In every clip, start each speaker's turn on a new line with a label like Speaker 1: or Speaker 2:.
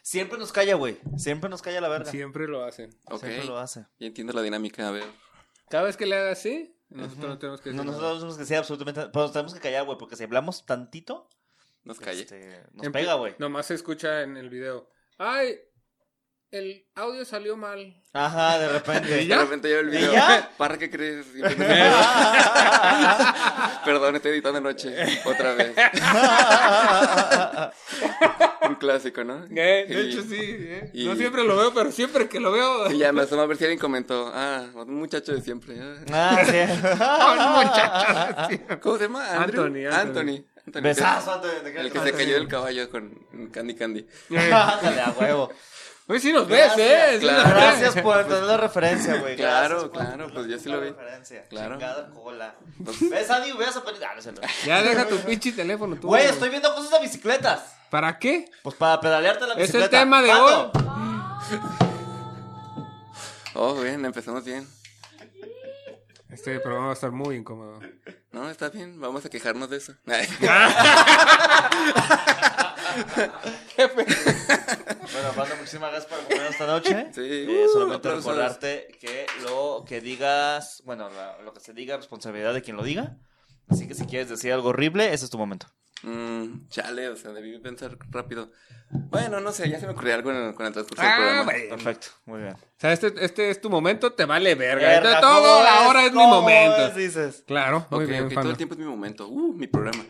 Speaker 1: Siempre nos calla, güey. Siempre nos calla la verga.
Speaker 2: Siempre lo hacen.
Speaker 1: Ok. Siempre lo hace.
Speaker 3: Ya entiendo la dinámica, a ver.
Speaker 2: Cada vez que le haga así, nosotros
Speaker 1: Ujú.
Speaker 2: no tenemos que
Speaker 1: No,
Speaker 2: decir nada.
Speaker 1: nosotros tenemos que ser absolutamente. Pero nos tenemos que callar, güey, porque si hablamos tantito.
Speaker 3: Nos calle.
Speaker 1: este, nos
Speaker 2: Empe-
Speaker 1: pega, güey.
Speaker 2: Nomás se escucha en el video. ¡Ay! El audio salió mal.
Speaker 1: Ajá, de
Speaker 2: ¿Y
Speaker 1: repente.
Speaker 2: ya?
Speaker 3: De repente yo veo el
Speaker 1: ¿Y
Speaker 3: video.
Speaker 1: ya?
Speaker 3: ¿Para qué crees? Y empiezas- Perdón, estoy editando de noche. Otra vez. Un clásico, ¿no?
Speaker 2: Eh, de
Speaker 3: Y-
Speaker 2: hecho, sí. eh.
Speaker 3: y-
Speaker 2: No siempre lo veo, pero siempre que lo veo.
Speaker 3: Y ya me asomo a ver si alguien comentó. Ah, un muchacho de siempre. ah.
Speaker 1: Ah, sí.
Speaker 3: ¿Cómo se llama? ¿Andrew?
Speaker 2: Anthony, Anthony.
Speaker 3: Anthony. Anthony.
Speaker 1: Besazo antes de
Speaker 3: El que se cayó del caballo con Candy Candy.
Speaker 1: Ándale, a huevo.
Speaker 2: Hoy sí nos ves, ¿eh? Sí
Speaker 3: claro.
Speaker 2: nos ves.
Speaker 1: Gracias por entender la referencia, güey.
Speaker 3: Claro,
Speaker 1: Gracias por
Speaker 3: claro,
Speaker 1: entender
Speaker 3: pues yo sí lo
Speaker 1: la
Speaker 3: vi.
Speaker 1: referencia.
Speaker 3: Claro.
Speaker 1: Chingada cola.
Speaker 3: Pues-
Speaker 1: ¿Ves, Adi? ¿Ves a Penny? Ah, no sé, no.
Speaker 2: Ya deja tu pinche teléfono tú.
Speaker 1: Güey, estoy viendo cosas de bicicletas.
Speaker 2: ¿Para qué?
Speaker 1: Pues para pedalearte la
Speaker 2: Es el
Speaker 1: bicicleta.
Speaker 2: tema de
Speaker 1: Pato.
Speaker 3: Oh, bien, empezamos bien.
Speaker 2: Este programa va a estar muy incómodo.
Speaker 3: No, está bien, vamos a quejarnos de eso.
Speaker 2: Ah.
Speaker 1: Bueno, Pato, muchísimas gracias por acompañarnos esta noche.
Speaker 3: Sí.
Speaker 1: Eh,
Speaker 2: Uh,
Speaker 1: solamente
Speaker 3: Aplausos.
Speaker 1: recordarte que lo que digas, bueno, la- lo que se diga, responsabilidad de quien lo diga. Así que si quieres decir algo horrible, ese es tu momento.
Speaker 3: Mm, chale, o sea, debí pensar rápido. Bueno, no sé, ya se me ocurrió algo en- con el transcurso del
Speaker 2: Ah,
Speaker 3: programa.
Speaker 2: güey. O
Speaker 1: Perfecto, muy bien.
Speaker 2: sea, este, este es tu momento, te vale verga.
Speaker 1: Verga,
Speaker 2: Este- todo
Speaker 1: ¿cómo
Speaker 2: la
Speaker 1: ves?
Speaker 2: hora es mi
Speaker 1: ¿Cómo
Speaker 2: momento.
Speaker 1: ves? Dices.
Speaker 2: Claro, muy
Speaker 3: Ok,
Speaker 2: bien,
Speaker 3: ok, todo
Speaker 2: Pando.
Speaker 3: el tiempo es mi momento. Uh, mi programa.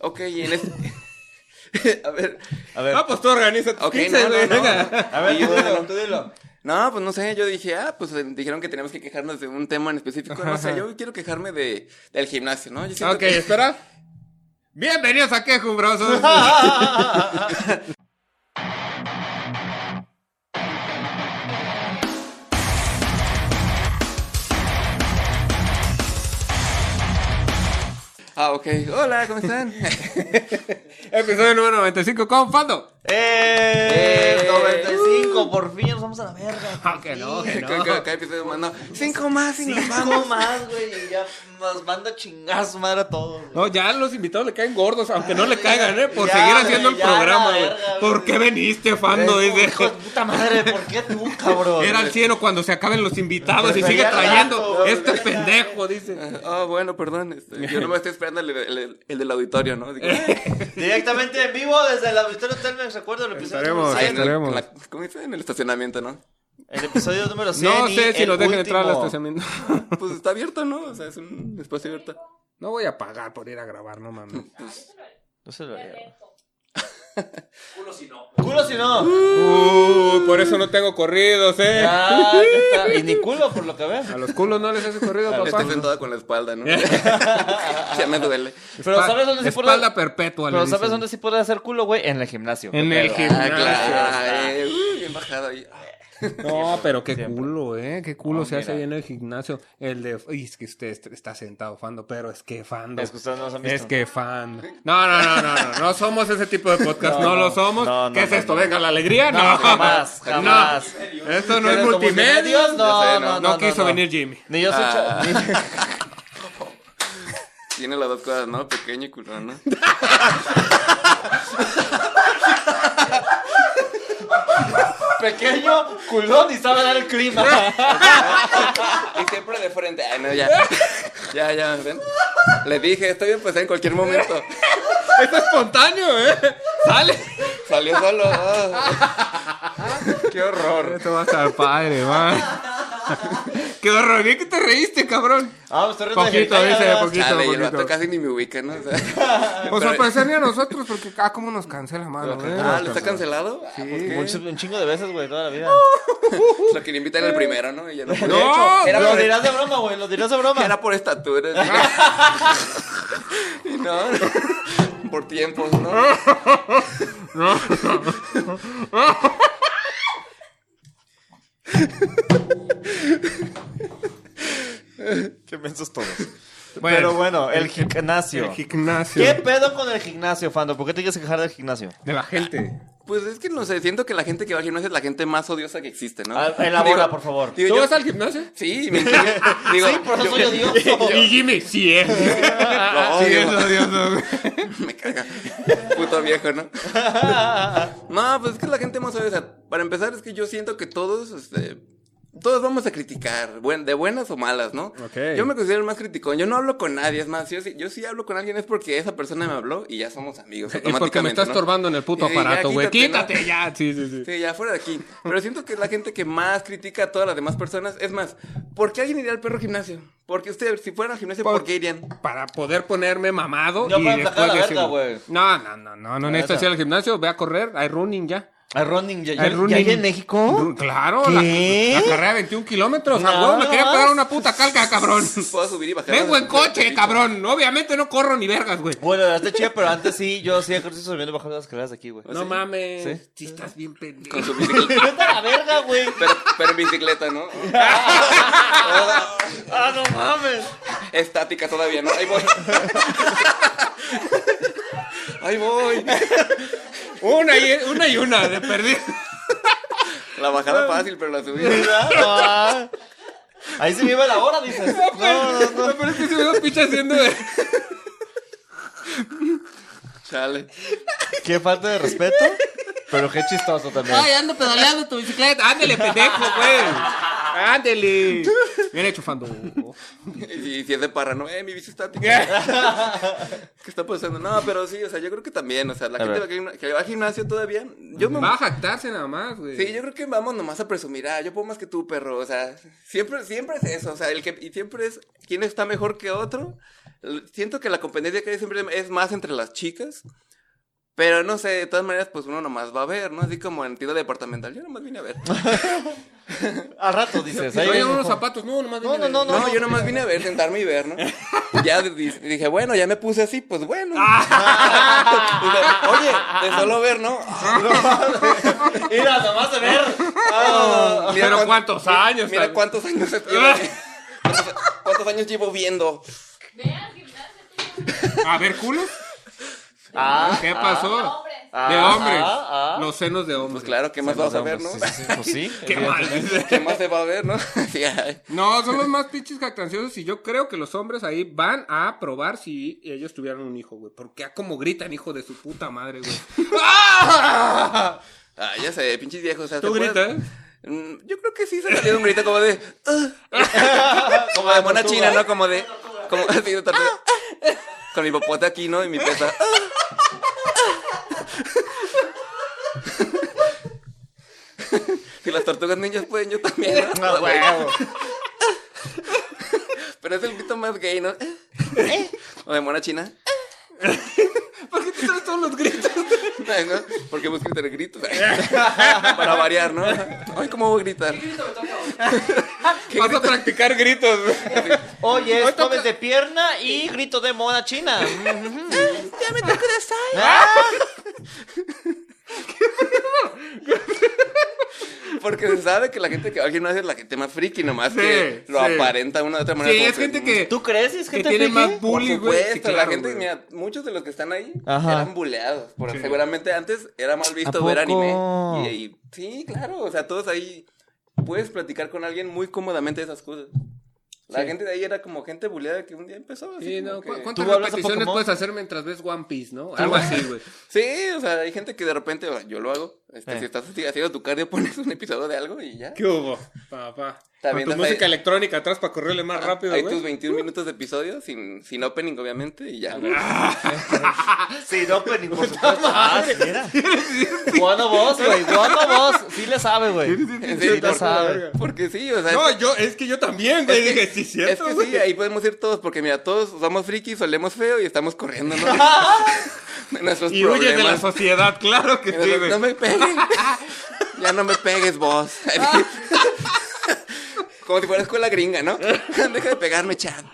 Speaker 3: Ok, y en este... a ver,
Speaker 1: A ver,
Speaker 2: Ah, pues tú organiza tus
Speaker 3: ok,
Speaker 2: 15,
Speaker 3: no, no,
Speaker 2: güey,
Speaker 3: no,
Speaker 2: venga.
Speaker 1: a ver,
Speaker 3: Y
Speaker 1: tú
Speaker 3: yo-
Speaker 1: dilo, tú dilo.
Speaker 3: No, pues no sé, yo dije, ah, pues eh, dijeron que teníamos que quejarnos de un tema en específico. No sé, yo quiero quejarme de, del gimnasio, ¿no? Yo siento
Speaker 2: Ok,
Speaker 3: que-
Speaker 2: espera. Bienvenidos a Quejumbrosos.
Speaker 3: Ah, ok. Hola, ¿cómo están?
Speaker 2: Episodio número 95 con Fando.
Speaker 1: ¡Eh!
Speaker 3: Eh.
Speaker 1: 95, por fin nos vamos a la verga.
Speaker 2: Ah, que no, que no.
Speaker 3: Cada- cada- cada episodio más, no. Cinco más y nos
Speaker 1: Cinco
Speaker 3: vamos.
Speaker 1: más, güey, y ya nos manda chingazo madre a todos. güey.
Speaker 2: No, ya los invitados le caen gordos, aunque no le
Speaker 1: ya,
Speaker 2: caigan, ¿eh? Por
Speaker 1: ya,
Speaker 2: seguir
Speaker 1: güey,
Speaker 2: haciendo el
Speaker 1: ya,
Speaker 2: programa,
Speaker 1: la
Speaker 2: güey.
Speaker 1: verga,
Speaker 2: ¿Por
Speaker 1: güey.
Speaker 2: qué veniste, Fando?
Speaker 1: Eh,
Speaker 2: Dice,
Speaker 1: hijo de puta madre, ¿por qué tú, cabrón?
Speaker 2: Era al cielo cuando se acaben los invitados y
Speaker 1: Prefería
Speaker 2: sigue
Speaker 1: el
Speaker 2: trayendo
Speaker 1: gato,
Speaker 2: este
Speaker 1: güey.
Speaker 2: pendejo, dice.
Speaker 3: Ah, bueno, perdón. este, yo no me estoy esperando el, el- el del auditorio, ¿no? Digo,
Speaker 1: Directamente en vivo desde el auditorio Telmex, recuerdo el episodio
Speaker 2: Estaremos.
Speaker 1: número
Speaker 3: ahí
Speaker 1: cien.
Speaker 3: en el,
Speaker 2: Esperemos.
Speaker 3: en la- ¿Cómo dice? En el estacionamiento, ¿no?
Speaker 1: El episodio número 100.
Speaker 2: No sé si
Speaker 1: lo
Speaker 2: nos dejan entrar a la estacionamiento.
Speaker 3: Pues está abierto, ¿no? O sea, es un espacio abierto.
Speaker 2: No voy a pagar por ir a grabar, no mames.
Speaker 1: No se lo haría. Culo si no. Culo si no.
Speaker 2: Uh, por eso no tengo corridos, eh.
Speaker 1: Ah, ahí está. y ni culo por lo que veo.
Speaker 2: A los culos no les hace corrido,
Speaker 1: Dale,
Speaker 2: papá.
Speaker 3: Estoy sentada con la espalda, ¿no? ya me duele.
Speaker 1: Pero
Speaker 2: Espa-
Speaker 1: ¿sabes dónde se pone?
Speaker 2: Espalda perpetua, le
Speaker 1: Pero ¿sabes
Speaker 2: dicen.
Speaker 1: dónde sí puede hacer culo, güey? En el gimnasio.
Speaker 2: En el
Speaker 1: Pero-
Speaker 2: gimnasio.
Speaker 3: Ah, claro. eh, uy, bien bajado ah, ahí.
Speaker 2: No, pero qué
Speaker 1: siempre.
Speaker 2: culo, ¿eh? Qué culo
Speaker 1: No,
Speaker 2: se hace
Speaker 1: mira.
Speaker 2: ahí en el gimnasio. El de... Uy, es que usted est- está sentado, Fando, pero es que Fando.
Speaker 1: Es que ustedes no los han visto.
Speaker 2: Es que Fando. No, no, no, no, no. No somos ese tipo de podcast. No,
Speaker 1: No, no.
Speaker 2: lo somos.
Speaker 1: No, no,
Speaker 2: ¿Qué es
Speaker 1: no,
Speaker 2: esto?
Speaker 1: no.
Speaker 2: ¿Venga la alegría? No.
Speaker 1: jamás,
Speaker 2: No.
Speaker 1: jamás.
Speaker 2: Esto no es
Speaker 1: ¿Quieres como
Speaker 2: multimedia.
Speaker 1: multimedios? No, no,
Speaker 3: Ya sé, no,
Speaker 1: no,
Speaker 2: No
Speaker 1: no,
Speaker 2: quiso
Speaker 1: no.
Speaker 2: venir Jimmy.
Speaker 1: Ni yo soy
Speaker 3: Ah.
Speaker 1: cha-
Speaker 3: Tiene las dos cosas, ¿no? Pequeño y culón, ¿no?
Speaker 1: ni- pequeño, culón y sabe dar el clima. Ah,
Speaker 3: Y siempre de frente. Ay, Ah, no, ya. Ya, ya, ven. Le dije, estoy bien, pues en cualquier momento.
Speaker 2: Esto es espontáneo, ¿eh? Sale.
Speaker 3: Salió solo. ah.
Speaker 2: Qué horror. Esto va a estar padre, man. Qué horror. Bien que te reíste, cabrón.
Speaker 1: Ah, me estoy riendo de
Speaker 2: Poquito,
Speaker 1: jericaya,
Speaker 2: dice,
Speaker 1: ¿verdad?
Speaker 2: poquito,
Speaker 3: Chale, y el
Speaker 2: poquito.
Speaker 3: vato casi ni me ubica, ¿no? O sea,
Speaker 2: Pues
Speaker 3: pero-
Speaker 2: al parecer ni a nosotros, porque ah, cómo nos cancela, mano. eh,
Speaker 3: Ah,
Speaker 2: nos
Speaker 3: ¿lo está
Speaker 2: cancela.
Speaker 3: cancelado? Ah, ¿por qué?
Speaker 1: Muchos- Un chingo de veces, güey, toda la vida.
Speaker 3: uh, Lo que le invitan al primero, ¿no? Y ya no.
Speaker 1: De
Speaker 2: No,
Speaker 1: hecho,
Speaker 2: era
Speaker 1: lo
Speaker 2: por-
Speaker 1: dirás de broma, güey, lo dirás de broma.
Speaker 3: Era por estatura. ¿sí? Y no, por tiempos, ¿no?
Speaker 1: Qué mensos todos.
Speaker 2: Bueno,
Speaker 1: Pero bueno, el,
Speaker 2: el-
Speaker 1: gimnasio.
Speaker 2: El gimnasio.
Speaker 1: ¿Qué pedo con el gimnasio, Fando? ¿Por qué te quieres quejar del gimnasio?
Speaker 2: De la gente.
Speaker 3: Pues es que no sé, siento que la gente que va al gimnasio es la gente más odiosa que existe, ¿no?
Speaker 1: Ah, elabora,
Speaker 3: Digo,
Speaker 1: por favor.
Speaker 3: digo,
Speaker 2: ¿Tú
Speaker 3: yo-
Speaker 2: vas al gimnasio?
Speaker 3: Sí, me incluyo. Digo,
Speaker 1: sí, por eso soy odioso.
Speaker 2: Y Jimmy, sí es.
Speaker 3: Lo
Speaker 2: Sí
Speaker 3: odio.
Speaker 2: es odioso.
Speaker 3: Me caga. Puto viejo, ¿no? No, pues es que la gente más odiosa. Para empezar, es que yo siento que todos, este, todos vamos a criticar, buen- de buenas o malas, ¿no?
Speaker 2: Ok.
Speaker 3: Yo me considero el más criticón. Yo no hablo con nadie, es más, yo, sí- yo sí hablo con alguien es porque esa persona me habló y ya somos
Speaker 2: Y
Speaker 3: amigos.
Speaker 2: porque me
Speaker 3: automáticamente,
Speaker 2: estás
Speaker 3: ¿no?
Speaker 2: estorbando en el puto
Speaker 3: Y ya,
Speaker 2: aparato, güey.
Speaker 3: quítate,
Speaker 2: Quítate,
Speaker 3: ¿no?
Speaker 2: ya. Sí, sí, sí.
Speaker 3: Sí, ya fuera de aquí. Pero siento que es la gente que más critica a todas las demás personas. Es más, ¿por qué alguien iría al perro gimnasio? Porque ustedes, si fueran al gimnasio, ¿por,
Speaker 2: Por-
Speaker 3: qué irían?
Speaker 2: Para poder ponerme mamado
Speaker 1: Yo
Speaker 2: y
Speaker 1: para
Speaker 2: después
Speaker 1: emplacar la
Speaker 2: decir-
Speaker 1: verga, güey.
Speaker 2: No, no, no, no, no necesitas
Speaker 1: neta.
Speaker 2: ir al gimnasio, ve a correr, hay running ya.
Speaker 1: ¿A running ya, ya-
Speaker 2: Hay
Speaker 1: ya
Speaker 2: running.
Speaker 1: hay en México?
Speaker 2: Ru- Claro, la,
Speaker 1: ¿Qué?
Speaker 2: la carrera de 21 kilómetros, a
Speaker 1: Nada
Speaker 2: huevo, me quería
Speaker 1: más.
Speaker 2: pegar una puta calca, cabrón.
Speaker 3: Puedo subir y bajar.
Speaker 2: Vengo en coche,
Speaker 3: Pepito.
Speaker 2: cabrón. Obviamente no corro ni vergas, güey.
Speaker 1: Bueno, la verdad está chida, pero antes sí, yo hacía ejercicio subiendo y bajando las escaleras de aquí, güey.
Speaker 2: No mames,
Speaker 1: ¿Ah, Sí.
Speaker 2: si estás bien pendejo.
Speaker 3: Con su bicicleta.
Speaker 1: ¡Vete a la verga, güey!
Speaker 3: Pero, pero en bicicleta, ¿no?
Speaker 1: ¡Ah, no mames!
Speaker 3: Estática todavía, ¿no? Ahí voy. Ahí voy.
Speaker 2: Una y una, y una de perdido.
Speaker 3: La bajada fácil, pero la subida.
Speaker 1: Ah, Ahí se vive la hora, dices. No, no, no.
Speaker 2: Pero es que se me pinche haciendo de...
Speaker 3: Chale.
Speaker 1: Qué falta de respeto, pero qué chistoso también.
Speaker 2: ando pedaleando tu bicicleta. Ándele, pendejo, güey. Ándele. Bien hecho, Fando.
Speaker 3: Y, y si es de parra, ¿no? Eh, mi bici estática. ¿Qué está pasando? No, pero sí, o sea, yo creo que también, o sea, la
Speaker 1: A
Speaker 3: gente
Speaker 1: ver.
Speaker 3: que va al gimna- que va al gimnasio todavía, yo me
Speaker 2: Va a jactarse nada más, güey.
Speaker 3: Sí, yo creo que vamos nomás a presumir, ah, yo puedo más que tú, perro, o sea, siempre, siempre es eso, o sea, el que, y siempre es quién está mejor que otro. L- Siento que la competencia que hay siempre es más entre las chicas, pero no sé, de todas maneras, pues uno nomás va a ver, ¿no? Así como en tienda departamental, yo nomás vine a ver.
Speaker 1: A rato dices. ahí
Speaker 2: Oye,
Speaker 1: viene
Speaker 2: unos
Speaker 1: un-
Speaker 2: zapatos. No, nomás
Speaker 1: No,
Speaker 2: vine
Speaker 1: no,
Speaker 2: de-
Speaker 1: no,
Speaker 3: No, yo nomás vine a ver, sentarme y ver, ¿no? Ya di- dije, bueno, ya me puse así, pues bueno.
Speaker 2: Ah,
Speaker 3: Dije, Oye, de solo ver, ¿no?
Speaker 1: Mira, nomás a ver.
Speaker 3: Ah, mira
Speaker 2: Pero
Speaker 3: cuán-
Speaker 2: cuántos años.
Speaker 3: Mira
Speaker 2: tal-
Speaker 3: cuántos años llevo, cuántos- cuántos años llevo viendo.
Speaker 4: Ve al gimnasio,
Speaker 2: A ver, culos.
Speaker 1: Ah,
Speaker 2: ¿Qué
Speaker 4: tío,
Speaker 2: pasó?
Speaker 4: hombres.
Speaker 2: De
Speaker 1: ah,
Speaker 2: hombres.
Speaker 1: ah, ah.
Speaker 2: Los senos de hombres.
Speaker 3: Pues claro, ¿qué más vas a ver, no?
Speaker 1: Sí, sí, sí, Pues sí.
Speaker 2: Qué mal.
Speaker 3: ¿Qué más se va a ver, no? Sí, ay.
Speaker 2: No, son los más pinches jactanciosos y yo creo que los hombres ahí van a probar si ellos tuvieran un hijo, güey. Porque ah, como gritan, hijo de su puta madre, güey. ¡Ah!
Speaker 3: Ah, ya sé, pinches viejos. O sea,
Speaker 2: Tú
Speaker 3: ¿te
Speaker 2: grita,
Speaker 3: acuerdas?
Speaker 2: ¿eh?
Speaker 3: Mm, Yo creo que sí se salió un grito como de. "Ah", como de
Speaker 1: la Ah,
Speaker 3: mona
Speaker 1: tortuga.
Speaker 3: china, ¿no? Como de. Como así de tortuga. Con mi popote aquí, ¿no? Y mi pesa. Si las tortugas niñas pueden, yo también. ¿no?
Speaker 1: No, huevo.
Speaker 3: Pero es el grito más gay, ¿no?
Speaker 1: Eh,
Speaker 3: O de mona china.
Speaker 2: ¿Por qué te sabes todos los gritos?
Speaker 3: ¿no? Porque busqué entre gritos. Para variar, ¿no? Ay, ¿cómo voy a gritar?
Speaker 2: Vas a practicar gritos, güey.
Speaker 1: Oye, es jueves de pierna y grito de mona china. Mm, mm.
Speaker 3: Ya me toca de sal.
Speaker 1: Ah,
Speaker 3: Porque se sabe que la gente que va al gimnasio es la gente más friki, nomás
Speaker 2: Sí,
Speaker 3: que lo
Speaker 2: sí.
Speaker 3: aparenta una de otra manera.
Speaker 2: Sí,
Speaker 3: como mm,
Speaker 2: es gente que,
Speaker 1: ¿Tú crees? Es
Speaker 2: que
Speaker 1: gente
Speaker 2: tiene
Speaker 1: friki?
Speaker 2: más
Speaker 3: Por
Speaker 2: bullying, güey.
Speaker 3: supuesto,
Speaker 2: Sí,
Speaker 3: la
Speaker 2: claro,
Speaker 3: gente,
Speaker 2: güey.
Speaker 3: mira, muchos de los que están ahí
Speaker 1: Ajá.
Speaker 3: eran buleados. Por,
Speaker 2: Sí.
Speaker 3: Seguramente antes era mal visto
Speaker 1: ¿A
Speaker 3: ver
Speaker 1: poco?
Speaker 3: anime. Y, y- sí, claro, o sea, todos ahí puedes platicar con alguien muy cómodamente de esas cosas. La
Speaker 2: Sí.
Speaker 3: gente de ahí era como gente buleada que un día empezó. Así
Speaker 2: Sí,
Speaker 3: como
Speaker 2: no,
Speaker 3: que-
Speaker 2: ¿cu- ¿Cuántas
Speaker 1: ¿Tú hablas a
Speaker 2: repeticiones
Speaker 1: Pokémon?
Speaker 2: puedes hacer mientras ves One Piece, no? Algo así, güey.
Speaker 3: Sí, o sea, hay gente que de repente, bueno, yo lo hago. Este,
Speaker 1: Eh.
Speaker 3: Si estás así haciendo tu cardio, pones un episodio de algo y ya.
Speaker 2: ¿Qué hubo? Papá. Con tu
Speaker 3: También te-
Speaker 2: música electrónica atrás para correrle más rápido,
Speaker 3: Hay tus
Speaker 2: güey.
Speaker 3: 21 minutos de episodio sin, sin opening, obviamente, y ya.
Speaker 2: Ah,
Speaker 1: Sí, no, pero ningún supuesto. Ah, sí, mira. Guano vos, güey. Guano vos. Sí le sabe, güey. Sí le
Speaker 3: porque,
Speaker 1: sabe.
Speaker 3: porque sí, o sea.
Speaker 2: No, yo, es que yo también, güey. Dije, sí,
Speaker 3: es
Speaker 2: cierto,
Speaker 3: que
Speaker 2: güey.
Speaker 3: sí, ahí podemos ir todos, porque mira, todos somos frikis, solemos feo y estamos corriendo, ¿no? De nuestros
Speaker 2: Y huyes de la
Speaker 3: problemas.
Speaker 2: sociedad, claro que
Speaker 3: Y
Speaker 2: sí,
Speaker 3: nosotros,
Speaker 2: güey.
Speaker 3: no me peguen. ya no me pegues vos. Como si fuera escuela gringa, ¿no? Deja de pegarme, chat.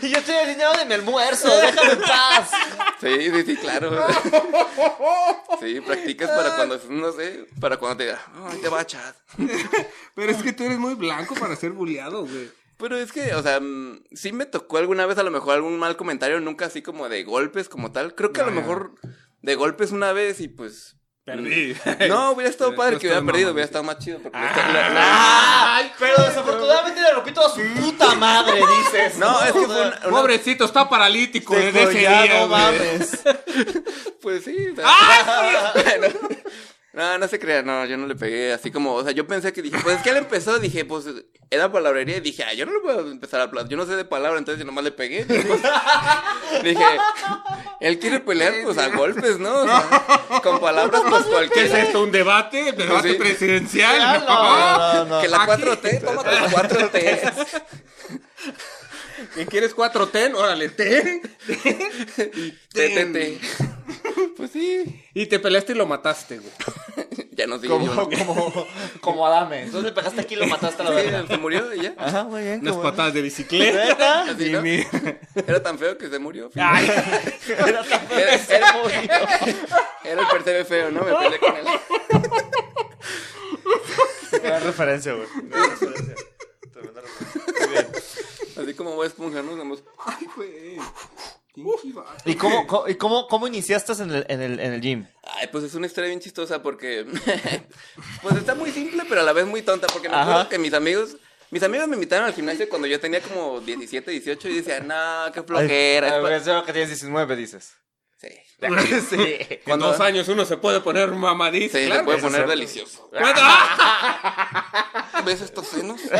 Speaker 1: Y yo estoy alineado de mi almuerzo. Déjame en paz.
Speaker 3: Sí, sí, sí, claro. Sí, practicas para cuando, no sé, para cuando te diga, "Ay, te va, chat.
Speaker 2: Pero es que tú eres muy blanco para ser bulleado, güey.
Speaker 3: Pero es que, o sea, mm, sí me tocó alguna vez a lo mejor algún mal comentario, nunca así como de golpes como tal. Creo que a lo
Speaker 2: Ya.
Speaker 3: mejor de golpes una vez y pues...
Speaker 2: Perdí.
Speaker 3: No, hubiera estado
Speaker 2: No
Speaker 3: padre que hubiera
Speaker 2: estás
Speaker 3: perdido,
Speaker 2: mamando.
Speaker 3: hubiera estado más chido. Porque
Speaker 2: Ah.
Speaker 3: la- la-
Speaker 1: ¡Ay! Pero desafortunadamente le repito a su puta madre, dices.
Speaker 3: No, es que fue una- una-
Speaker 2: Pobrecito, está paralítico
Speaker 1: Te
Speaker 2: desde ese
Speaker 1: colla,
Speaker 2: día,
Speaker 1: Este, pues, no
Speaker 2: güey.
Speaker 1: mames.
Speaker 3: Pues sí. o sea. Bueno, no, no se crea, no, yo no le pegué así como, o sea, yo pensé que dije, pues es que él empezó, dije, pues era palabrería y dije, ah, yo no le puedo empezar a hablar, yo no sé de palabra, entonces yo nomás le pegué. dije, él quiere pelear, pues a golpes, ¿no? O sea, con palabras, pues
Speaker 2: ¿Qué es
Speaker 3: cualquiera.
Speaker 2: esto? ¿Un debate? ¿Debate
Speaker 3: sí.
Speaker 2: presidencial?
Speaker 1: No,
Speaker 2: Ah, No.
Speaker 1: no, no.
Speaker 3: Que la
Speaker 2: Aquí.
Speaker 3: 4T, tómate la 4T.
Speaker 2: ¿Y quieres cuatro ten? Órale, ten.
Speaker 3: Te, te, te. Pues sí.
Speaker 2: Y te peleaste y lo mataste, güey.
Speaker 3: Ya no sé.
Speaker 1: Como, como, como Adame. Entonces le pegaste aquí y lo mataste a la verga.
Speaker 3: se murió y ya.
Speaker 1: Ajá, muy bien.
Speaker 2: Unas
Speaker 1: como-
Speaker 2: patadas de bicicleta.
Speaker 1: Neta.
Speaker 3: Así,
Speaker 2: Y
Speaker 3: ¿no?
Speaker 2: mi-
Speaker 3: Era tan feo que se murió.
Speaker 2: Ay,
Speaker 1: Era tan feo que se
Speaker 3: Era-
Speaker 1: murió.
Speaker 3: Era el percebe feo, ¿no? Me peleé con él.
Speaker 1: Gran referencia, güey. Gran referencia. Tremenda referencia. Muy bien.
Speaker 3: Así como Bob Esponja, ¿no? Somos-
Speaker 2: güey.
Speaker 1: ¿Y cómo, cómo- y cómo, cómo iniciaste en el, en, el, en el gym?
Speaker 3: Ay, pues es una historia bien chistosa porque... pues está muy simple, pero a la vez muy tonta. Porque me
Speaker 1: Ajá.
Speaker 3: acuerdo que mis amigos... Mis amigos me invitaron al gimnasio cuando yo tenía como 17, 18 y decía, no, qué flojera. es
Speaker 1: Ay,
Speaker 3: pa-".
Speaker 1: pues, yo que tienes 19, dices.
Speaker 3: Sí,
Speaker 1: sí.
Speaker 2: Con
Speaker 3: Cuando-
Speaker 2: dos años uno se puede poner mamadizo.
Speaker 3: sí,
Speaker 2: claro.
Speaker 3: le puede
Speaker 1: eso es
Speaker 3: poner
Speaker 1: cierto.
Speaker 3: delicioso.
Speaker 2: ¿Cuándo? ¡Ah!
Speaker 3: ¿Ves estos senos?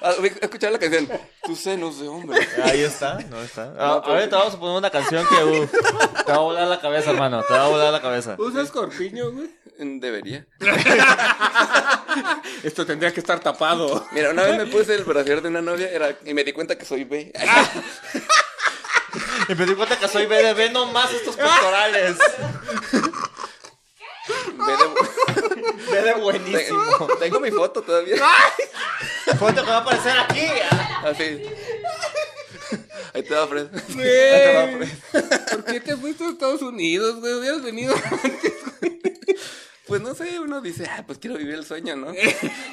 Speaker 3: Ah, voy a Escuchar la canción, tus senos de hombre.
Speaker 1: Ahí está, no está. Ah,
Speaker 3: No,
Speaker 1: A-
Speaker 3: pero-
Speaker 1: Ahorita vamos a poner una canción que uf, te va a volar la cabeza, hermano. Te va a volar la cabeza.
Speaker 2: ¿Usas corpiño, güey?
Speaker 3: Debería.
Speaker 2: Esto tendría que estar tapado.
Speaker 3: Mira, una vez me puse el brasier de una novia era- y me di cuenta que soy B.
Speaker 1: Y me di cuenta que soy BDB, no más estos pectorales. BD buenísimo.
Speaker 3: Tengo mi foto todavía.
Speaker 1: Foto que va a aparecer aquí.
Speaker 3: Así. Ahí te va, Fred.
Speaker 2: Güey. ¿Por qué te fuiste a Estados Unidos, güey? Hubieras venido.
Speaker 3: Pues no sé, uno dice, ah, pues quiero vivir el sueño, ¿no?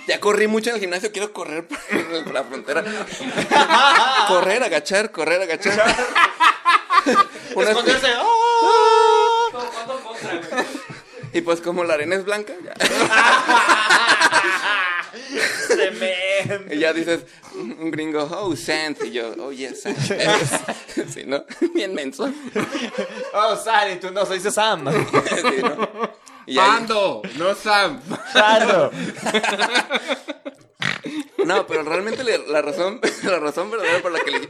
Speaker 3: Ya corrí mucho en el gimnasio, quiero correr por por la frontera. Correr, agachar, correr, agachar. Una-
Speaker 1: Esconderse. ¡Ah!
Speaker 3: y pues como la arena es blanca, ya,
Speaker 1: Tremendo.
Speaker 3: y ya dices, un gringo, oh, sand. Y yo, oh, yes, sand. sí, ¿no? Bien menso.
Speaker 1: Oh, Sally, tú no, se dice Sam.
Speaker 3: Sí, ¿no? Y ahí-
Speaker 2: Pando, no Sam.
Speaker 1: Claro.
Speaker 3: No, pero realmente le- la razón, la razón verdadera por la que le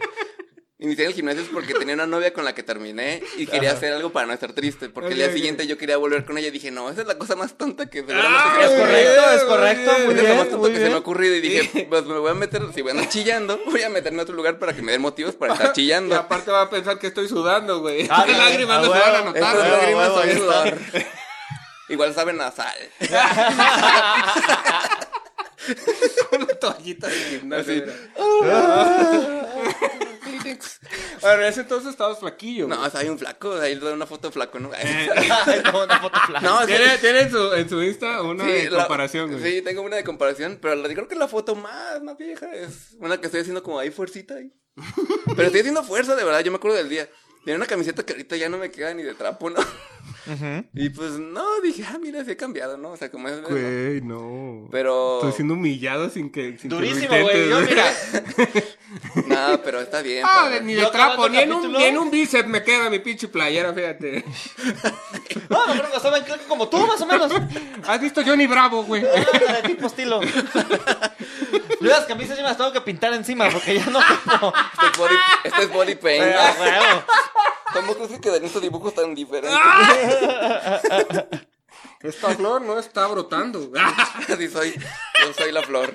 Speaker 3: inicié en el gimnasio es porque tenía una novia con la que terminé y quería hacer algo para no estar triste. Porque el día
Speaker 2: Ok, ok.
Speaker 3: siguiente yo quería volver con ella y dije, no, esa es la cosa más tonta que seguramente
Speaker 2: Ah,
Speaker 3: querías
Speaker 1: Es
Speaker 2: muy
Speaker 3: correr.
Speaker 1: correcto, es
Speaker 2: bien,
Speaker 1: correcto. Muy
Speaker 2: muy
Speaker 3: Es lo más
Speaker 1: bien,
Speaker 3: tonto
Speaker 1: muy
Speaker 3: que se me ha
Speaker 1: bien.
Speaker 3: ocurrido y dije, pues me voy a meter, si voy a andar chillando, voy a meterme a otro lugar para que me den motivos para estar
Speaker 2: Y
Speaker 3: chillando.
Speaker 2: aparte va a pensar que estoy sudando, güey.
Speaker 1: Ah,
Speaker 2: Las lágrimas
Speaker 1: ah,
Speaker 2: no se
Speaker 1: huevo.
Speaker 2: van a notar,
Speaker 1: Esto es
Speaker 3: Estas
Speaker 2: güey.
Speaker 1: lo-
Speaker 3: lágrimas
Speaker 1: huevo,
Speaker 3: son
Speaker 1: ahí está.
Speaker 3: sudor. Igual saben a sal.
Speaker 2: Una toallita de gimnasio. mira. Bueno, en ese entonces estabas flaquillo.
Speaker 3: No,
Speaker 2: güey. Eh,
Speaker 3: o sea, hay un flaco, ahí le doy una foto flaco, ¿no?
Speaker 1: No, una foto flash.
Speaker 3: No, es que-
Speaker 2: Tiene, tiene en, su, en su Insta una de
Speaker 3: la-
Speaker 2: comparación, güey.
Speaker 3: Sí, tengo una de comparación, pero la, creo que la foto más, más vieja es una que estoy haciendo como ahí fuercita ahí. Pero estoy haciendo fuerza, de verdad, yo me acuerdo del día. Tenía una camiseta que ahorita ya no me queda ni de trapo, ¿no? Y pues no, dije, ah, mira, sí he cambiado, ¿no? O sea, como es... ¿no?
Speaker 2: Güey, no.
Speaker 3: Pero...
Speaker 2: Estoy siendo humillado sin que. Sin que lo
Speaker 1: Durísimo, güey.
Speaker 2: intentes,
Speaker 1: Yo, mira.
Speaker 3: No, pero está bien.
Speaker 2: Ah,
Speaker 3: padre.
Speaker 2: ni
Speaker 1: Yo
Speaker 2: de
Speaker 1: acabando
Speaker 2: trapo,
Speaker 1: el
Speaker 2: ni en, un,
Speaker 1: capítulo-
Speaker 2: ni en un bíceps me queda mi pinche playera, fíjate.
Speaker 1: No, me creo que estaban, creo que como tú, más o menos.
Speaker 2: ¿Has visto Johnny Bravo, güey?
Speaker 1: Ah, de tipo estilo. Yo las camisas yo me las tengo que pintar encima porque ya no como.
Speaker 3: Este es body, este es body paint.
Speaker 1: Pero, huevo.
Speaker 3: ¿Cómo crees que quedan estos dibujos tan diferentes?
Speaker 2: Ah. Esta flor no está brotando.
Speaker 3: Así soy, yo soy la flor.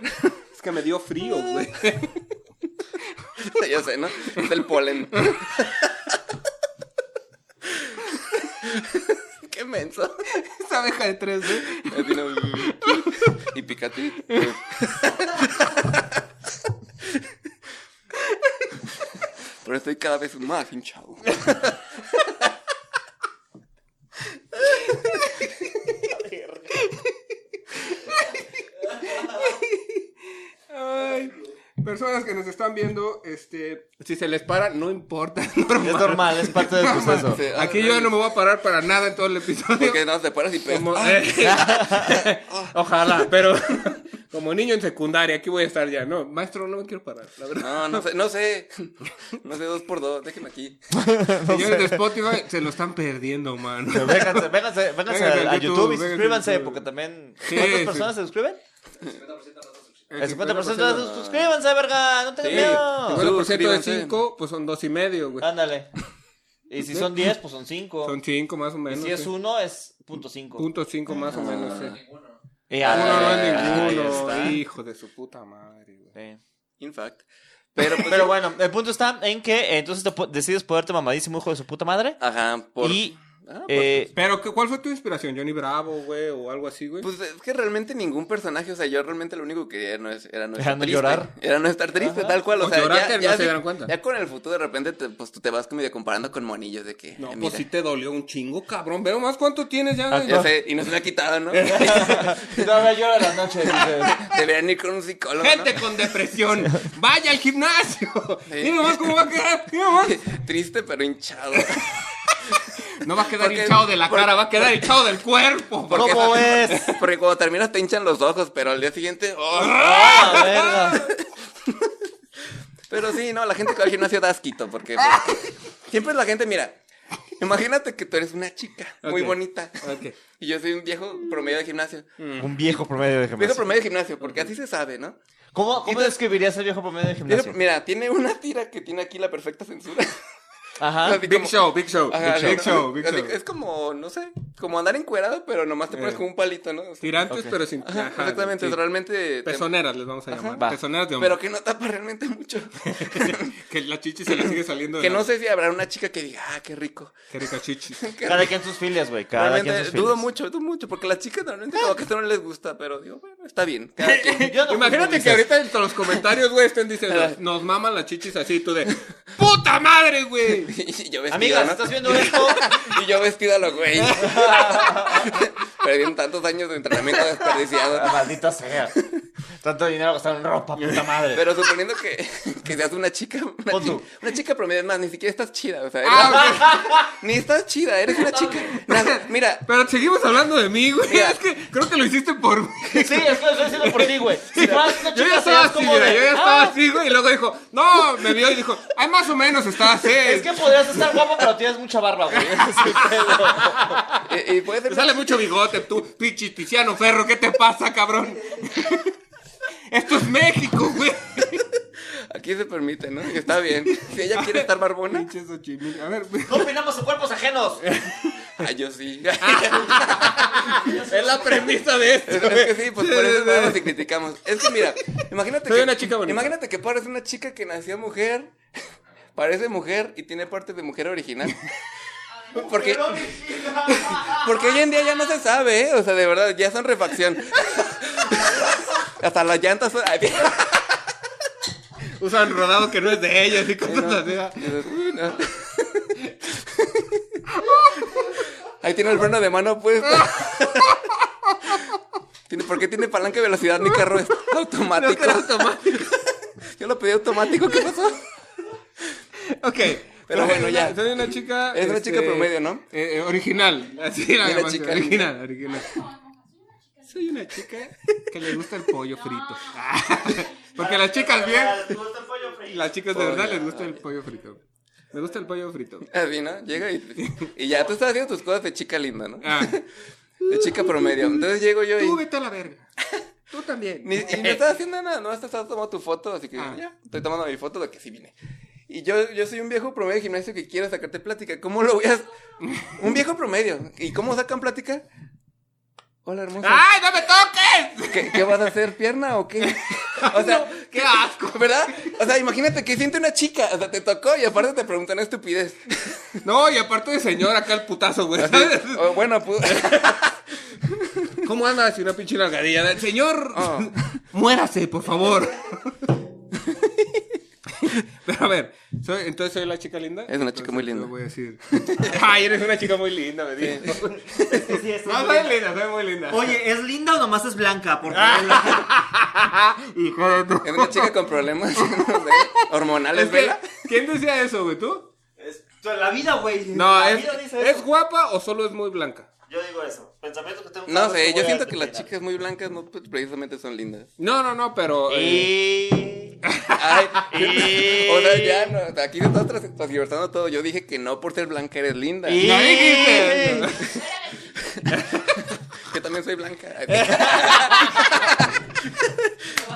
Speaker 2: es que me dio frío, güey.
Speaker 3: ya sé, ¿no? Es el polen. Qué menso.
Speaker 2: Esta abeja de tres, güey.
Speaker 3: Así, ¿no? Y Pikachu. Pero estoy cada vez más hinchado.
Speaker 2: Ay. Personas que nos están viendo, este, si se les para, no importa. es normal.
Speaker 1: Es normal, es parte del proceso.
Speaker 3: Sí.
Speaker 2: Aquí yo ya no me voy a parar para nada en todo el episodio.
Speaker 3: Porque no, te paras y pe-
Speaker 2: Como- eh.
Speaker 3: ¡Ah!
Speaker 2: Ojalá, pero como niño en secundaria, aquí voy a estar ya. No, maestro, no me quiero parar, la verdad.
Speaker 3: No, no sé, no sé. No sé, dos por dos, déjeme aquí.
Speaker 2: Señores de Spotify se lo están perdiendo, mano.
Speaker 1: Vénganse, vénganse, vénganse
Speaker 2: Vénganse
Speaker 1: a, a
Speaker 2: a
Speaker 1: YouTube,
Speaker 2: YouTube,
Speaker 1: y
Speaker 2: vénganse a
Speaker 1: suscríbanse,
Speaker 2: YouTube.
Speaker 1: porque también.
Speaker 2: Sí,
Speaker 1: ¿Cuántas
Speaker 2: sí.
Speaker 1: personas se suscriben? El 50% de
Speaker 2: de
Speaker 1: sus- suscríbanse, verga, no tengan
Speaker 3: Sí.
Speaker 1: miedo.
Speaker 2: 50% de
Speaker 3: Suscríbanse.
Speaker 2: 5, pues son dos y medio, güey.
Speaker 1: Ándale. Y si son 10, pues son 5.
Speaker 2: Son 5 más o
Speaker 1: y
Speaker 2: menos.
Speaker 1: si es
Speaker 2: sí.
Speaker 1: 1, es punto 5.
Speaker 2: Punto 5 más o menos, sí.
Speaker 1: Y
Speaker 2: Uno
Speaker 1: ándale,
Speaker 2: no
Speaker 1: Ah, ahí
Speaker 2: es ninguno,
Speaker 1: está.
Speaker 2: hijo de su puta madre, güey.
Speaker 1: Sí.
Speaker 3: In fact. Pero, pues,
Speaker 1: Pero bueno, el punto está en que eh, entonces te po- decides poderte mamadísimo, hijo de su puta madre.
Speaker 3: Ajá, por.
Speaker 1: Y
Speaker 3: Ah, por-
Speaker 1: eh,
Speaker 2: Pero, ¿qué- ¿cuál fue tu inspiración? ¿Johnny Bravo, güey? ¿O algo así, güey?
Speaker 3: Pues es que realmente ningún personaje, o sea, yo realmente lo único que quería no es- era no estar
Speaker 1: Era no
Speaker 3: triste.
Speaker 1: llorar.
Speaker 3: Era no estar triste,
Speaker 1: Ajá.
Speaker 3: tal cual. O
Speaker 2: O
Speaker 3: sea,
Speaker 2: llorar
Speaker 3: ya,
Speaker 2: que no
Speaker 3: ya
Speaker 2: se
Speaker 3: sí-
Speaker 2: dieran cuenta.
Speaker 3: Ya con el futuro, de repente, te- pues tú te vas como medio comparando con monillos de que.
Speaker 2: no,
Speaker 3: eh,
Speaker 2: pues
Speaker 3: mira, Ah,
Speaker 2: sí te dolió un chingo, cabrón. Pero más cuánto tienes ya. güey?
Speaker 3: Ya sé, y no se me ha quitado,
Speaker 1: no,
Speaker 3: ¿no?
Speaker 1: yo de la noche, dices.
Speaker 3: Deberían ir con un psicólogo. ¿no?
Speaker 2: Gente con depresión, vaya al gimnasio.
Speaker 3: Sí.
Speaker 2: Mira nomás cómo va a quedar. Mira nomás.
Speaker 3: Triste pero hinchado.
Speaker 2: No va a quedar
Speaker 3: Porque-
Speaker 2: hinchado de la
Speaker 3: porque-
Speaker 2: cara, va a quedar hinchado del cuerpo.
Speaker 3: ¿Por qué?
Speaker 1: ¿Cómo es?
Speaker 3: Porque cuando terminas te hinchan los ojos, pero al día siguiente. ¡oh!
Speaker 1: Ah, la verga.
Speaker 3: Pero sí, no, la gente que va al gimnasio da asquito, porque pues, siempre la gente, mira, imagínate que tú eres una chica muy
Speaker 2: Ok.
Speaker 3: bonita
Speaker 2: Ok.
Speaker 3: y yo soy un viejo promedio de gimnasio.
Speaker 1: Un viejo promedio de
Speaker 3: Viejo
Speaker 1: gimnasio.
Speaker 3: promedio de gimnasio, porque así se sabe, ¿no?
Speaker 1: ¿Cómo, cómo describirías al viejo promedio de
Speaker 3: Viejo-
Speaker 1: gimnasio?
Speaker 3: mira, tiene una tira que tiene aquí la perfecta censura.
Speaker 1: Ajá.
Speaker 3: Así
Speaker 2: Big
Speaker 3: como-
Speaker 2: Show, Big Show,
Speaker 3: Ajá,
Speaker 2: Big Show, Big
Speaker 3: así-
Speaker 2: Show.
Speaker 3: Es como, no sé, como andar encuerado, pero nomás te pones
Speaker 2: Eh.
Speaker 3: con un palito, ¿no? O sea,
Speaker 2: Tirantes,
Speaker 1: Ok.
Speaker 2: pero sin.
Speaker 3: ajá,
Speaker 2: ajá,
Speaker 3: exactamente,
Speaker 2: sí.
Speaker 3: realmente. te-
Speaker 2: Pezoneras les vamos a llamar.
Speaker 1: Va.
Speaker 2: Pezoneras de hombre.
Speaker 3: Pero que no tapa realmente mucho.
Speaker 2: que la chichi se le sigue saliendo de
Speaker 3: que
Speaker 2: la-
Speaker 3: no sé si habrá una chica que diga, ah, qué rico.
Speaker 2: Qué rica chichi.
Speaker 1: Cada quien sus filias, güey. Cada quien sus
Speaker 3: Realmente
Speaker 1: filias.
Speaker 3: dudo mucho, dudo mucho, porque las chicas normalmente como que esto no les gusta, pero digo, bueno, está bien. cada quien.
Speaker 1: Yo no juzgo,
Speaker 2: Imagínate que
Speaker 1: dices.
Speaker 2: ahorita en los comentarios, güey, estén diciendo, nos maman las chichis así, tú de, ¡puta madre, güey!
Speaker 3: y yo vestida,
Speaker 1: Amigas,
Speaker 3: ¿no?
Speaker 1: ¿estás viendo esto?
Speaker 3: Y yo vestida a los güey. Perdieron tantos años de entrenamiento
Speaker 1: Ah,
Speaker 3: desperdiciado.
Speaker 1: Maldita sea. Tanto dinero gastado en ropa, puta madre.
Speaker 3: Pero suponiendo que, que seas una chica, una,
Speaker 1: Pon
Speaker 3: chi-
Speaker 1: tú.
Speaker 3: una chica promedio, es más, ni siquiera estás chida, o sea,
Speaker 2: Ah,
Speaker 3: eres- ni estás chida, eres una chica. Nada, mira,
Speaker 2: Pero seguimos hablando de mí, güey.
Speaker 3: Mira.
Speaker 2: Es que creo que lo hiciste por mí.
Speaker 1: Sí, eso lo estoy diciendo por ti, güey. Si fueras una
Speaker 2: Yo
Speaker 1: chica,
Speaker 2: ya estaba
Speaker 1: serías
Speaker 2: así,
Speaker 1: como
Speaker 2: mira,
Speaker 1: de,
Speaker 2: yo ya estaba
Speaker 1: "Ah,
Speaker 2: así, güey. Y luego dijo, no, me vio y dijo, ay, más o menos está así.
Speaker 1: Es que podrías estar guapo, pero tienes mucha barba, güey. Sí, pero-
Speaker 3: y, y eh, puede ser
Speaker 2: Te sale mucho bigote, tú, pinche Tiziano Ferro, ¿qué te pasa, cabrón? Esto es México, güey.
Speaker 3: Aquí se permite, ¿no? Y está bien. Si ella quiere estar barbona,
Speaker 2: Pinche Xochimilco. A ver,
Speaker 1: No opinamos en cuerpos ajenos.
Speaker 3: ah, yo sí.
Speaker 2: es la premisa de
Speaker 3: Es
Speaker 2: esto.
Speaker 3: que sí, pues por eso vamos y criticamos. Es que mira, imagínate
Speaker 2: Soy
Speaker 3: que.
Speaker 2: una chica bonita.
Speaker 3: Imagínate que pares una chica que nació mujer, parece mujer y tiene parte de mujer original. Porque, porque hoy en día ya no se sabe, ¿eh? O sea, de verdad, ya son refacción. Hasta las llantas son. Ay,
Speaker 2: Usan rodado que no es de ellos y
Speaker 3: no.
Speaker 2: cosas así.
Speaker 3: Uy, no. Ahí tiene el freno de mano puesto. Tiene- ¿Por qué tiene palanca de velocidad? Mi carro es automático. Yo lo pedí automático, ¿qué pasó?
Speaker 2: Ok.
Speaker 3: Pero
Speaker 2: Soy
Speaker 3: bueno,
Speaker 2: una-
Speaker 3: ya.
Speaker 2: Soy una chica.
Speaker 3: Es una chica promedio, ¿no?
Speaker 2: eh, eh, original. Así la
Speaker 3: Una
Speaker 2: llaman,
Speaker 3: chica
Speaker 2: original, original. Soy una chica que le gusta el pollo frito. Porque las chicas bien. Las chicas de verdad les gusta el pollo frito. Me gusta el pollo frito.
Speaker 3: Así, ¿no? Llega y, y ya tú estás haciendo tus cosas de chica linda, ¿no?
Speaker 2: Ah,
Speaker 3: De chica promedio. Entonces llego yo
Speaker 2: tú
Speaker 3: y.
Speaker 2: vete a la verga. Tú también.
Speaker 3: ni- y no estás haciendo nada, no estás tomando tu foto, así que
Speaker 2: Ah.
Speaker 3: ya, estoy tomando mi foto de que sí vine. Y yo, yo soy un viejo promedio de gimnasio que quiero sacarte plática. ¿Cómo lo voy a.? Un viejo promedio. ¿Y cómo sacan plática? Hola, hermosa.
Speaker 2: ¡Ay, no me toques!
Speaker 3: ¿Qué, qué vas a hacer? ¿Pierna o qué? O sea,
Speaker 2: ¡Qué asco!
Speaker 3: ¿verdad? O sea, imagínate que siente una chica, o sea, te tocó y aparte te preguntan estupidez.
Speaker 2: No, y aparte de señor, acá el putazo, güey.
Speaker 3: Así, o bueno, pues,
Speaker 2: ¿Cómo andas? Y una pinche nalgadilla. Señor,
Speaker 3: Ah.
Speaker 2: muérase, por favor. Pero a ver, Soy- entonces soy la chica linda.
Speaker 3: Es una chica
Speaker 2: Entonces,
Speaker 3: muy
Speaker 2: yo
Speaker 3: linda.
Speaker 2: voy a decir. Ay, eres una chica muy linda, me dijo.
Speaker 1: Es que sí, es
Speaker 2: No, soy linda, soy muy linda.
Speaker 1: Oye, ¿es linda o nomás es blanca? Porque
Speaker 2: Ah. hijo de tu-
Speaker 3: Es una chica con problemas de hormonales,
Speaker 2: Es que-
Speaker 3: ¿verdad?
Speaker 2: ¿Quién decía eso, güey? ¿Tú?
Speaker 1: es la vida, güey.
Speaker 2: No,
Speaker 1: la
Speaker 2: es,
Speaker 1: vida dice
Speaker 2: ¿es
Speaker 1: eso.
Speaker 2: guapa o solo es muy blanca?
Speaker 1: Yo digo eso. Pensamiento que tengo.
Speaker 3: No
Speaker 1: cada vez
Speaker 3: sé, yo
Speaker 1: voy
Speaker 3: siento
Speaker 1: al
Speaker 3: que las
Speaker 1: terminal.
Speaker 3: chicas muy blancas no pues, precisamente son lindas.
Speaker 2: No, no, no, pero. eh,
Speaker 1: Eh,
Speaker 3: Ay,
Speaker 1: Y-
Speaker 3: o sea, ya no, aquí se está tras- transversando todo. Yo dije que no por ser blanca eres linda.
Speaker 1: y-
Speaker 2: No dijiste.
Speaker 3: Que también soy blanca.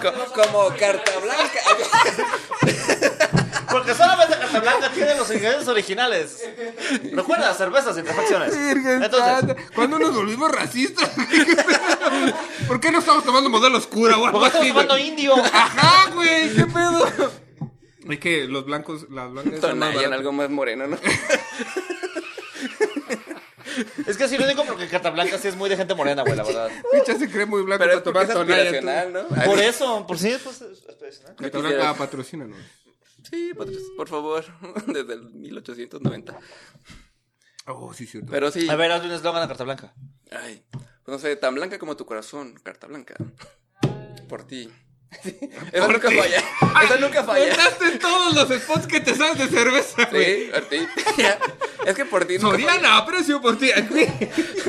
Speaker 3: Co- como carta blanca.
Speaker 1: Porque solamente Casablanca tiene los ingredientes originales. Recuerda, cervezas sin refacciones.
Speaker 2: Virgen
Speaker 1: Entonces,
Speaker 2: Santa, ¿Cuándo nos volvimos racistas? ¿Por qué no estamos tomando modelo oscura o algo
Speaker 1: porque estamos
Speaker 2: así, güey?
Speaker 1: tomando indio.
Speaker 2: Ajá, güey, qué pedo. Es que los blancos, las blancas son más
Speaker 3: Tonayan,
Speaker 2: baratas.
Speaker 3: algo más moreno, ¿no?
Speaker 1: Es que sí lo digo porque Casablanca sí es muy de gente morena, güey, la verdad.
Speaker 2: Picha se cree muy blanco
Speaker 3: Pero es
Speaker 2: para
Speaker 3: porque
Speaker 2: tomar
Speaker 3: es
Speaker 2: tonalla.
Speaker 3: aspiracional, ¿no?
Speaker 1: Por eso, por sí, pues. es- es- ¿no?
Speaker 2: Que te blanca patrocina, ¿no?
Speaker 1: e-,
Speaker 3: Sí, por, por favor, desde el 1890.
Speaker 2: Oh, sí, cierto.
Speaker 3: Pero sí,
Speaker 1: A ver, hazle un eslogan a Carta Blanca.
Speaker 3: ay, no sé, tan blanca como tu corazón, carta blanca. Por ti. Eso nunca falla. Eso nunca falla.
Speaker 2: Inventaste todos los spots que te sabes de cerveza, güey.
Speaker 3: Sí, por ti. Es que por ti nunca falla.
Speaker 2: Soriana, aprecio por ti.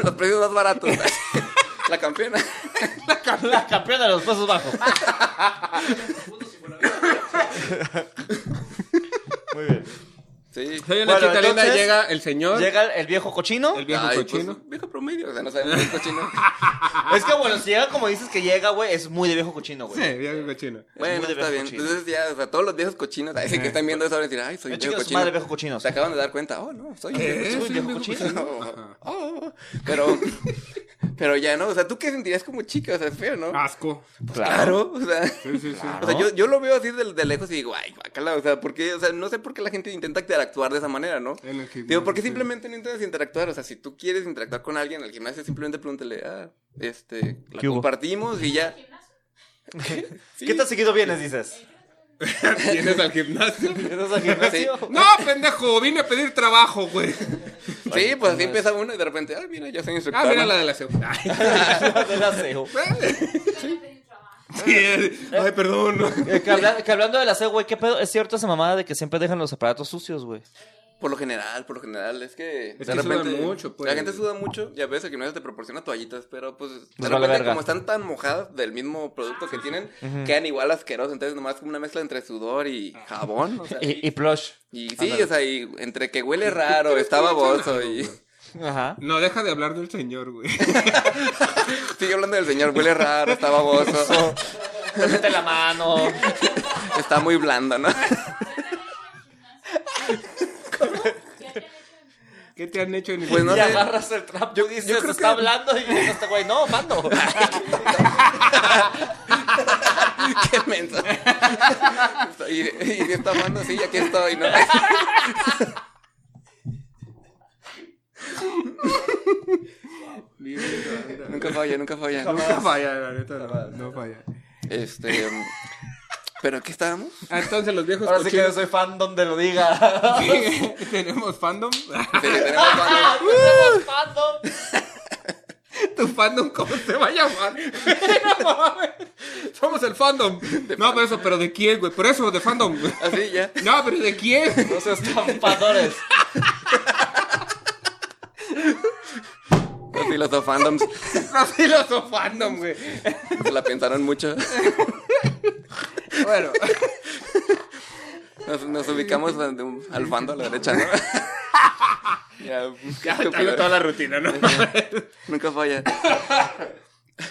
Speaker 3: Los precios más baratos. La campeona.
Speaker 1: La campeona de los pasos bajos. Muy bien.
Speaker 3: Sí.
Speaker 2: Soy una
Speaker 1: Bueno,
Speaker 2: chica linda,
Speaker 1: entonces,
Speaker 2: llega el señor,
Speaker 1: Llega el viejo cochino.
Speaker 2: el viejo
Speaker 3: Ay, pues,
Speaker 2: cochino.
Speaker 3: viejo promedio, o sea, no sabemos qué es cochino.
Speaker 1: Es que bueno, si llega como dices que llega, güey, es muy de viejo cochino, güey.
Speaker 2: Sí,
Speaker 3: eh,
Speaker 2: viejo cochino.
Speaker 3: Bueno,
Speaker 1: muy de
Speaker 3: está
Speaker 1: viejo
Speaker 3: bien.
Speaker 1: cochino.
Speaker 3: Entonces ya, o sea, todos los viejos cochinos, ay,
Speaker 2: Eh.
Speaker 3: sí que están viendo eso, van a decir, ay, soy
Speaker 1: No
Speaker 3: viejo
Speaker 1: chicas,
Speaker 3: cochino.
Speaker 1: madre viejo cochino.
Speaker 3: Se acaban de dar cuenta, oh, no, soy viejo
Speaker 2: ¿Eh?
Speaker 3: cochino.
Speaker 1: Soy
Speaker 2: ¿Soy
Speaker 1: viejo
Speaker 2: viejo
Speaker 1: cochino.
Speaker 3: No, oh, pero, pero ya no, o sea, ¿tú qué sentirías como chica? O sea, es feo, ¿no? Pues
Speaker 2: Asco.
Speaker 3: Claro, o sea,
Speaker 2: Sí, sí, sí.
Speaker 1: Claro.
Speaker 3: o sea yo, yo lo veo así de, de lejos y digo, ay, guacala, o sea, porque, o sea, no sé por qué la gente intenta actuar de esa manera, ¿no?
Speaker 2: En el gimnasio,
Speaker 3: Digo, porque
Speaker 2: sí.
Speaker 3: simplemente no intentas interactuar, o sea, si tú quieres interactuar con alguien en el gimnasio, simplemente pregúntale, ah, este, la
Speaker 1: ¿Qué hubo?
Speaker 3: compartimos y ya.
Speaker 1: ¿Qué tan seguido vienes, dices?
Speaker 2: ¿Vienes al gimnasio?
Speaker 1: ¿Vienes al gimnasio?
Speaker 2: No, pendejo, vine a pedir trabajo, güey.
Speaker 3: Sí, pues así empieza uno y de repente, ah, mira, ya soy instructor.
Speaker 2: Ah, mira
Speaker 3: ¿no?
Speaker 2: la de la segunda.
Speaker 1: Del aseo.
Speaker 2: Ay, perdón.
Speaker 1: Eh, que, habla- que hablando del aseo, güey, ¿qué pedo? Es cierto esa mamada de que siempre dejan los aparatos sucios, güey.
Speaker 3: Por lo general, por lo general, es que
Speaker 2: que sudan mucho, pues.
Speaker 3: La gente suda mucho y a veces el gimnasio te proporciona toallitas, pero pues de
Speaker 1: vale
Speaker 3: repente,
Speaker 1: verga.
Speaker 3: como están tan mojadas del mismo producto que tienen, quedan igual asquerosos, entonces nomás como una mezcla entre sudor y
Speaker 2: Ah.
Speaker 3: jabón, o sea,
Speaker 2: Eh,
Speaker 3: y,
Speaker 1: Y, y plush.
Speaker 3: sí, o sea, y entre que huele raro, está baboso y
Speaker 1: Ajá.
Speaker 2: No, deja de hablar del señor, güey.
Speaker 3: sigue hablando del señor, huele raro, está baboso,
Speaker 1: Te mete la mano.
Speaker 3: está muy blando, ¿no?
Speaker 2: ¿Qué te han hecho en el
Speaker 3: Pues no
Speaker 1: Y
Speaker 3: sé.
Speaker 1: agarras el trapo y dices,
Speaker 3: yo creo
Speaker 1: está
Speaker 3: que-
Speaker 1: hablando. Y dices, este güey, no, mando.
Speaker 3: Qué mensa. y, y está hablando así, aquí estoy, ¿no?
Speaker 2: gimnasio?
Speaker 3: nunca falla, nunca falla.
Speaker 2: Nunca falla, la neta, no, no falla.
Speaker 3: Este. um, ¿Pero qué estábamos?
Speaker 2: Ah, Entonces, los viejos
Speaker 1: Ahora sí que yo
Speaker 2: cochinos.
Speaker 1: soy fan donde lo diga.
Speaker 2: ¿Tenemos fandom?
Speaker 3: Sí, tenemos varios.
Speaker 1: Somos fandom.
Speaker 2: ¿Tu fandom cómo se va a llamar? No mames. Somos el fandom. No, pero eso, pero ¿de quién, güey? Por eso, de fandom.
Speaker 3: Así ya.
Speaker 2: No, pero ¿de quién?
Speaker 1: No seas trampadores.
Speaker 3: Los filosofandoms
Speaker 2: Los filosofandom, güey.
Speaker 3: se la pensaron mucho.
Speaker 2: Bueno.
Speaker 3: Nos, nos ubicamos ante un- al fando a la derecha, ¿no? ya,
Speaker 2: Ya,
Speaker 3: qué
Speaker 2: tengo
Speaker 3: pedo.
Speaker 2: toda la rutina, ¿no?
Speaker 3: Nunca falla.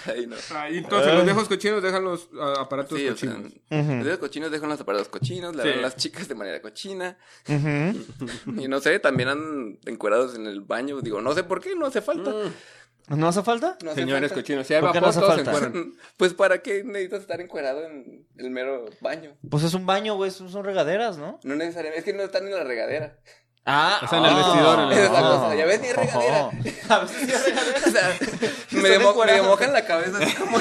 Speaker 3: Ay, no.
Speaker 2: Ay, entonces, los viejos cochinos dejan los ah, aparatos
Speaker 3: Sí, o sea,
Speaker 2: cochinos.
Speaker 3: los dedos cochinos dejan los aparatos cochinos, le
Speaker 2: Sí.
Speaker 3: dan a las chicas de manera cochina. Y no sé, también han encuerados en el baño. Digo, no sé por qué, no hace falta.
Speaker 1: ¿No hace falta?
Speaker 3: No hace
Speaker 2: Mm, Señores
Speaker 3: falta.
Speaker 2: cochinos, si hay
Speaker 1: ¿Por qué
Speaker 2: vapor,
Speaker 1: no hace
Speaker 2: todos se
Speaker 1: falta?
Speaker 2: encueran.
Speaker 3: Pues para qué necesitas estar encuerado en el mero baño.
Speaker 1: Pues es un baño, güey. Son son regaderas, ¿no?
Speaker 3: No necesariamente, es que no están en la regadera.
Speaker 1: Ah,
Speaker 2: O sea, en el vestidor, en el-
Speaker 3: Esa es la cosa, ya ves, ni regadera.
Speaker 1: A veces ni regadera.
Speaker 3: O sea, me,
Speaker 1: Están
Speaker 3: demo- me
Speaker 1: encuerados.
Speaker 3: mojan la cabeza así como.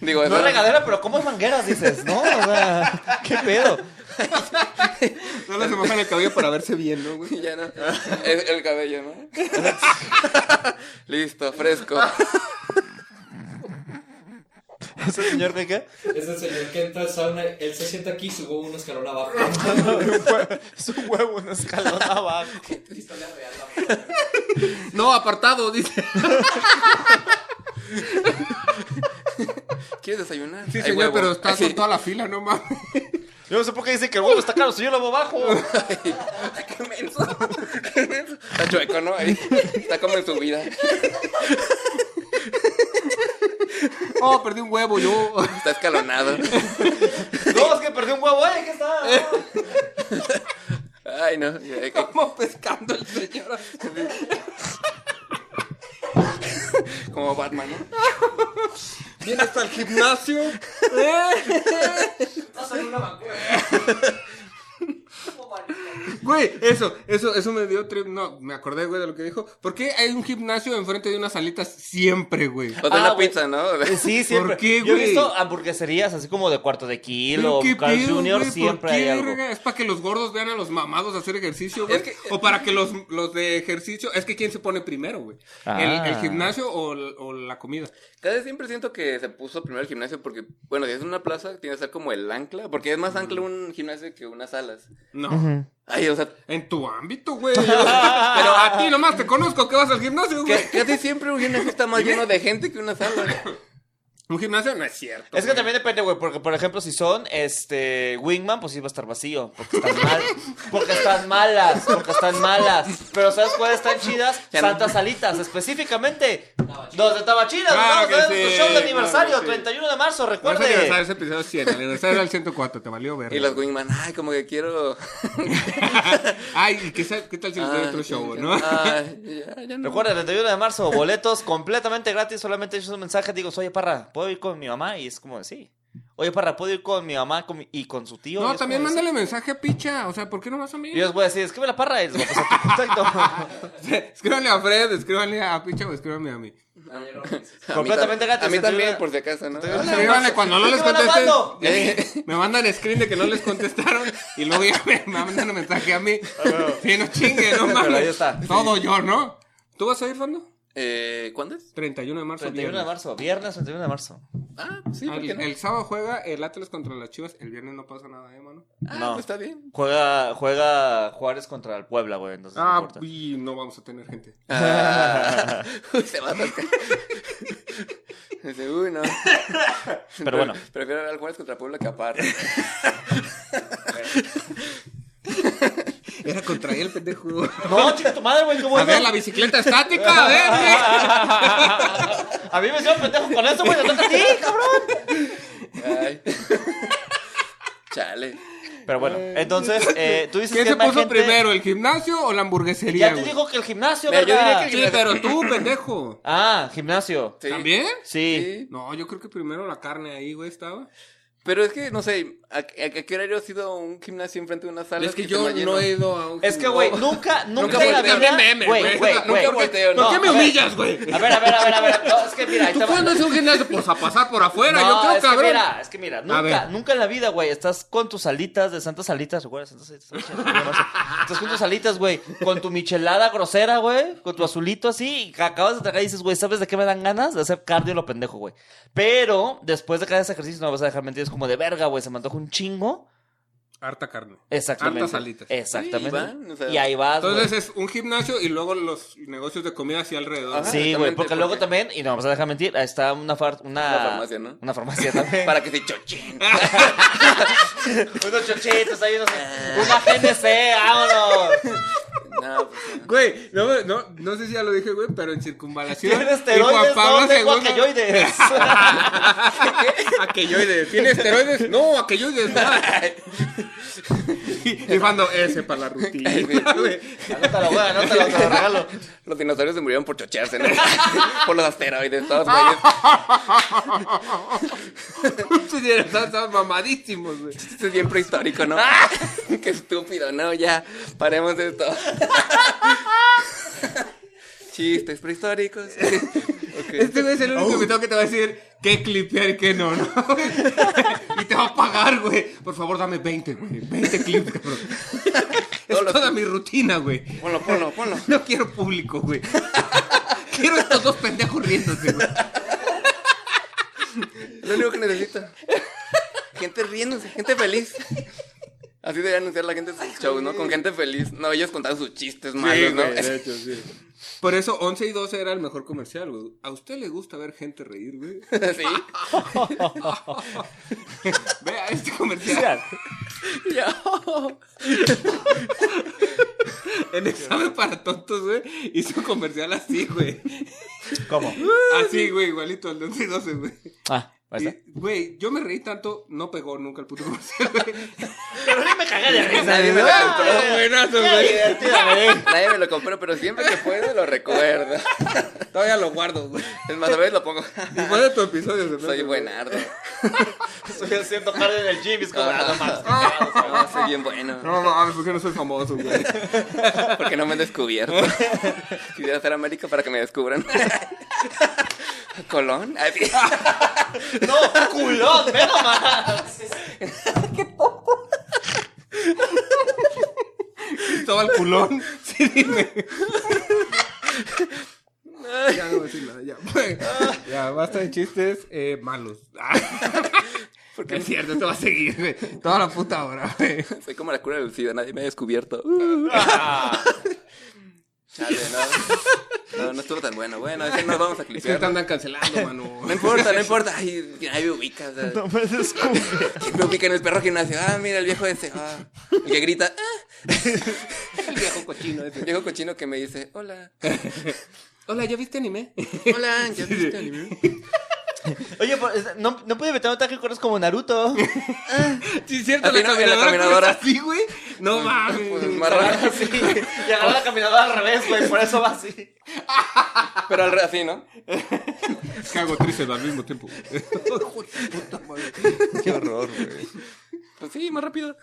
Speaker 3: Digo,
Speaker 1: No
Speaker 3: eso- Pues
Speaker 1: regadera, pero ¿cómo es mangueras? Dices, ¿no? O sea, ¿qué pedo?
Speaker 2: Solo se mojan el cabello para verse bien, ¿no, güey?
Speaker 3: Ya no. El, el cabello, ¿no? Listo, fresco.
Speaker 1: ¿Ese señor de qué?
Speaker 4: Es el señor que entra al sauna, él se sienta aquí y subo un escalón abajo.
Speaker 1: Es un huevo, un escalón abajo.
Speaker 4: Historia real, la madre.
Speaker 2: No, apartado, dice.
Speaker 3: ¿Quieres desayunar?
Speaker 2: Sí,
Speaker 3: Hay
Speaker 2: señor,
Speaker 3: huevo.
Speaker 2: pero está
Speaker 3: Ay, sí.
Speaker 2: con toda la fila, no mames.
Speaker 1: Yo no sé por qué dice que el huevo está caro, si yo lo hago abajo.
Speaker 3: Qué menso. Qué menso. Está chueco, ¿no? Ahí. Está como en su vida.
Speaker 2: Oh, perdí un huevo yo.
Speaker 3: Está escalonado.
Speaker 1: No, es que perdí un huevo, ¿eh? ¿Qué está?
Speaker 3: Ay, no. Eh,
Speaker 2: Como pescando el señor.
Speaker 3: Como Batman, ¿no?
Speaker 2: Viene hasta el gimnasio. Güey, eso, eso, eso me dio trip. No, me acordé, güey, de lo que dijo. ¿Por qué hay un gimnasio enfrente de unas salitas siempre, güey?
Speaker 3: O de
Speaker 1: Ah,
Speaker 3: una
Speaker 1: güey.
Speaker 3: pizza, ¿no?
Speaker 1: Sí, siempre.
Speaker 2: qué,
Speaker 1: Yo he
Speaker 2: güey?
Speaker 1: visto hamburgueserías así como de cuarto de kilo,
Speaker 2: ¿Pero qué
Speaker 1: Carl
Speaker 2: pedo,
Speaker 1: Junior,
Speaker 2: güey? ¿Por
Speaker 1: siempre
Speaker 2: qué,
Speaker 1: hay algo.
Speaker 2: verga? Es para que los gordos vean a los mamados hacer ejercicio, güey.
Speaker 3: Es que- eh,
Speaker 2: O para que los, los de ejercicio. Es que quién se pone primero, güey.
Speaker 1: Ah.
Speaker 2: ¿El, el gimnasio o, l- o la comida?
Speaker 3: Cada vez siempre siento que se puso primero el gimnasio porque, bueno, si es una plaza, tiene que ser como el ancla. Porque es más ancla un gimnasio que unas alas.
Speaker 2: No.
Speaker 3: Ay, o sea,
Speaker 2: En tu ámbito, güey. Pero a ti nomás te conozco que vas al gimnasio, güey.
Speaker 3: que- casi siempre un gimnasio está más lleno de gente que unas alas.
Speaker 2: Un gimnasio no es cierto.
Speaker 1: Es que
Speaker 2: güey.
Speaker 1: también depende, güey, porque por ejemplo, si son este Wingman, pues sí va a estar vacío, porque están mal, porque están malas, porque están malas. Pero ¿sabes cuáles están chidas?
Speaker 3: Ya no.
Speaker 1: Santas Alitas, específicamente. Los de Tabachinas,
Speaker 2: Claro
Speaker 1: vamos a
Speaker 2: que
Speaker 1: ver
Speaker 2: Ah, sí,
Speaker 1: tu show de
Speaker 2: claro
Speaker 1: aniversario,
Speaker 2: que sí.
Speaker 1: 31 de marzo,
Speaker 2: No es aniversario,
Speaker 1: recuerde.
Speaker 2: es episodio 100. El aniversario era el 104, te valió ver.
Speaker 3: Y los wingman, ay, como que quiero...
Speaker 2: Ay, ¿y qué, sa- qué tal si les doy
Speaker 3: Ah,
Speaker 2: otro show,
Speaker 3: sí,
Speaker 2: no?
Speaker 3: Ay, ya, ya no.
Speaker 1: Recuerda, el 31 de marzo, boletos completamente gratis, solamente echas un mensaje, digo, oye Parra, ¿puedo ir con mi mamá? Y es como, sí. Oye Parra, ¿puedo ir con mi mamá con mi- y con su tío? Y
Speaker 2: No,
Speaker 1: es
Speaker 2: también
Speaker 1: como, "Sí".
Speaker 2: mándale mensaje a Picha. O sea, ¿por qué no vas a mí?
Speaker 1: Y yo les voy a decir, escribe la Parra y les voy a pasar tu contacto.
Speaker 2: Escríbanle a Fred, escríbanle a Picha o escríbanme a mí.
Speaker 3: A mí
Speaker 1: Completamente
Speaker 3: tam-
Speaker 1: gatos,
Speaker 3: A mí
Speaker 1: se
Speaker 3: también,
Speaker 1: tuvieron-
Speaker 3: por si acaso, ¿no?
Speaker 2: Escríbanle cuando no les
Speaker 1: ¿Qué me la
Speaker 2: contesten.
Speaker 1: mando?
Speaker 3: Eh.
Speaker 2: Me mandan screen de que no les contestaron y luego ya me mandan un mensaje a mí. Sí, no chingue, no
Speaker 1: Ah, Pero ahí
Speaker 2: mames.
Speaker 1: está.
Speaker 2: Todo yo, ¿no? ¿Tú vas a ir, Fando?
Speaker 3: Eh, ¿Cuándo es?
Speaker 2: 31 de marzo.
Speaker 1: 31 de
Speaker 2: viernes.
Speaker 1: marzo, viernes 31 de marzo.
Speaker 3: Ah, sí, ¿por qué
Speaker 2: El,
Speaker 3: no?
Speaker 2: el sábado juega el Atlas contra las Chivas. El viernes no pasa nada, ¿eh, mano?
Speaker 3: Ah,
Speaker 1: No.
Speaker 3: pues está bien.
Speaker 1: Juega, juega Juárez contra el Puebla, güey. Entonces no
Speaker 2: Ah,
Speaker 1: importa.
Speaker 2: y no vamos a tener gente.
Speaker 3: Ah, uy, se va a tocar. Dice, uy, no.
Speaker 1: Pero bueno.
Speaker 3: Prefiero ver al Juárez contra Puebla que a Parra.
Speaker 2: Era contra él, pendejo.
Speaker 1: No, chica tu madre, güey, qué
Speaker 2: A
Speaker 1: bueno.
Speaker 2: ver, la bicicleta estática, a ver,
Speaker 1: Ah,
Speaker 2: güey.
Speaker 1: A mí me hicieron pendejo con eso, güey. Te toca a ti, cabrón.
Speaker 3: Ay. Chale.
Speaker 1: Pero bueno, entonces, eh, tú dices
Speaker 2: ¿Qué
Speaker 1: que
Speaker 2: se
Speaker 1: es más
Speaker 2: puso
Speaker 1: gente-
Speaker 2: primero, el gimnasio o la
Speaker 1: Ya
Speaker 2: hamburguesería?
Speaker 1: te
Speaker 2: güey?
Speaker 1: dijo que el gimnasio,
Speaker 3: Mira, yo
Speaker 1: ¿verdad?
Speaker 3: diría que el
Speaker 2: Sí, pero tú, pendejo.
Speaker 1: Ah, gimnasio.
Speaker 3: Sí.
Speaker 2: ¿También?
Speaker 1: Sí.
Speaker 3: Sí.
Speaker 2: No, yo creo que primero la carne ahí, güey, estaba.
Speaker 3: Pero es que, no sé, ¿a, a- a qué horario has ido a un gimnasio enfrente de una sala?
Speaker 2: Es que
Speaker 3: esté
Speaker 2: yo
Speaker 3: más lleno?
Speaker 2: no he ido a un
Speaker 1: Es que, güey, nunca, nunca,
Speaker 2: Oh. Nunca
Speaker 1: en la
Speaker 2: volteo.
Speaker 1: vida-
Speaker 2: No me memes,
Speaker 1: Güey,
Speaker 2: güey.
Speaker 1: güey,
Speaker 2: Nunca
Speaker 1: güey. Ah,
Speaker 3: volteo,
Speaker 2: ¿Por
Speaker 3: no,
Speaker 2: qué me
Speaker 1: a ver,
Speaker 2: humillas, güey?
Speaker 1: A ver, a ver, a ver, a ver. No, es que mira, ahí
Speaker 2: ¿Tú
Speaker 1: te va-
Speaker 2: cuándo es un gimnasio? Pues a pasar por afuera,
Speaker 1: No,
Speaker 2: yo creo,
Speaker 1: es
Speaker 2: cabrón.
Speaker 1: Que mira, es que mira, nunca,
Speaker 2: ver.
Speaker 1: nunca en la vida, güey, estás con tus alitas de Santas Alitas, ¿recuerdas? Santas Alitas. Estás con tus alitas, güey, con tu michelada grosera, güey, con tu azulito así, y que acabas de tragar y dices, güey, ¿sabes de qué me dan ganas? De hacer cardio lo pendejo, güey. Pero después de cada ese ejercicio no me vas a dejar mentir, es como de verga, güey, se me antoja un chingo.
Speaker 2: Harta carne.
Speaker 1: Exactamente.
Speaker 2: Hartas alitas.
Speaker 1: Exactamente.
Speaker 3: Sí, y van, o sea.
Speaker 1: y ahí vas, güey.
Speaker 2: Entonces eh, es un gimnasio y luego los negocios de comida así alrededor.
Speaker 3: Ajá.
Speaker 1: Sí, güey,
Speaker 3: exactamente,
Speaker 1: porque luego
Speaker 3: porque-
Speaker 1: también, y no me vas a dejar mentir, ahí está una, far- una,
Speaker 3: Una farmacia, ¿no?
Speaker 1: Una farmacia también.
Speaker 3: Para que se chochen.
Speaker 1: Unos chochitos ahí, unos... Una GNC, vámonos.
Speaker 3: no, pues, no.
Speaker 2: Güey, no, me- no, no sé si ya lo dije, güey, pero en circunvalación.
Speaker 1: Tiene
Speaker 2: y
Speaker 1: esteroides, no tengo
Speaker 2: II-
Speaker 1: aquelloides.
Speaker 2: Aquelloides. ¿Tiene esteroides? No, aquelloides. No. y, y mando ese para la rutina, güey.
Speaker 1: Anótalo, güey, anótalo, te lo regalo.
Speaker 3: Los dinosaurios se murieron por chochearse, ¿no? por los asteroides, todos güeyes.
Speaker 2: Estos ya están están mamadísimos, güey.
Speaker 3: Esto es bien prehistórico, ¿no? Qué estúpido, no, ya, paremos de esto. Chistes prehistóricos. Ok.
Speaker 2: Este güey es el único que tengo que te va a decir qué clipear y qué no, ¿no? y te va a pagar, güey. Por favor, dame 20, güey. 20 clips, cabrón. es
Speaker 3: Todos los
Speaker 2: toda mi rutina, güey.
Speaker 3: Ponlo, ponlo, ponlo.
Speaker 2: No quiero público, güey. quiero estos dos pendejos riéndose, güey.
Speaker 3: Lo único que necesito. Gente riéndose, gente feliz. Así debería anunciar la gente sus shows, ¿no? Con gente feliz. No, ellos contaban sus chistes malos, ¿no?
Speaker 2: hecho, sí. Por eso 11 y 12 era el mejor comercial, güey. ¿A usted le gusta ver gente reír, güey?
Speaker 3: sí.
Speaker 2: Vea este comercial.
Speaker 1: Mira,
Speaker 3: Ya.
Speaker 2: En examen para tontos, güey. Hizo comercial así, güey.
Speaker 1: ¿Cómo?
Speaker 2: Así, güey, igualito al de 11 y 12, güey.
Speaker 1: Ah, ahí está.
Speaker 2: Y, Güey, yo me reí tanto, no pegó nunca el puto comercial, güey.
Speaker 1: Pero ni me cagué de risa.
Speaker 3: Nadie me lo compró, güey.
Speaker 2: buenazo, güey.
Speaker 3: Nadie me lo compró, pero siempre que puedo lo recuerdo.
Speaker 2: Todavía lo guardo, güey.
Speaker 3: Es más, a veces lo pongo.
Speaker 2: Igual de tu episodio, se me
Speaker 3: Soy
Speaker 2: hace, güey.
Speaker 3: buenardo.
Speaker 1: Estoy haciendo cardio en el gym. Es como,
Speaker 3: Ah,
Speaker 1: nada más.
Speaker 3: No, soy bien bueno.
Speaker 2: No, no, no, porque no soy famoso, güey.
Speaker 3: Porque no me han descubierto. Quisiera hacer América para que me descubran. Colón. Ay, sí.
Speaker 1: No, culón, ve nomás.
Speaker 2: Estaba el culón. Sí, dime. Ya no voy a decir nada, ya. Ya, basta de chistes eh, malos. Porque es cierto, te va a seguir, güey. Toda la puta hora, güey.
Speaker 3: Soy como la cura del SIDA, nadie me ha descubierto. Uh. Chale, no. No, no estuvo tan bueno. Bueno, es que nos vamos a
Speaker 2: Es que te
Speaker 3: clipear.
Speaker 2: andan cancelando, mano.
Speaker 3: No importa, no importa. Ay, ahí me ubica. o sea,
Speaker 1: No me descubrí.
Speaker 3: ¿quién me ubica en el perro gimnasio. Ah, mira, el viejo ese. ah. El que grita. Ah. El viejo cochino ese. El viejo cochino que me dice, hola.
Speaker 2: Hola, ¿ya viste anime?
Speaker 3: Hola, ¿ya viste anime?
Speaker 1: Oye, pues, es- no, no pude meter un ataque de cuernos como Naruto.
Speaker 2: Sí, es cierto,
Speaker 3: Así
Speaker 2: la
Speaker 3: no, en la
Speaker 2: caminadora.
Speaker 3: caminadora.
Speaker 2: ¿cómo es así, güey. No mames.
Speaker 3: Pues marrano.
Speaker 1: Sí, y agarró la caminadora al revés, güey, por eso va así.
Speaker 3: Pero al re así, ¿no?
Speaker 2: Cago triste al mismo tiempo.
Speaker 3: Qué horror, güey. Pues sí, más rápido.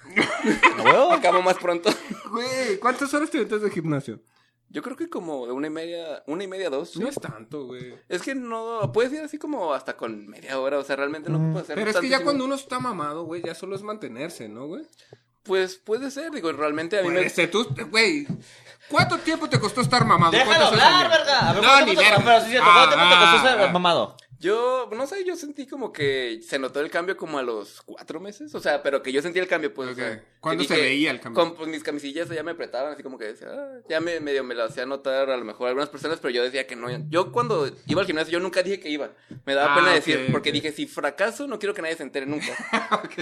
Speaker 2: Oh.
Speaker 3: Acabo más pronto.
Speaker 2: Güey, ¿cuántas horas te metes de gimnasio?
Speaker 3: Yo creo que como de una y media, una y media, dos.
Speaker 2: No es tanto, güey.
Speaker 3: Es que no, puedes ir así como hasta con media hora, o sea, realmente no puedes hacer
Speaker 2: Mm. Pero es que ya
Speaker 3: tantísimo.
Speaker 2: cuando uno está mamado, güey, ya solo es mantenerse, ¿no, güey?
Speaker 3: Pues puede ser, digo, realmente a mí me...
Speaker 2: Este, tú, güey, ¿cuánto tiempo te costó estar mamado?
Speaker 1: Déjalo
Speaker 2: ¿Cuántas horas
Speaker 1: hablar,
Speaker 2: al día?
Speaker 1: verga. A ver,
Speaker 2: No,
Speaker 1: ¿cuánto
Speaker 2: ni
Speaker 1: te-
Speaker 2: verga.
Speaker 1: pero sí, cierto, ¿cuánto tiempo te costó ser
Speaker 2: Ah,
Speaker 1: mamado?
Speaker 3: Yo, no sé, yo sentí como que se notó el cambio como a los cuatro meses, o sea, pero que yo sentí el cambio, pues, o
Speaker 2: Ok.
Speaker 3: sea,
Speaker 2: ¿Cuándo
Speaker 3: que
Speaker 2: se
Speaker 3: dije-
Speaker 2: veía el cambio?
Speaker 3: Con pues, mis camisillas ya me apretaban, así como que decía, "Ah", ya me medio me lo hacía notar a lo mejor algunas personas, pero yo decía que no. Yo cuando iba al gimnasio, yo nunca dije que iba. Me daba
Speaker 2: Ah,
Speaker 3: pena
Speaker 2: ok,
Speaker 3: decir, porque
Speaker 2: ok.
Speaker 3: dije, si fracaso, no quiero que nadie se entere nunca.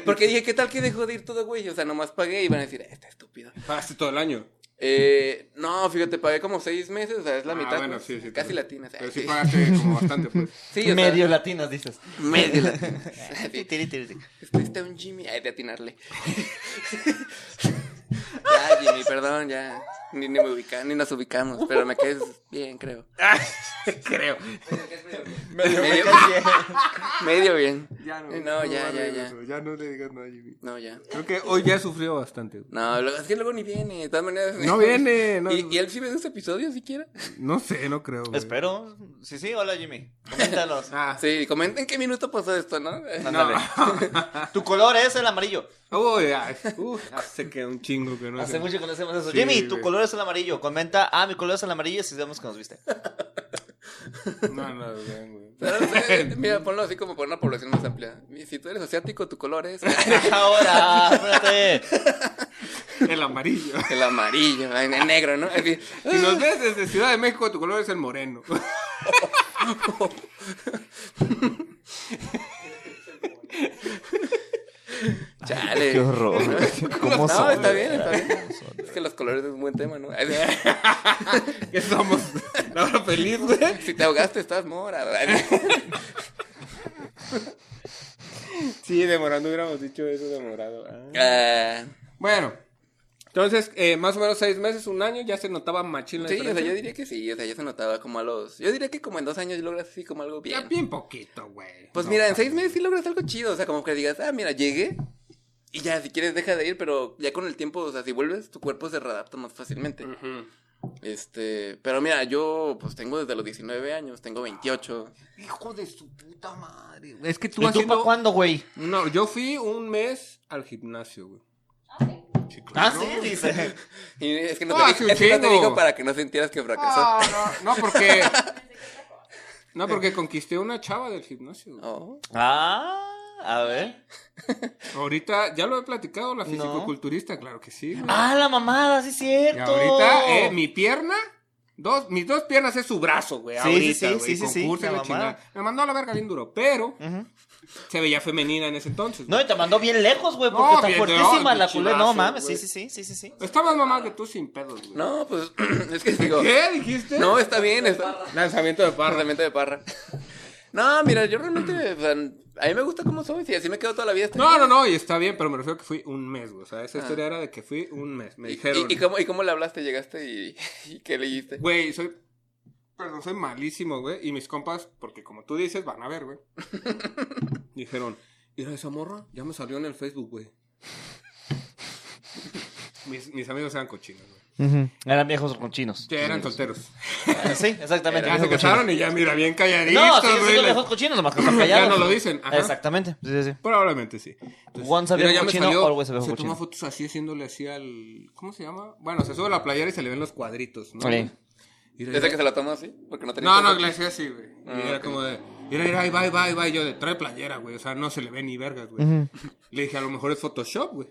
Speaker 3: Porque dije, ¿qué tal que dejó de ir todo, güey? O sea, nomás pagué y van a decir, este estúpido.
Speaker 2: Pagaste todo el año.
Speaker 3: Eh, no, fíjate, pagué como seis meses, o sea, es la
Speaker 2: Ah,
Speaker 3: mitad.
Speaker 2: bueno,
Speaker 3: pues,
Speaker 2: sí, sí,
Speaker 3: casi
Speaker 2: claro.
Speaker 3: latina. o sea,
Speaker 2: Pero sí
Speaker 3: sí,
Speaker 2: pagaste como bastante, pues.
Speaker 3: Sí, o sea,
Speaker 1: Medio latinas, dices.
Speaker 3: medio latina.
Speaker 1: Tiri, tiri, tiri.
Speaker 3: Fuiste un Jimmy. Ay, de atinarle. ya, Jimmy, perdón, ya. Ni, ni me ubica, ni nos ubicamos, pero me caes bien, creo.
Speaker 2: Ah, Creo.
Speaker 3: Medio, medio, bien.
Speaker 2: Ya
Speaker 3: no, no, ya, ya, ya.
Speaker 2: Ya no le digas nada, Jimmy.
Speaker 3: No, ya.
Speaker 2: Creo que hoy ya sufrió bastante. güey.
Speaker 3: No, lo- es que luego ni viene, de todas maneras.
Speaker 2: No viene, no.
Speaker 3: ¿Y, y él sí ve este episodio siquiera?
Speaker 2: No sé, no creo. güey.
Speaker 1: Espero. Sí, sí, hola Jimmy. Coméntanos.
Speaker 2: Ah,
Speaker 3: Sí, comenten qué minuto pasó esto, ¿no?
Speaker 1: Ándale. Tu color es el amarillo.
Speaker 2: Uy, ay, uy, hace que un chingo que no
Speaker 1: Hace
Speaker 2: sé.
Speaker 1: mucho que no hacemos eso.
Speaker 2: Sí,
Speaker 1: Jimmy, tu
Speaker 2: güey.
Speaker 1: color es el amarillo. Comenta, ah, mi color es el amarillo si sabemos que nos viste.
Speaker 2: No, no, bien, güey.
Speaker 3: Pero no sé, Mira, ponlo así como por una población más amplia. Si tú eres asiático, tu color es
Speaker 1: Ahora, espérate.
Speaker 2: El amarillo.
Speaker 3: el amarillo, en el negro, ¿no? Así.
Speaker 2: Si nos ves desde Ciudad de México, tu color es el moreno.
Speaker 3: Chale.
Speaker 1: horror.
Speaker 3: no, está bien, está bien. Es que los colores es un buen tema, ¿no? Ay,
Speaker 2: que somos la hora feliz, güey.
Speaker 3: Si te ahogaste, estás mora.
Speaker 2: Sí, demorando hubiéramos dicho eso, demorado.
Speaker 3: Ah,
Speaker 2: Bueno, entonces, eh, más o menos seis meses, un año, ya se notaba machín la
Speaker 3: sí, o sea,
Speaker 2: diferencia.
Speaker 3: yo diría que sí. O sea, ya se notaba como a los. Yo diría que como en dos años logras así como algo
Speaker 2: Ya
Speaker 3: bien.
Speaker 2: bien poquito, güey.
Speaker 3: Pues
Speaker 2: No,
Speaker 3: mira, en
Speaker 2: pa-
Speaker 3: seis meses sí logras algo chido. O sea, como que digas, ah, mira, llegué.
Speaker 2: Mm.
Speaker 3: Y ya, si quieres, deja de ir, pero ya con el tiempo, o sea, si vuelves, tu cuerpo se readapta más fácilmente.
Speaker 2: Ujú.
Speaker 3: Este, pero mira, yo pues tengo desde los 19 años, tengo 28.
Speaker 2: Hijo de su puta madre. güey. Es que tú
Speaker 1: ¿Y tú para
Speaker 2: haciendo...
Speaker 1: cuándo, güey?
Speaker 2: no, yo fui un mes al gimnasio, güey. Sí,
Speaker 1: Ah,
Speaker 2: claro.
Speaker 1: sí, dice.
Speaker 3: Y es que no,
Speaker 2: Ah,
Speaker 3: te,
Speaker 2: sí,
Speaker 3: di- es que no te
Speaker 2: chingo.
Speaker 3: digo para que no sintieras que fracasó.
Speaker 2: Ah, no, no, porque... No, porque conquisté una chava del gimnasio. güey.
Speaker 3: No.
Speaker 1: Ah, a ver.
Speaker 2: Oh. Ahorita, ya lo he platicado, la fisicoculturista, claro que sí. güey.
Speaker 1: Ah, la mamada, sí es
Speaker 2: Y
Speaker 1: cierto.
Speaker 2: ahorita, eh, mi pierna, dos, mis dos piernas es su brazo, güey.
Speaker 1: Sí, sí,
Speaker 2: ahorita,
Speaker 1: sí,
Speaker 2: güey,
Speaker 1: sí, sí, sí,
Speaker 2: concurso y
Speaker 1: la
Speaker 2: la
Speaker 1: mamada.
Speaker 2: chingada. Me mandó a la verga bien duro, pero se veía femenina en ese entonces.
Speaker 1: No, y te mandó bien lejos, güey,
Speaker 2: No,
Speaker 1: porque está
Speaker 2: bien,
Speaker 1: fuertísima
Speaker 2: no,
Speaker 1: la
Speaker 2: pinche
Speaker 1: culé. No
Speaker 2: brazo,
Speaker 1: mames,
Speaker 2: güey.
Speaker 1: sí, sí, sí, sí, sí, sí.
Speaker 2: Está más mamá que tú sin pedos, güey.
Speaker 3: No, pues es que digo,
Speaker 2: ¿Qué dijiste?
Speaker 3: no, está bien, está,
Speaker 2: Lanzamiento de parra.
Speaker 3: Parlamento de parra. No, mira, yo realmente, o sea, a mí me gusta cómo soy, si así me quedo toda la vida. está
Speaker 2: No,
Speaker 3: bien.
Speaker 2: no, no, y está bien, pero me refiero que fui un mes, güey. O sea, esa
Speaker 3: Ah.
Speaker 2: historia era de que fui un mes. Me
Speaker 3: ¿Y-
Speaker 2: dijeron.
Speaker 3: ¿Y, y cómo, ¿Y cómo le hablaste? ¿Llegaste y, y qué leíste?
Speaker 2: Güey, soy. Perdón, soy malísimo, güey. Y mis compas, porque como tú dices, van a ver, güey. Dijeron, mira esa morra, ya me salió en el Facebook, güey. Mis, mis amigos eran cochinos, güey.
Speaker 1: Eran viejos con chinos.
Speaker 2: Sí, eran solteros.
Speaker 1: Sí, exactamente.
Speaker 2: Ya se
Speaker 1: viejos
Speaker 2: casaron y ya, mira, bien calladitos,
Speaker 1: No, siguen
Speaker 2: güey.
Speaker 1: siendo viejos cochinos, nomás que están
Speaker 2: Ya
Speaker 1: callados.
Speaker 2: no lo dicen. Ajá.
Speaker 1: Exactamente, sí, sí, sí.
Speaker 2: Probablemente sí.
Speaker 1: Once a
Speaker 2: mira,
Speaker 1: viejo
Speaker 2: ya me
Speaker 1: cochino,
Speaker 2: salió-
Speaker 1: always a viejo
Speaker 2: Se
Speaker 1: cochino.
Speaker 2: toma fotos así, haciéndole así al... ¿Cómo se llama? Bueno, se sube a la playera y se le ven los cuadritos, ¿no?
Speaker 1: Sí.
Speaker 2: Mira,
Speaker 3: ¿Desde
Speaker 2: ya-
Speaker 3: que se la tomó así? Porque no tenía...
Speaker 2: No, no,
Speaker 3: foto.
Speaker 2: que le hacía así, güey.
Speaker 3: Ah,
Speaker 2: y era
Speaker 3: ok.
Speaker 2: como de, mira, mira, ahí va, ahí va, ahí va. Y yo de, trae playera, güey. O sea, no se le ve ni vergas, güey. Le dije, a lo mejor es Photoshop, güey.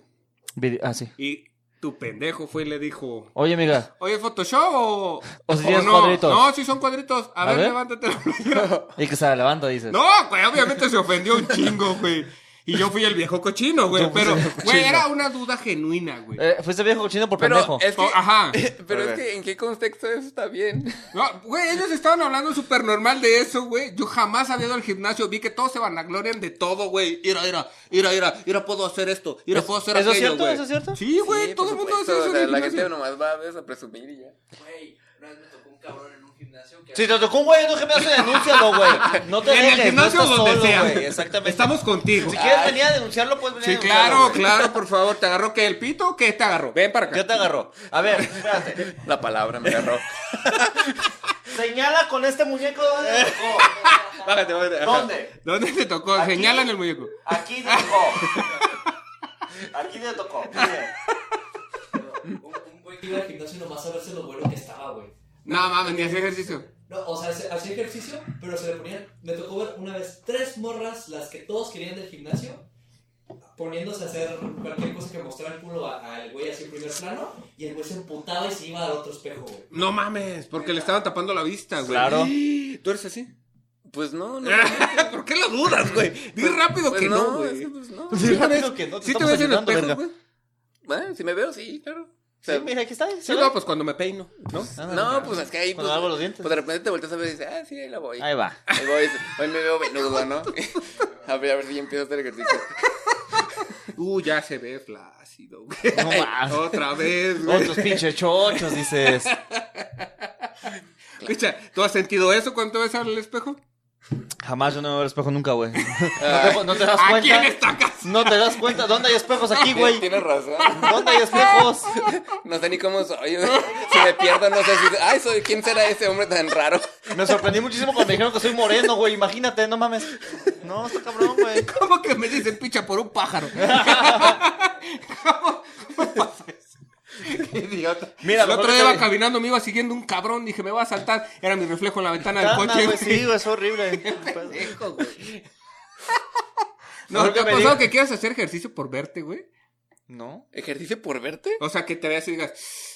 Speaker 1: Vide- Ah, sí.
Speaker 2: Y tu pendejo fue y le dijo,
Speaker 1: Oye, amiga,
Speaker 2: oye, ¿es Photoshop o.
Speaker 1: O si tienes
Speaker 2: no?
Speaker 1: cuadritos.
Speaker 2: No, sí son cuadritos. A,
Speaker 1: A
Speaker 2: ver,
Speaker 1: ver.
Speaker 2: levántate la playera.
Speaker 1: y que se la levanta, dices.
Speaker 2: no, güey, obviamente se ofendió un chingo, güey. Y yo fui el viejo cochino, güey.
Speaker 1: Tú fuiste
Speaker 2: Pero,
Speaker 1: el viejo
Speaker 2: güey,
Speaker 1: cochino.
Speaker 2: era una duda genuina, güey.
Speaker 1: Eh, fuiste viejo cochino por pendejo.
Speaker 3: Pero es que...
Speaker 2: Oh, ajá.
Speaker 3: Pero
Speaker 1: A
Speaker 3: es
Speaker 1: ver.
Speaker 3: que, ¿en qué contexto eso está bien?
Speaker 2: No, güey, ellos estaban hablando súper normal de eso, güey. Yo jamás había ido al gimnasio. Vi que todos se vanaglorian de todo, güey. Ira, ira, ira, ira, ira, puedo hacer esto, ira, puedo hacer
Speaker 1: ¿Eso es
Speaker 2: aquello,
Speaker 1: cierto?
Speaker 2: güey.
Speaker 1: ¿Eso es cierto?
Speaker 2: Sí, güey,
Speaker 3: Sí,
Speaker 2: todo el
Speaker 3: por
Speaker 2: mundo hace
Speaker 3: supuesto,
Speaker 2: eso
Speaker 3: o
Speaker 2: en
Speaker 3: sea,
Speaker 2: el
Speaker 3: La
Speaker 2: gimnasio.
Speaker 3: gente nomás va a veces a presumir y ya.
Speaker 4: Güey, una vez me tocó un cabrón en un gimnasio que...
Speaker 1: Si te tocó un güey en un gimnasio, denúncialo, güey. No te
Speaker 2: En el
Speaker 1: dejes,
Speaker 2: gimnasio
Speaker 1: no estás
Speaker 2: donde
Speaker 1: solo,
Speaker 2: sea.
Speaker 1: güey. Exactamente.
Speaker 2: Estamos contigo.
Speaker 1: Si quieres venir a denunciarlo, puedes venir a
Speaker 2: Sí,
Speaker 1: denunciarlo,
Speaker 2: claro,
Speaker 1: güey.
Speaker 2: claro, por favor. ¿Te agarró qué? ¿El pito o qué te agarró? Ven para acá.
Speaker 1: ¿Qué te agarró? A ver, espérate.
Speaker 3: La palabra me agarró.
Speaker 1: Señala con este muñeco dónde te tocó.
Speaker 3: Bájate, bájate.
Speaker 1: ¿Dónde?
Speaker 2: ¿Dónde te tocó?
Speaker 1: Aquí.
Speaker 2: Señala en el muñeco.
Speaker 1: Aquí te tocó. Aquí te tocó. Mire.
Speaker 4: Un, un güey que iba al gimnasio nomás a verse lo bueno que estaba, güey.
Speaker 2: No, mames, ni hacía ejercicio.
Speaker 4: No, o sea, hace- hacía ejercicio, pero se le ponían. Me tocó ver una vez tres morras, las que todos querían del gimnasio, poniéndose a hacer cualquier cosa que mostrara el culo a- al güey así en primer plano, y el güey se emputaba y se iba al otro espejo, güey.
Speaker 2: No mames, porque le estaban tapando la vista, güey.
Speaker 1: Claro.
Speaker 2: ¿Tú eres así?
Speaker 3: Pues no, no.
Speaker 2: ¿Por qué lo dudas, güey? Dí rápido
Speaker 3: Pues
Speaker 2: que no,
Speaker 3: no,
Speaker 2: güey.
Speaker 3: es que pues no.
Speaker 2: ¿Sí te ves,
Speaker 1: Rápido que no, te
Speaker 2: ¿sí te
Speaker 1: estamos
Speaker 2: ves en el
Speaker 1: ayudando,
Speaker 2: espejo,
Speaker 1: verga.
Speaker 2: güey?
Speaker 3: Bueno, si me veo, sí, claro. O sea,
Speaker 1: Sí, mira, aquí está.
Speaker 2: Sí, no, pues cuando me peino, ¿no?
Speaker 3: No, pues es que ahí.
Speaker 1: Cuando
Speaker 3: pues,
Speaker 1: lavo los dientes.
Speaker 3: Pues de repente te volteas a ver y dices, ah, sí, ahí la voy.
Speaker 1: Ahí va.
Speaker 3: Ahí voy, dices, hoy me veo menudo, ¿no? A ver, a ver si ya empiezo a hacer ejercicio.
Speaker 2: Uh, ya se ve flácido, güey.
Speaker 1: No más.
Speaker 2: Otra vez, güey.
Speaker 1: Otros pinches chochos, dices.
Speaker 2: Escucha, ¿tú has sentido eso cuando te ves al espejo?
Speaker 1: Jamás yo no me veo al espejo nunca, güey. No te, no te das cuenta.
Speaker 2: Aquí en esta casa.
Speaker 1: No te das cuenta. ¿Dónde hay espejos aquí, güey?
Speaker 3: Tienes razón.
Speaker 1: ¿Dónde hay espejos?
Speaker 3: No sé ni cómo soy. güey. Si me pierdo, no sé si. Ay, soy. ¿Quién será ese hombre tan raro?
Speaker 1: Me sorprendí muchísimo cuando me dijeron que soy moreno, güey. Imagínate, no mames. No, está cabrón, güey.
Speaker 2: ¿Cómo que me dicen picha por un pájaro? ¿Cómo, cómo pasa eso? Qué idiota.
Speaker 1: Mira,
Speaker 2: el
Speaker 1: mejor
Speaker 2: otro día
Speaker 1: que
Speaker 2: iba
Speaker 1: te-
Speaker 2: caminando, me iba siguiendo un cabrón, dije, me va a saltar. Era mi reflejo en la ventana del
Speaker 1: Tana,
Speaker 2: coche.
Speaker 1: güey,
Speaker 2: güey.
Speaker 1: sí, güey, es horrible.
Speaker 2: Pendejo, güey. No,
Speaker 1: Mejor
Speaker 2: ¿te
Speaker 1: que
Speaker 2: ha
Speaker 1: me
Speaker 2: pasado
Speaker 1: diga-
Speaker 2: que quieras hacer ejercicio por verte, güey?
Speaker 1: No,
Speaker 3: ¿Ejercicio por verte?
Speaker 2: O sea, que te veas y digas,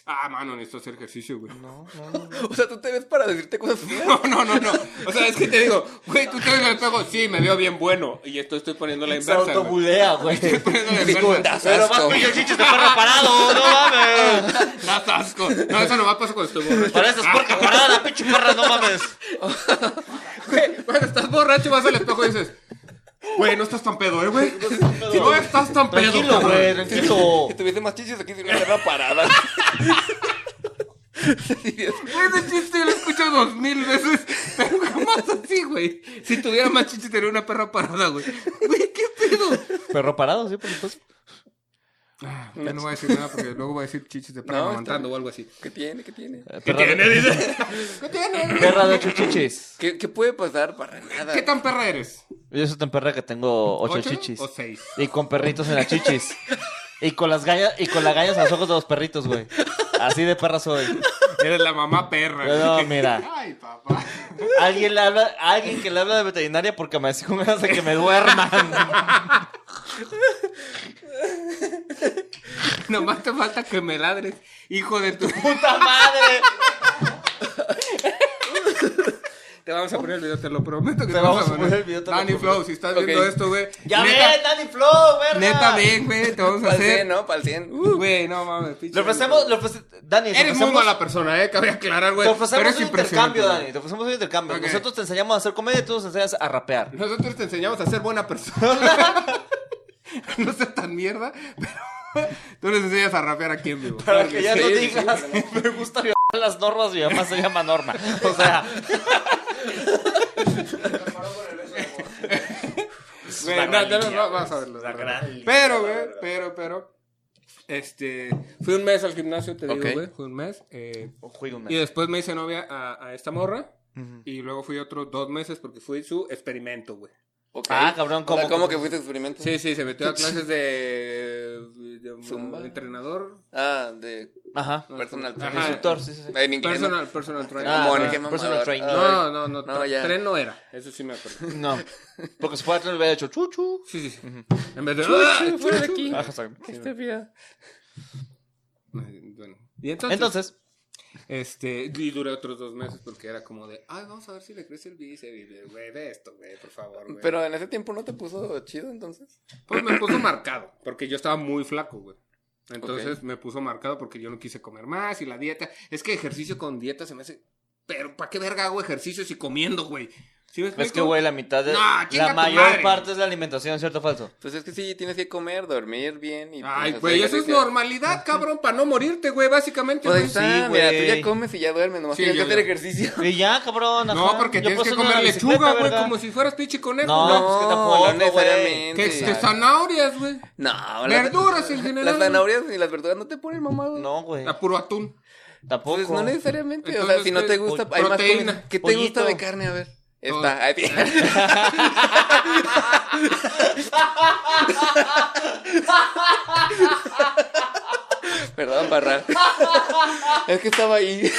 Speaker 2: ah, mano, necesito hacer ejercicio, güey.
Speaker 1: no, no, no.
Speaker 3: O sea, tú te ves para decirte cosas feas.
Speaker 2: No, no, no, no. O sea, es que te digo, güey, tú te ves en el espejo, sí, me veo bien bueno. Y esto estoy poniendo la
Speaker 1: Se
Speaker 2: inversa. güey.
Speaker 1: autobulea, güey.
Speaker 2: Poniendo la inversa.
Speaker 3: Das asco.
Speaker 1: el chichis de perro parado, no mames.
Speaker 2: Das asco. No, eso nomás pasa cuando estoy borracho.
Speaker 1: Para eso es porque parada la pinche perra, no mames.
Speaker 2: Güey, cuando estás borracho vas al espejo y dices, güey, no estás tan pedo, eh, güey. No estás tan pedo.
Speaker 1: Tranquilo,
Speaker 2: cabrón".
Speaker 1: güey, tranquilo.
Speaker 3: Si tuviese más chichis aquí, sería una perra parada.
Speaker 2: Güey, Ese chiste yo lo he escuchado dos mil veces, pero jamás así, güey. Si tuviera más chichi, sería una perra parada, güey. Güey, ¿qué pedo?
Speaker 1: Perro parado, sí, por supuesto.
Speaker 2: Ah, ya no voy a decir nada porque luego voy a decir chichis de perro
Speaker 3: No, está
Speaker 2: amamantando o algo así.
Speaker 3: ¿Qué tiene? ¿Qué tiene?
Speaker 1: ¿Qué tiene? Perra de ocho chichis.
Speaker 3: ¿Qué, qué puede pasar para nada?
Speaker 2: ¿Qué tan perra eres?
Speaker 1: Yo soy tan perra que tengo ocho,
Speaker 2: ¿Ocho
Speaker 1: chichis.
Speaker 2: o seis?
Speaker 1: Y con perritos en las chichis. Y con las gallas, y con las gallas en los ojos de los perritos, güey. Así de perra soy.
Speaker 2: Eres la mamá perra.
Speaker 1: No, mira.
Speaker 2: Ay, papá.
Speaker 1: Alguien le habla, alguien que le habla de veterinaria porque me hace con ganas de que me duerman.
Speaker 2: Nomás te falta que me ladres. Hijo de tu...
Speaker 1: ¡Puta madre!
Speaker 2: Te vamos a poner el video, te lo prometo que
Speaker 1: Te vamos a poner el video, te lo
Speaker 2: Danny
Speaker 1: prometo.
Speaker 2: Flow, si estás
Speaker 3: Ok.
Speaker 2: viendo esto, güey.
Speaker 1: ¡Ya
Speaker 2: neta,
Speaker 1: ven, Danny Flow, verga! Pues,
Speaker 2: Neta, ven, güey, te vamos a
Speaker 3: Para el
Speaker 2: hacer.
Speaker 3: 100, ¿no? Para el 100. Uh,
Speaker 2: Güey, no mames, pinche.
Speaker 1: Le ofrecemos, le ofrece- Dani, le
Speaker 2: Eres muy
Speaker 1: ofrecemos,
Speaker 2: mala persona, eh, cabe aclarar, güey.
Speaker 1: te ofrecemos
Speaker 2: Pero es
Speaker 1: un intercambio,
Speaker 2: impresionante,
Speaker 1: Dani. Te ofrecemos un intercambio.
Speaker 2: Ok.
Speaker 1: Nosotros te enseñamos a hacer comedia y tú nos enseñas a rapear.
Speaker 2: güey. Nosotros te enseñamos a ser buena persona. no seas tan mierda, pero tú les enseñas a rapear aquí en vivo.
Speaker 1: Para que ya no
Speaker 3: Sí, sí,
Speaker 1: digas, me gusta violar las normas, mi mamá se llama Norma. O sea,
Speaker 2: Güey,
Speaker 1: la
Speaker 2: no,
Speaker 1: gran
Speaker 2: no, no,
Speaker 1: línea,
Speaker 2: vas a verlo.
Speaker 1: la
Speaker 2: vas a
Speaker 1: gran
Speaker 2: verlo.
Speaker 1: línea,
Speaker 2: Pero,
Speaker 1: la
Speaker 2: güey,
Speaker 1: verdad.
Speaker 2: pero, pero. Este. Fui un mes al gimnasio, te
Speaker 3: Ok.
Speaker 2: digo, güey. Fui un mes. Eh,
Speaker 1: juego
Speaker 2: y después me hice novia a, a esta morra. Y luego fui otros dos meses porque fui su experimento, güey.
Speaker 3: ok.
Speaker 1: Ah, cabrón,
Speaker 3: O sea,
Speaker 1: ¿cómo?
Speaker 3: ¿Cómo que fuiste experimento?
Speaker 2: Sí, sí, se metió a clases de. de
Speaker 3: Zumba.
Speaker 2: entrenador.
Speaker 3: Ah, de
Speaker 1: Ajá.
Speaker 3: personal
Speaker 2: Ajá.
Speaker 3: trainer.
Speaker 1: Instructor, sí, sí, sí.
Speaker 3: En inglés.
Speaker 2: Personal, personal trainer.
Speaker 1: Ah,
Speaker 3: Ah,
Speaker 1: bueno,
Speaker 3: qué
Speaker 1: personal
Speaker 3: mamador.
Speaker 1: trainer.
Speaker 3: Ah,
Speaker 2: no, no, no,
Speaker 3: No,
Speaker 2: tra-
Speaker 3: ya.
Speaker 2: tren no era. Eso sí me acuerdo.
Speaker 1: No. Porque si fuera a tener, hubiera hecho chuchu.
Speaker 2: Sí, sí, sí. En vez de. "Ah,
Speaker 3: chu, fuera de aquí.
Speaker 1: Ajá, exacto.
Speaker 3: Esta vida.
Speaker 2: Bueno. Y
Speaker 1: Entonces,
Speaker 2: Este, y duré otros dos meses porque era como de, ay, vamos a ver si le crece el bíceps, y de, güey, de esto, güey, por favor, güey.
Speaker 3: Pero en ese tiempo no te puso chido, entonces.
Speaker 2: Pues me puso marcado, porque yo estaba muy flaco, güey. Entonces me puso marcado porque yo no quise comer más y la dieta. Es que ejercicio con dieta se me hace, pero ¿para qué verga hago ejercicio si comiendo, güey? ¿Sí me
Speaker 1: es
Speaker 2: explico?
Speaker 1: que, güey, la mitad de.
Speaker 2: No, chinga
Speaker 1: la
Speaker 2: tu
Speaker 1: mayor
Speaker 2: madre.
Speaker 1: parte es la alimentación, ¿cierto o falso?
Speaker 3: Pues es que sí, tienes que comer, dormir bien y.
Speaker 2: Ay,
Speaker 3: pues,
Speaker 2: güey,
Speaker 3: hacer
Speaker 2: eso es
Speaker 3: ejercicio.
Speaker 2: normalidad, cabrón, para no morirte, güey, básicamente.
Speaker 3: Pues ahí
Speaker 2: güey.
Speaker 3: está,
Speaker 1: Sí,
Speaker 3: mira, tú
Speaker 1: güey.
Speaker 3: ya comes y ya duermes, nomás
Speaker 2: Sí,
Speaker 3: tienes que
Speaker 2: yo
Speaker 3: hacer
Speaker 2: ya.
Speaker 3: ejercicio.
Speaker 1: Y ya, cabrón.
Speaker 2: No,
Speaker 1: ajá.
Speaker 2: porque
Speaker 1: Yo
Speaker 2: tienes
Speaker 1: por
Speaker 2: que
Speaker 1: eso ando en
Speaker 2: comer
Speaker 1: la
Speaker 2: lechuga,
Speaker 1: bicicleta,
Speaker 2: güey,
Speaker 1: verga.
Speaker 2: como si fueras pinche conejo.
Speaker 1: No,
Speaker 2: güey.
Speaker 1: pues que tampoco,
Speaker 3: no
Speaker 1: güey.
Speaker 3: necesariamente.
Speaker 2: Que que zanahorias, güey.
Speaker 3: No, las-
Speaker 2: Verduras en general.
Speaker 3: Las zanahorias y las verduras no te ponen mamado.
Speaker 1: No, güey.
Speaker 2: A puro atún.
Speaker 1: Tampoco.
Speaker 3: Pues no necesariamente. o sea,
Speaker 2: Entonces,
Speaker 3: si no
Speaker 2: ¿qué?
Speaker 3: te gusta,
Speaker 2: Po-
Speaker 3: hay más
Speaker 2: proteína.
Speaker 3: comida. ¿Qué te
Speaker 1: Pollito.
Speaker 3: gusta de carne? A ver.
Speaker 2: Todo.
Speaker 3: Esta. Ay, bien. Perdón, barra. Es que estaba ahí.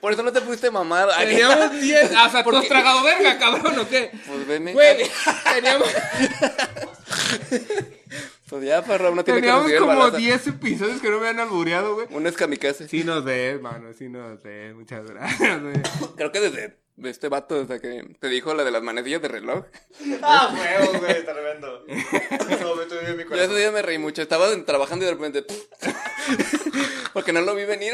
Speaker 3: Por eso no te pusiste mamado. Ay,
Speaker 2: Teníamos 10. O sea, ¿tú
Speaker 3: ¿Por
Speaker 2: has
Speaker 3: qué?
Speaker 2: tragado verga, cabrón, o qué?
Speaker 3: Pues veme.
Speaker 2: Güey, teníamos,
Speaker 3: Pues ya, Parra, uno tiene
Speaker 2: teníamos
Speaker 3: que recibir
Speaker 2: como
Speaker 3: balazo.
Speaker 2: 10 episodios que no me han albureado, güey.
Speaker 3: Uno es kamikaze.
Speaker 2: Sí nos ves, mano, sí nos ves. Muchas gracias, güey.
Speaker 3: Creo que desde de este vato, desde que te dijo la de las manecillas de reloj.
Speaker 1: Ah, huevo, güey, tremendo. En ese momento viví en mi
Speaker 3: Yo ese día me reí mucho. Estaba en- trabajando y de repente. porque no lo vi venir.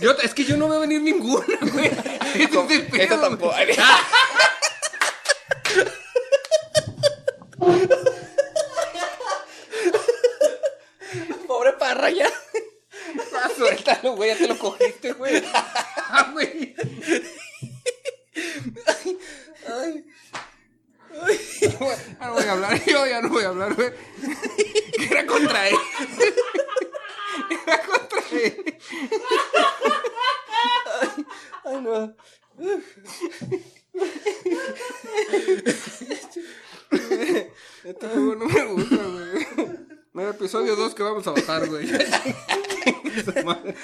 Speaker 2: Yo, es que yo no veo venir ninguna, güey. Este es el pedo,
Speaker 3: Esta tampoco.
Speaker 2: güey. Ah.
Speaker 3: Ay, Pobre parra ya.
Speaker 2: Ah, Suéltalo, güey, ya te lo cogiste, güey. Ah, güey.
Speaker 3: Ay.
Speaker 2: Ya no voy a hablar yo, ya no voy a hablar, güey. Que era contra él. Era contra él.
Speaker 3: Ay, no.
Speaker 2: Este juego no me gusta, güey. No, episodio 2 que vamos a bajar, güey. Su madre.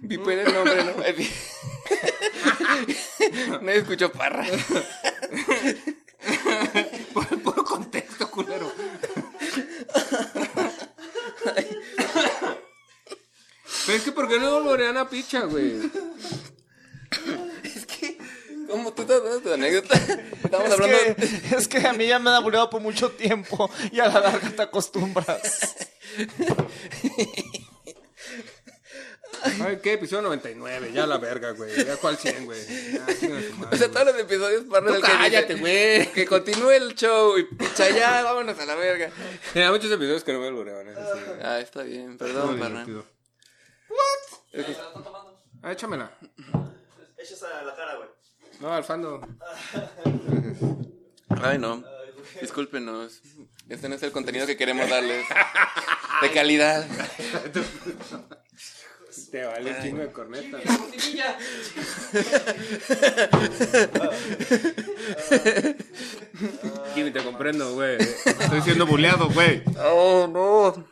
Speaker 3: Vipera el nombre, ¿no? Ay, Nadie escuchó parra.
Speaker 2: Por, por contexto, culero. Pero es que, ¿por qué no volverían a picha, güey?
Speaker 3: Es que. Como tú estás dando tu anécdota. Estamos
Speaker 1: Es
Speaker 3: hablando.
Speaker 1: que, es que a mí ya me han aburrido por mucho tiempo y a la larga te acostumbras.
Speaker 2: Ay, ¿qué? Episodio 99, ya la verga, güey. Ya cual 100, güey. Ya, chinga su madre,
Speaker 3: O sea,
Speaker 2: güey.
Speaker 3: todos los episodios parra del que dice,
Speaker 2: cállate, güey.
Speaker 3: Que continúe el show. Y pucha, ya, vámonos a la verga.
Speaker 2: Tenía muchos episodios que no me volverían a picha.
Speaker 3: Ah, está bien, perdón, parra.
Speaker 2: What? Ah, échamela.
Speaker 1: Echas a la cara, güey.
Speaker 2: No, Alfano.
Speaker 3: Ay, no. Discúlpenos. Este no es el contenido que queremos darles. De calidad.
Speaker 2: Te vale un chingo de corneta.
Speaker 4: Semilla.
Speaker 2: Jimmy, te comprendo, güey. Estoy siendo buleado, güey.
Speaker 3: Oh, no.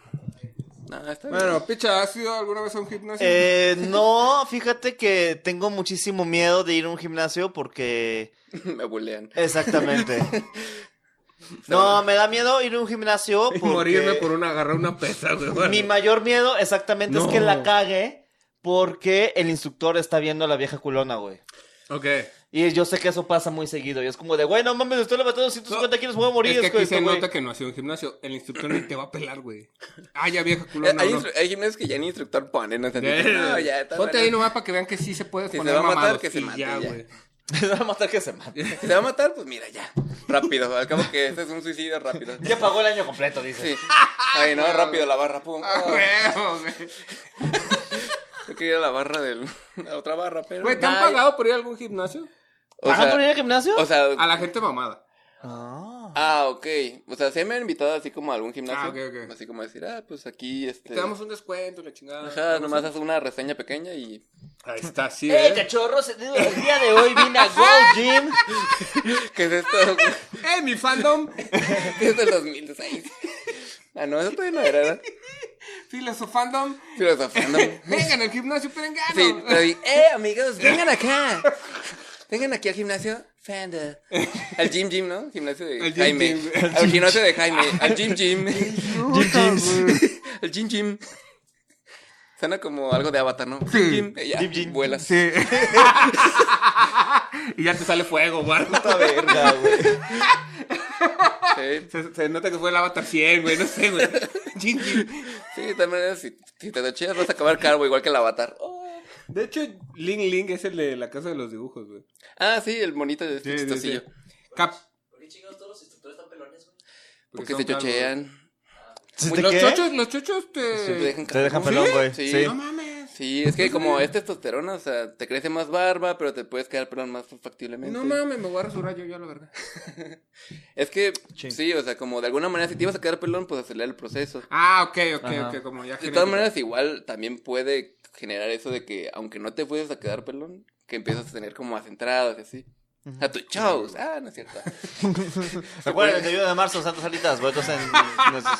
Speaker 3: está bien.
Speaker 2: Bueno, picha, ¿has ido alguna vez a un gimnasio?
Speaker 1: Eh, no, fíjate que tengo muchísimo miedo de ir a un gimnasio porque...
Speaker 3: Me bulean.
Speaker 1: Exactamente. No, me da miedo ir a un gimnasio
Speaker 2: Y
Speaker 1: porque...
Speaker 2: Morirme por una, agarrar una pesa, güey. bueno.
Speaker 1: Mi mayor miedo exactamente es que
Speaker 2: No.
Speaker 1: la cague porque el instructor está viendo a la vieja culona, güey.
Speaker 2: Ok.
Speaker 1: Y yo sé que eso pasa muy seguido. Y es como de, güey, no mames, estoy levantando 250 kilos, voy a morir.
Speaker 2: Es que aquí
Speaker 1: esto,
Speaker 2: se
Speaker 1: güey.
Speaker 2: nota que no ha sido un gimnasio. El instructor ni te va a pelar, güey. Ah, ya vieja
Speaker 3: Eh,
Speaker 2: culona.
Speaker 3: Hay,
Speaker 2: ¿no?
Speaker 3: instru- hay gimnasios que ya ni instructor ponen. No, no ya está.
Speaker 2: Ponte
Speaker 3: bueno.
Speaker 2: ahí nomás para que vean que sí se puede
Speaker 3: Si se
Speaker 2: poner
Speaker 3: va a matar,
Speaker 2: mamados.
Speaker 3: que se
Speaker 2: Y
Speaker 3: mate,
Speaker 2: ya,
Speaker 3: ya.
Speaker 2: güey.
Speaker 1: Se va a matar que se mate.
Speaker 3: Si se va a matar, pues mira, ya. Rápido. Al cabo que este es un suicidio rápido.
Speaker 1: Ya pagó el año completo, dice.
Speaker 3: Sí. Ay, no, rápido la barra. Pum.
Speaker 2: Ah,
Speaker 3: Ah,
Speaker 2: huevo, güey.
Speaker 3: yo quería ir a la barra del. La otra barra, pero.
Speaker 2: Güey, ¿te han
Speaker 3: Ay,
Speaker 2: pagado por ir a algún gimnasio?
Speaker 3: O
Speaker 1: ¿Pagan por ir
Speaker 3: sea,
Speaker 1: al gimnasio?
Speaker 3: o sea,
Speaker 2: A la gente mamada.
Speaker 1: Ah.
Speaker 3: Ah, ok. O sea, se me han invitado así como a algún gimnasio.
Speaker 2: Ah, ok, ok.
Speaker 3: Así como decir, ah, pues aquí este.
Speaker 2: Te damos un descuento, la chingada.
Speaker 3: Ajá, nomás haz una reseña pequeña y.
Speaker 2: Ahí está, sí,
Speaker 1: ¡Eh,
Speaker 2: ¿eh?
Speaker 1: cachorros! El día de hoy vine a Gold Gym.
Speaker 3: ¿Qué es esto?
Speaker 2: ¡Eh, mi fandom!
Speaker 3: es del 2006. Ah, no, eso todavía no era, ¿verdad?
Speaker 2: Filosofandom.
Speaker 3: Filosofando.
Speaker 2: Vengan al gimnasio perengano.
Speaker 3: Sí, pero y- eh, amigos, vengan acá. Vengan aquí al gimnasio. Fanda. Al gym gym, ¿no? Gimnasio de
Speaker 2: Al gym
Speaker 3: Jaime.
Speaker 2: gym.
Speaker 3: Al gimnasio de Jaime. Al gym gym. Al gym gym. Suena como algo de avatar, ¿no?
Speaker 2: Sí.
Speaker 3: Gym, eh, ya,
Speaker 1: Gym gym.
Speaker 3: Vuelas.
Speaker 2: Sí. y ya te sale fuego, guarda.
Speaker 1: Puta verga, güey.
Speaker 3: Sí.
Speaker 2: Se, se nota que fue el Avatar 100, güey. No sé, güey. Jin, jin.
Speaker 3: Sí, también si, si te docheas vas a acabar caro, igual que el avatar. Oh.
Speaker 2: De hecho, Ling Ling es el de la casa de los dibujos, güey.
Speaker 3: Ah, sí, el monito de este chistosillo.
Speaker 2: Cap.
Speaker 4: ¿Por qué chingados todos los instructores están pelones, güey?
Speaker 3: Porque
Speaker 2: son
Speaker 3: se
Speaker 2: calvos.
Speaker 3: chochean.
Speaker 1: ¿Sí
Speaker 2: Los chochos, los chochos
Speaker 3: Se
Speaker 2: te.
Speaker 3: dejan
Speaker 1: Te dejan
Speaker 3: calvos.
Speaker 1: pelón, güey.
Speaker 3: Sí.
Speaker 1: Sí.
Speaker 2: No mames.
Speaker 3: Sí, es que como es testosterona, o sea, te crece más barba, pero te puedes quedar pelón más factiblemente.
Speaker 2: No mames, me voy a rasurar yo, yo, la verdad.
Speaker 3: Es que,
Speaker 1: Sí.
Speaker 3: sí, o sea, como de alguna manera, si te ibas a quedar pelón, pues acelerar el proceso.
Speaker 2: Ah, ok, ok,
Speaker 1: Ajá.
Speaker 2: ok. Como ya
Speaker 3: De
Speaker 2: genético.
Speaker 3: todas maneras, igual también puede generar eso de que, aunque no te fueses a quedar pelón, que empiezas a tener como más entradas y así. A tus shows. Ah, no es cierto.
Speaker 1: Recuerden el 21 de marzo, Santos Alitas, boletos en nuestros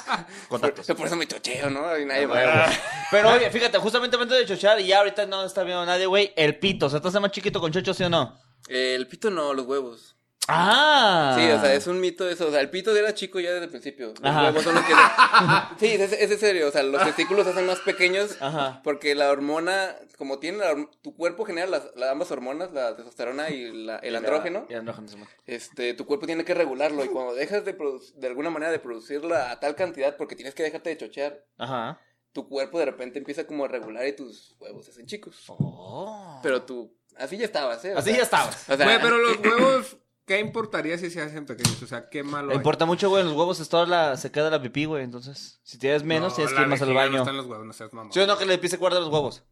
Speaker 1: contactos.
Speaker 3: Por eso me chocheo, ¿no? Y nadie
Speaker 1: Ay, güey.
Speaker 3: va.
Speaker 1: Pero oye, fíjate, justamente momento de chochar y ya ahorita no está viendo nadie, güey. El pito, o sea, ¿estás más chiquito con chocho, sí o no?
Speaker 3: El pito no, los huevos.
Speaker 1: Ah.
Speaker 3: Sí, o sea, es un mito eso. O sea, el pito era chico ya desde el principio. Los
Speaker 1: Ajá.
Speaker 3: huevos son los que. sí, es, es en serio. O sea, los testículos se hacen más pequeños.
Speaker 1: Ajá.
Speaker 3: Porque la hormona, como tiene la horm- tu cuerpo genera las, la- ambas hormonas, la testosterona y la- el andrógeno,
Speaker 1: Y andrógeno, Simón.
Speaker 3: este, tu cuerpo tiene que regularlo. Y cuando dejas de produ- de alguna manera de producirla a tal cantidad, porque tienes que dejarte de chochear,
Speaker 1: Ajá.
Speaker 3: tu cuerpo de repente empieza como a regular y tus huevos se hacen chicos.
Speaker 1: Oh.
Speaker 3: Pero tú, así ya estabas, ¿eh? O
Speaker 1: Así
Speaker 3: sea,
Speaker 1: ya estabas.
Speaker 3: O sea,
Speaker 2: Güey, pero los huevos, ¿qué importaría si se hacen pequeños? O sea, qué malo.
Speaker 1: No importa mucho, güey, en los huevos es toda la, se queda la pipí, güey, entonces, si tienes
Speaker 2: hay.
Speaker 1: menos,
Speaker 2: No,
Speaker 1: tienes
Speaker 2: la
Speaker 1: que ir más al
Speaker 2: vejiga No
Speaker 1: baño.
Speaker 2: están los huevos, no seas mamón.
Speaker 1: ¿Sí o no que le pise guarda los huevos?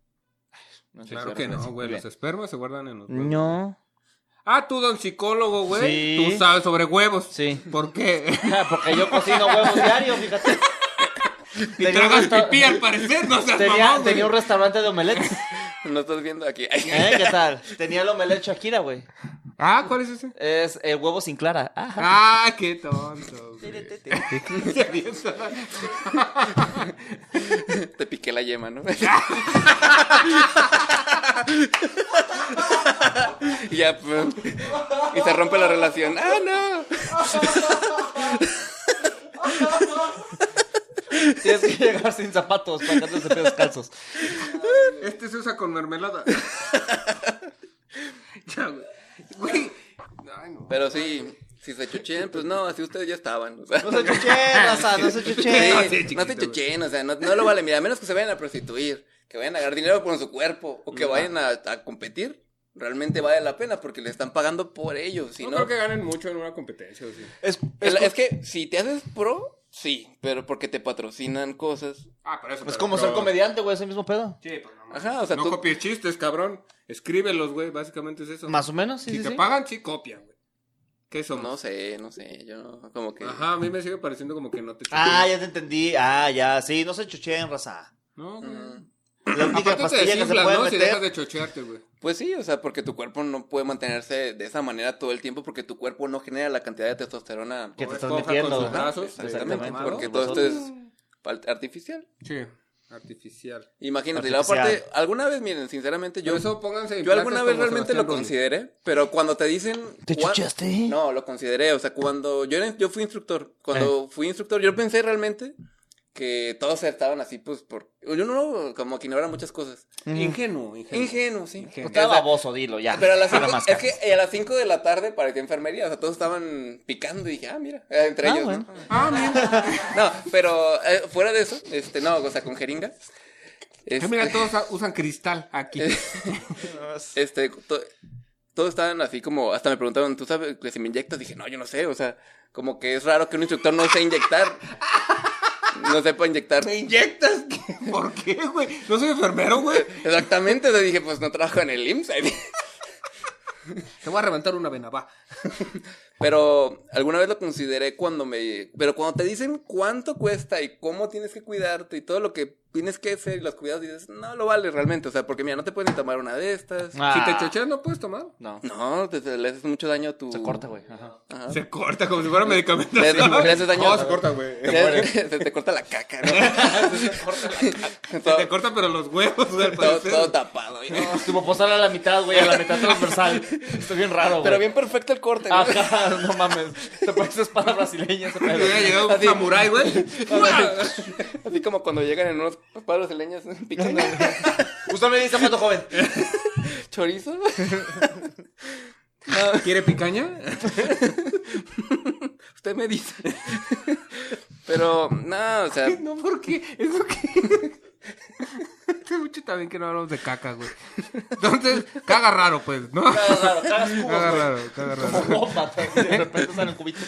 Speaker 1: No sé
Speaker 2: Claro
Speaker 1: si
Speaker 2: que
Speaker 1: era
Speaker 2: no,
Speaker 1: así.
Speaker 2: güey.
Speaker 1: Muy
Speaker 2: Los
Speaker 1: bien.
Speaker 2: espermas se guardan en los huevos.
Speaker 1: No.
Speaker 2: Ah, tú, don psicólogo, güey.
Speaker 1: Sí.
Speaker 2: Tú sabes sobre huevos.
Speaker 1: Sí.
Speaker 2: ¿Por qué?
Speaker 1: Porque yo cocino huevos diario, fíjate.
Speaker 2: Y
Speaker 1: Tenía un
Speaker 2: tragas
Speaker 1: resta-
Speaker 2: pipí, al parecer, no seas
Speaker 1: Tenía,
Speaker 2: mamón, güey.
Speaker 1: tenía un restaurante de omelettes.
Speaker 3: no estás viendo aquí.
Speaker 1: ¿Eh? ¿Qué tal? Tenía el omelette Shakira, güey.
Speaker 2: Ah, ¿cuál es ese?
Speaker 1: Es el huevo sin clara. Ajá.
Speaker 2: Ah, qué tonto, güey. Se avienta.
Speaker 3: Te piqué la yema, ¿no? y ya, pum. y se rompe la relación. ¡Ah, no!
Speaker 1: Tienes que llegar sin zapatos para que no se te descalzos.
Speaker 2: Este se usa con mermelada. ya, güey. Güey. Ay, no.
Speaker 3: Pero sí, si se chuchen, pues no, así ustedes ya estaban. O sea,
Speaker 1: No se chuchen, raza, no se
Speaker 3: Sí,
Speaker 1: chuchen.
Speaker 2: sí, chiquito,
Speaker 3: no se chuchen, o sea, no, no lo vale. Mira, a menos que se vayan a prostituir, que vayan a ganar dinero con su cuerpo o que vayan a, a competir. Realmente vale la pena porque le están pagando por ello. Si
Speaker 2: no,
Speaker 3: no,
Speaker 2: creo que ganen mucho en una competencia, o sí.
Speaker 1: Es,
Speaker 3: El- es que si te haces pro, Sí, pero porque te patrocinan cosas.
Speaker 2: Ah, pero eso.
Speaker 1: Es
Speaker 2: pero-
Speaker 1: Pues como ser
Speaker 2: pero-
Speaker 1: comediante, güey, ese mismo pedo.
Speaker 2: Sí, pero no.
Speaker 3: Ajá, o sea,
Speaker 2: no
Speaker 3: tú-
Speaker 2: copies chistes, cabrón. Escríbelos, güey. Básicamente es eso.
Speaker 1: Más o menos, sí,
Speaker 2: si
Speaker 1: sí,
Speaker 2: te
Speaker 1: sí.
Speaker 2: pagan, sí copia, güey. ¿Qué somos?
Speaker 3: No sé, no sé, yo como que...
Speaker 2: Ajá, a mí me sigue pareciendo como que no te
Speaker 1: Ah, ya te entendí. Ah, ya, sí, no se chucheen, raza.
Speaker 2: No, güey.
Speaker 3: Mm.
Speaker 1: La única
Speaker 2: Aparte te
Speaker 1: pastilla que se
Speaker 2: desinflas,
Speaker 1: puede
Speaker 2: ¿no? Si dejas
Speaker 1: meter.
Speaker 2: de chochearte, güey.
Speaker 3: Pues sí, o sea, porque tu cuerpo no puede mantenerse de esa manera todo el tiempo porque tu cuerpo no genera la cantidad de testosterona.
Speaker 1: Que
Speaker 2: O
Speaker 1: te estás
Speaker 2: esponja con
Speaker 1: metiendo,
Speaker 2: sus
Speaker 1: ¿verdad?
Speaker 2: brazos,
Speaker 3: Exactamente,
Speaker 1: Exactamente.
Speaker 3: porque
Speaker 1: Los
Speaker 3: todo esto es
Speaker 1: otros.
Speaker 3: fal- artificial.
Speaker 2: Sí, artificial.
Speaker 3: Imagínate, y
Speaker 1: Artificial.
Speaker 3: aparte, alguna vez, miren, sinceramente, yo,
Speaker 2: Yo eso pónganse
Speaker 3: yo alguna
Speaker 2: implantes
Speaker 3: vez
Speaker 2: como
Speaker 3: realmente lo
Speaker 2: Sebastián
Speaker 3: consideré, pero cuando te dicen...
Speaker 1: ¿Te
Speaker 3: ¿cuál-
Speaker 1: chuchaste?
Speaker 3: No, lo consideré, o sea, cuando yo, era- yo fui instructor, cuando
Speaker 1: Eh.
Speaker 3: fui instructor, yo pensé realmente que todos estaban así, pues, por... Yo no, como que ignoran muchas cosas.
Speaker 1: Ujú.
Speaker 3: Ingenuo, ingenuo. Ingenuo, sí.
Speaker 2: Ingenuo.
Speaker 1: Está
Speaker 3: O sea,
Speaker 1: baboso, dilo, ya.
Speaker 3: Pero a las
Speaker 1: Ahora
Speaker 3: cinco-
Speaker 1: más
Speaker 3: es
Speaker 1: caras.
Speaker 3: que a las 5 de la tarde parecía enfermería, o sea, todos estaban picando y dije, ah, mira, eh, entre
Speaker 1: Ah,
Speaker 3: ellos,
Speaker 1: bueno.
Speaker 3: ¿no?
Speaker 2: Rubio. Ah, mira.
Speaker 3: No, pero eh, fuera de eso, este, no, o sea, con jeringa.
Speaker 2: Que
Speaker 3: Este,
Speaker 2: Ah, mira, todos a- usan cristal aquí.
Speaker 3: este, to- todos estaban así como, hasta me preguntaron, ¿tú sabes que si me inyectas? Dije, no, yo no sé, o sea, como que es raro que un instructor no sepa inyectar. No sepa inyectar.
Speaker 2: ¿Me inyectas? ¿Por qué, güey? No soy enfermero, güey.
Speaker 3: Exactamente, o sea, dije, pues no trabajo en el IMSS.
Speaker 2: Te voy a reventar una vena, va.
Speaker 3: Pero alguna vez lo consideré cuando me... Pero cuando te dicen cuánto cuesta y cómo tienes que cuidarte y todo lo que tienes que hacer y los cuidados, dices, no lo vale realmente. O sea, porque mira, no te pueden tomar una de estas.
Speaker 1: Ah.
Speaker 2: Si te chocheas no puedes tomar.
Speaker 1: No,
Speaker 3: No, te, te- le haces mucho daño a tu...
Speaker 1: se corta, güey. Ajá.
Speaker 3: Ajá.
Speaker 2: Se corta como si fuera medicamento.
Speaker 3: Le-
Speaker 2: así, ¿no?
Speaker 3: le haces daño.
Speaker 2: No, se corta, güey.
Speaker 3: Se, se te corta la caca, ¿no?
Speaker 2: Se
Speaker 3: todo,
Speaker 2: te corta, pero los huevos, güey, al
Speaker 3: todo,
Speaker 2: parecer.
Speaker 3: todo tapado. ¿no?
Speaker 1: Tipo, posar a la mitad, güey, a la mitad transversal. Está bien raro, güey.
Speaker 3: Pero bien perfecto el corte, ¿no?
Speaker 1: Ajá, no mames. Te parece espada brasileña ese
Speaker 2: Me
Speaker 1: pedo.
Speaker 2: hubiera llegado un samurái, güey.
Speaker 3: Así como cuando llegan en unos palos de leñas picando
Speaker 1: Usted me dice foto joven.
Speaker 3: chorizo.
Speaker 2: ¿Quiere picaña?
Speaker 3: Usted me dice. Pero, no, o sea...
Speaker 2: No, ¿por qué? ¿Eso qué? Hace mucho también que no hablamos de caca, güey. Entonces, caga raro, pues, ¿no?
Speaker 1: Claro, claro, caras cubos,
Speaker 2: Caga
Speaker 1: güey.
Speaker 2: raro, caga
Speaker 1: Como
Speaker 2: raro.
Speaker 1: bomba, de repente sale el cubito.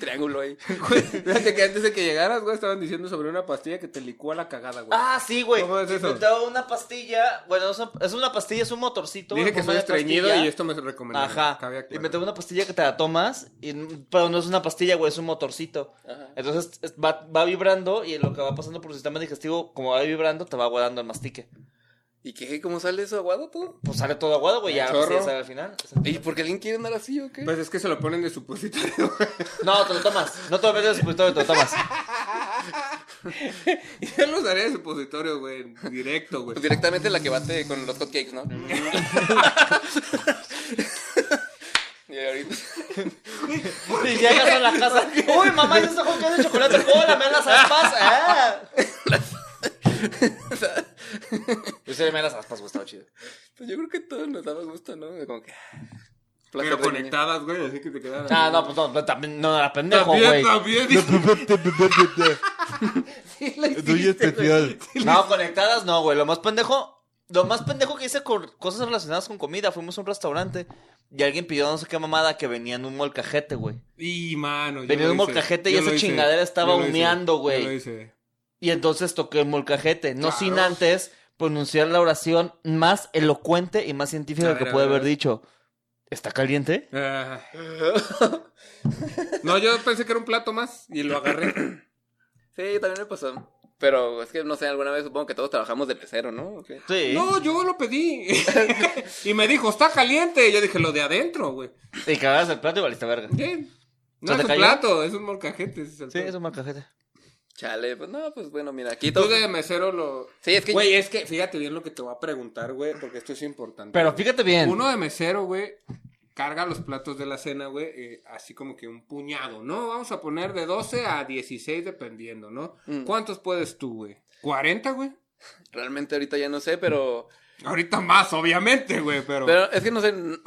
Speaker 3: triángulo ahí.
Speaker 2: Güey, Fíjate que antes de que llegaras, güey, estaban diciendo sobre una pastilla que te licúa la cagada, güey.
Speaker 1: Ah, sí, güey.
Speaker 2: ¿Cómo es eso?
Speaker 1: Inventaba una pastilla. Bueno, no es una- es una pastilla, es un motorcito. güey,
Speaker 2: Dije que
Speaker 1: forma de
Speaker 2: soy estreñido
Speaker 1: pastilla.
Speaker 2: y esto me recomendó.
Speaker 1: Ajá.
Speaker 2: Cabe aclarar.
Speaker 1: Inventaba una pastilla que te la tomas. y- pero no es una pastilla, güey, es un motorcito. Entonces es- va, va vibrando y lo que va pasando por el sistema digestivo, como va vibrando, te va aguadando el mastique.
Speaker 3: ¿Y qué? ¿Cómo sale eso aguado todo?
Speaker 1: Pues sale todo aguado, güey, ya
Speaker 2: chorro.
Speaker 1: sí, sale al final.
Speaker 3: ¿Y por qué alguien quiere andar así o qué?
Speaker 2: Pues es que se lo ponen de supositorio. güey.
Speaker 1: No, te lo tomas. No te lo metes en el supositorio, te lo tomas.
Speaker 2: Yo los haría de supositorio, güey, en directo, güey.
Speaker 3: Pues directamente la que bate con los hotcakes, ¿no? y ahorita.
Speaker 1: Y llegas a la casa. Uy, mamá, ¿y esta joya de chocolate? Hola, me las aspas. Ah. Yo sí me las aspas, güey, estaba chido.
Speaker 3: Pues yo creo que todos nos daba gusto, ¿no? Como que.
Speaker 2: Pero
Speaker 3: placer de niño.
Speaker 2: conectadas, güey, así que te quedaran.
Speaker 1: Ah, no, pues no, no, también no era pendejo,
Speaker 2: También,
Speaker 1: güey.
Speaker 2: también. dije,
Speaker 1: No, conectadas no, güey. Lo más pendejo, lo más pendejo que hice con cosas relacionadas con comida, fuimos a un restaurante y alguien pidió no sé qué mamada que venía en un molcajete, güey.
Speaker 2: Y mano, yo
Speaker 1: Venía
Speaker 2: lo
Speaker 1: un
Speaker 2: hice,
Speaker 1: molcajete y
Speaker 2: yo
Speaker 1: esa
Speaker 2: lo hice,
Speaker 1: chingadera estaba
Speaker 2: yo lo hice,
Speaker 1: humeando,
Speaker 2: yo
Speaker 1: güey.
Speaker 2: lo hice.
Speaker 1: Y entonces toqué el molcajete, no
Speaker 2: Claro.
Speaker 1: sin antes pronunciar la oración más elocuente y más científica
Speaker 2: A ver,
Speaker 1: que
Speaker 2: a
Speaker 1: puede
Speaker 2: ver, a
Speaker 1: haber
Speaker 2: ver.
Speaker 1: dicho. ¿Está caliente?
Speaker 2: Ah. No, yo pensé que era un plato más y lo agarré.
Speaker 3: Sí, también me pasó. Pero es que no sé, alguna vez supongo que todos trabajamos de mesero, ¿no? ¿O qué?
Speaker 1: Sí.
Speaker 2: No, yo lo pedí. Y me dijo, está caliente. Y yo dije, lo de adentro, güey.
Speaker 1: Y cagabas el plato y valiste verga.
Speaker 2: Bien. No
Speaker 1: ¿Se
Speaker 2: es
Speaker 1: te
Speaker 2: un
Speaker 1: cayó?
Speaker 2: plato, es un molcajete. ese es el
Speaker 1: Sí,
Speaker 2: pedo.
Speaker 1: es un molcajete.
Speaker 3: Chale, pues no, pues bueno, mira, aquí
Speaker 2: Tú
Speaker 3: todos.
Speaker 2: de mesero lo...
Speaker 3: Sí, es que.
Speaker 2: Güey, es que fíjate bien lo que te voy a preguntar, güey, porque esto es importante.
Speaker 1: Pero
Speaker 2: güey.
Speaker 1: fíjate bien.
Speaker 2: Uno de mesero, güey, carga los platos de la cena, güey, eh, así como que un puñado, ¿no? Vamos a poner de 12 a 16 dependiendo, ¿no?
Speaker 3: Mm.
Speaker 2: ¿Cuántos puedes tú, güey? ¿40, güey?
Speaker 3: Realmente ahorita ya no sé, pero
Speaker 2: Ahorita más, obviamente, güey, pero...
Speaker 3: Pero es que no sé, no,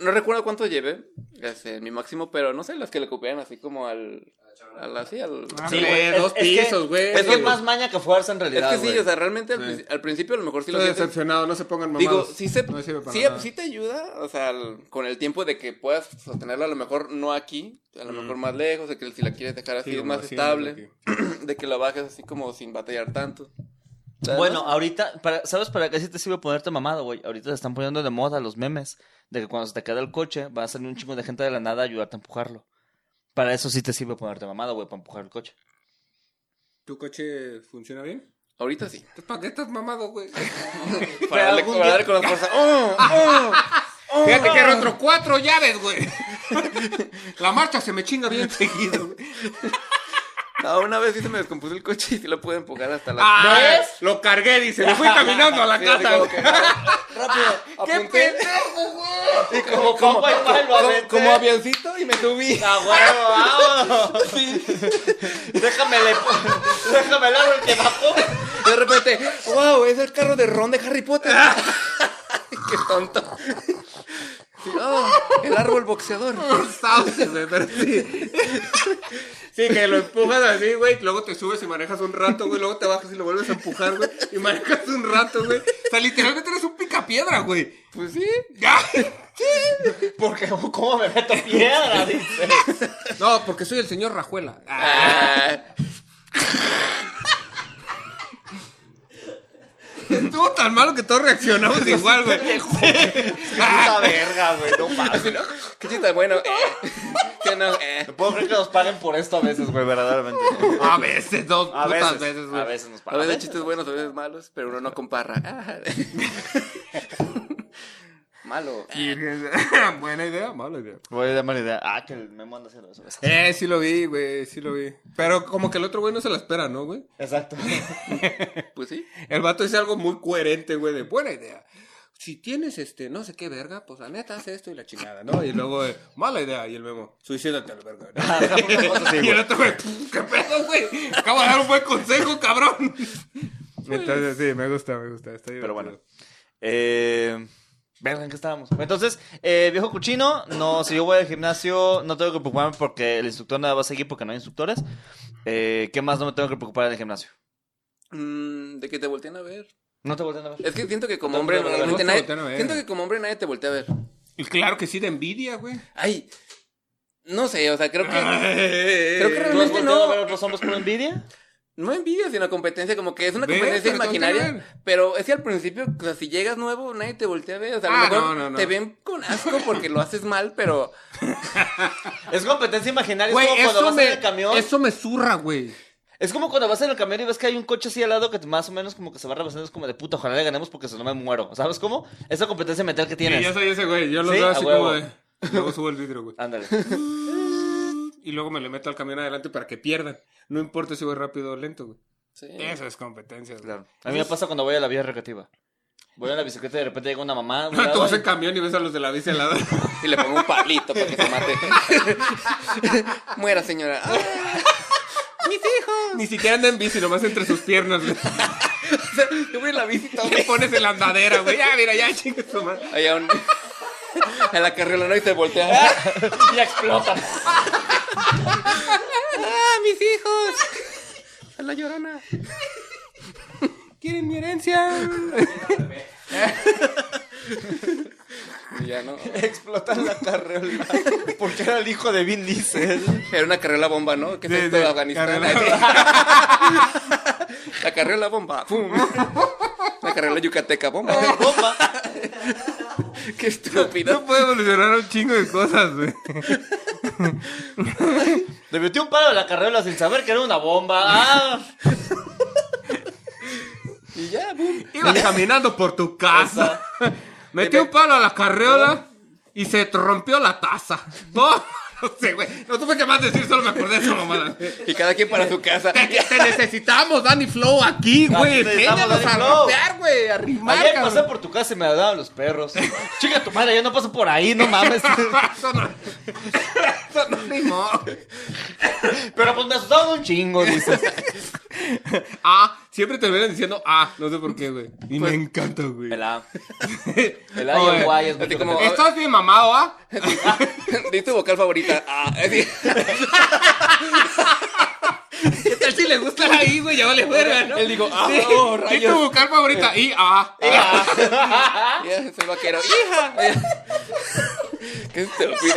Speaker 3: no recuerdo cuánto llevé, este, mi máximo, pero no sé, las que le copiaban así como al... al así, al...
Speaker 2: Ah,
Speaker 1: Sí,
Speaker 2: hombre,
Speaker 1: güey, es- es
Speaker 2: dos
Speaker 1: que-
Speaker 2: pisos, güey.
Speaker 1: Es que es más maña que fuerza en
Speaker 3: Es
Speaker 1: realidad.
Speaker 3: que sí,
Speaker 1: güey.
Speaker 3: o sea, realmente al,
Speaker 2: Sí.
Speaker 3: princi- al principio a lo mejor sí lo
Speaker 2: Estoy
Speaker 3: sientes.
Speaker 2: decepcionado, no se pongan
Speaker 3: Digo,
Speaker 2: mamados.
Speaker 3: sí, se,
Speaker 2: No sirve para
Speaker 3: sí,
Speaker 2: nada.
Speaker 3: sí te ayuda, o sea, al- con el tiempo de que puedas sostenerla, a lo mejor no aquí, a lo mejor más lejos, de que si la quieres dejar
Speaker 2: Mm.
Speaker 3: así
Speaker 2: Sí,
Speaker 3: es
Speaker 2: como
Speaker 3: más
Speaker 2: así,
Speaker 3: estable,
Speaker 2: aquí.
Speaker 3: de que la bajes así como sin batallar tanto. O sea,
Speaker 1: Bueno,
Speaker 3: no
Speaker 1: ahorita, para- ¿sabes para qué sí te sirve ponerte mamado, güey? Ahorita se están poniendo de moda los memes de que cuando se te queda el coche va a salir un chingo de gente de la nada a ayudarte a empujarlo. Para eso sí te sirve ponerte mamado, güey, para empujar el coche.
Speaker 2: ¿Tu coche funciona bien?
Speaker 3: sé, ahorita sí.
Speaker 2: Entonces, ¿Para qué estás mamado, güey?
Speaker 3: Para darle,
Speaker 1: algún
Speaker 3: para darle con la fuerza. ¡Oh! ¡Oh! ¡Oh!
Speaker 2: Fíjate que eran otro cuatro llaves, güey. La marcha se me chinga bien seguido, güey.
Speaker 3: No, una vez sí se me descompuso el coche y sí lo pude empujar hasta la...
Speaker 2: Ah,
Speaker 1: ¿Ves?
Speaker 2: Lo cargué, dice. Me fui caminando a la
Speaker 3: Sí, así
Speaker 2: casa.
Speaker 3: como
Speaker 2: güey.
Speaker 3: que- ah,
Speaker 1: ¡Rápido!
Speaker 3: apunté.
Speaker 1: Y como, como,
Speaker 3: como, como avioncito y me subí.
Speaker 1: ¡Ah, huevo, vamos! Déjame le... Déjame le abro el que bajó.
Speaker 3: De repente, wow, es el carro de Ron de Harry Potter. Qué tonto. Sí,
Speaker 1: Ah,
Speaker 3: oh, el árbol boxeador.
Speaker 2: Sauces, güey, pero sí. Sí, que lo empujas así, güey. Luego te subes y manejas un rato, güey. Luego te bajas y lo vuelves a empujar, güey. Y manejas un rato, güey. O sea, literalmente eres un picapiedra, güey.
Speaker 3: Pues sí.
Speaker 2: Ya.
Speaker 1: Porque como me meto piedra, dice.
Speaker 2: No, porque soy el señor Rajuela. Ah,
Speaker 3: Ah,
Speaker 2: Estuvo tan malo que todos reaccionamos igual, güey.
Speaker 1: Puta verga, güey, no mames.
Speaker 3: qué chita, bueno. eh. Sí, no, eh.
Speaker 1: No puedo creer que nos paguen por esto a veces, güey, verdaderamente.
Speaker 2: A veces, dos
Speaker 1: A
Speaker 2: putas
Speaker 1: veces,
Speaker 2: veces,
Speaker 1: a
Speaker 2: güey.
Speaker 1: veces nos
Speaker 3: A
Speaker 1: pagan. ¿Eh?
Speaker 3: veces chistes buenos, a veces malos, pero uno no comparra. Ah. Malo.
Speaker 2: Y- Buena idea, mala idea.
Speaker 1: Voy a dar mala idea. Ah, que el memo anda haciendo eso.
Speaker 2: Eh, sí lo vi, güey, sí lo vi. Pero como que el otro güey no se la espera, ¿no, güey?
Speaker 1: Exacto.
Speaker 3: Pues sí.
Speaker 2: El vato dice algo muy coherente, güey, de buena idea. Si tienes este, no sé qué verga, pues la neta haz esto y la chingada, ¿no? Y luego, eh, mala idea, y el memo, suicídate a la verga. ¿no?
Speaker 1: Ah, Una cosa así,
Speaker 2: y el
Speaker 1: güey.
Speaker 2: otro güey, "Pff, qué pedo, güey. Acabo de dar un buen consejo, cabrón. Entonces, sí, me gusta, me gusta. Está
Speaker 1: Pero bueno. Eh, verga, ¿en qué estábamos? Entonces, eh, viejo cuchino, no, si yo voy al gimnasio, no tengo que preocuparme porque el instructor no va a seguir porque no hay instructores. Eh, ¿Qué más no me tengo que preocupar en el gimnasio?
Speaker 3: Mm, de que te volteen a ver.
Speaker 1: No te voltean a ver.
Speaker 3: Es que siento que como hombre
Speaker 1: No te
Speaker 3: realmente nadie.
Speaker 2: voltean a ver.
Speaker 3: Siento que como hombre nadie te voltea a ver.
Speaker 2: Y claro que sí, de envidia, güey.
Speaker 3: Ay. No sé, o sea, creo que.
Speaker 2: Creo
Speaker 1: ¿No
Speaker 3: que
Speaker 1: has
Speaker 3: Realmente
Speaker 1: volteado
Speaker 3: no.
Speaker 1: a ver a otros hombres por envidia?
Speaker 3: No envidia, sino competencia, como que es una
Speaker 2: Ve,
Speaker 3: competencia
Speaker 2: pero te voltean a
Speaker 3: imaginaria. Pero es que al principio, o sea, si llegas nuevo, nadie te voltea a ver. O sea, a lo
Speaker 2: Ah,
Speaker 3: mejor
Speaker 2: no, no, no.
Speaker 3: te ven con asco porque lo haces mal, pero.
Speaker 1: Es competencia imaginaria, es
Speaker 2: Güey,
Speaker 1: como cuando
Speaker 2: eso
Speaker 1: vas en
Speaker 2: me,
Speaker 1: el camión.
Speaker 2: eso me zurra, güey.
Speaker 1: Es como cuando vas en el camión y ves que hay un coche así al lado que más o menos como que se va rebasando, es como de puta, ojalá le ganemos porque si no me muero. ¿Sabes cómo? Esa competencia mental que
Speaker 2: Sí, yo
Speaker 1: tienes.
Speaker 2: soy ese güey, yo lo
Speaker 1: Sí,
Speaker 2: veo
Speaker 1: a
Speaker 2: así
Speaker 1: huevo.
Speaker 2: como de... Luego subo el vidrio, güey.
Speaker 1: Ándale.
Speaker 2: Y luego me le meto al camión adelante para que pierdan. No importa si voy rápido o lento, güey.
Speaker 3: Sí.
Speaker 2: Eso es competencia, güey.
Speaker 1: Claro. A mí me pasa cuando voy a la vía recreativa. Voy a la bicicleta y de repente llega una mamá. un
Speaker 2: Tú
Speaker 1: lado,
Speaker 2: vas
Speaker 1: y-
Speaker 2: en camión y ves a los de la bici al lado.
Speaker 3: Y le pongo un palito para que se mate. Muera, señora. Ah, ¡Mis hijos!
Speaker 2: Ni siquiera anda en bici, nomás entre sus piernas, güey.
Speaker 3: O sea, Yo voy en la bici todo.
Speaker 2: Le pones en la andadera, güey. Ya, mira, ya, chingue su madre.
Speaker 3: Ahí a un- A la carriola, ¿no? Y te voltea.
Speaker 1: y explota.
Speaker 3: ¡Ah, mis hijos! A la llorona.
Speaker 2: ¿Quieren mi herencia?
Speaker 3: Y ya no.
Speaker 1: Explota la carreola. Porque era el hijo de Vin Diesel.
Speaker 3: Era una carriola bomba, ¿no? ¿Qué es
Speaker 2: Sí,
Speaker 3: esto de
Speaker 2: sí,
Speaker 3: Afganistán? La carriola bomba. ¡Fum! La carriola yucateca bomba.
Speaker 1: Bomba.
Speaker 3: ¡Qué estúpido!
Speaker 2: No puede evolucionar un chingo de cosas, güey.
Speaker 1: Le metió un palo a la carreola sin saber que era una bomba. Ah,
Speaker 3: Y ya, boom.
Speaker 2: Iba caminando por tu casa. Metí un palo a la carriola y se te rompió la taza. No, no sé, güey. No supe qué más decir, solo me acordé de esa mamada.
Speaker 3: Y cada quien para su casa.
Speaker 2: Te, te necesitamos, Danny Flow, aquí, güey.
Speaker 1: Aquí necesitamos
Speaker 2: Enséñanos
Speaker 1: Danny
Speaker 2: a
Speaker 1: Flow.
Speaker 2: rapear, güey. A rimar,
Speaker 1: ayer
Speaker 2: cabrón.
Speaker 1: pasé por tu casa y me la daban los perros. Chica tu madre, yo no paso por ahí, no mames.
Speaker 2: Eso no, eso no rimó.
Speaker 1: Pero pues me asustaban un chingo, dice.
Speaker 2: Ah, Siempre terminan diciendo, ah, no sé por qué, güey. Y me encanta, güey.
Speaker 1: Pelado. Pelado y el
Speaker 2: Oye,
Speaker 1: guay es muy
Speaker 3: así como-
Speaker 1: diferente.
Speaker 2: Estás bien mamado, ¿ah?
Speaker 3: Di tu vocal favorita. Ah, sí.
Speaker 2: ¿Qué tal si le gusta ahí, güey? Ya vale verga, ¿no? Él digo, ah,
Speaker 3: Sí.
Speaker 2: oh, rayos. ¿Qué tu vocal favorita? Y, ah.
Speaker 3: Ya, soy vaquero. ¡Hija! Qué estúpido.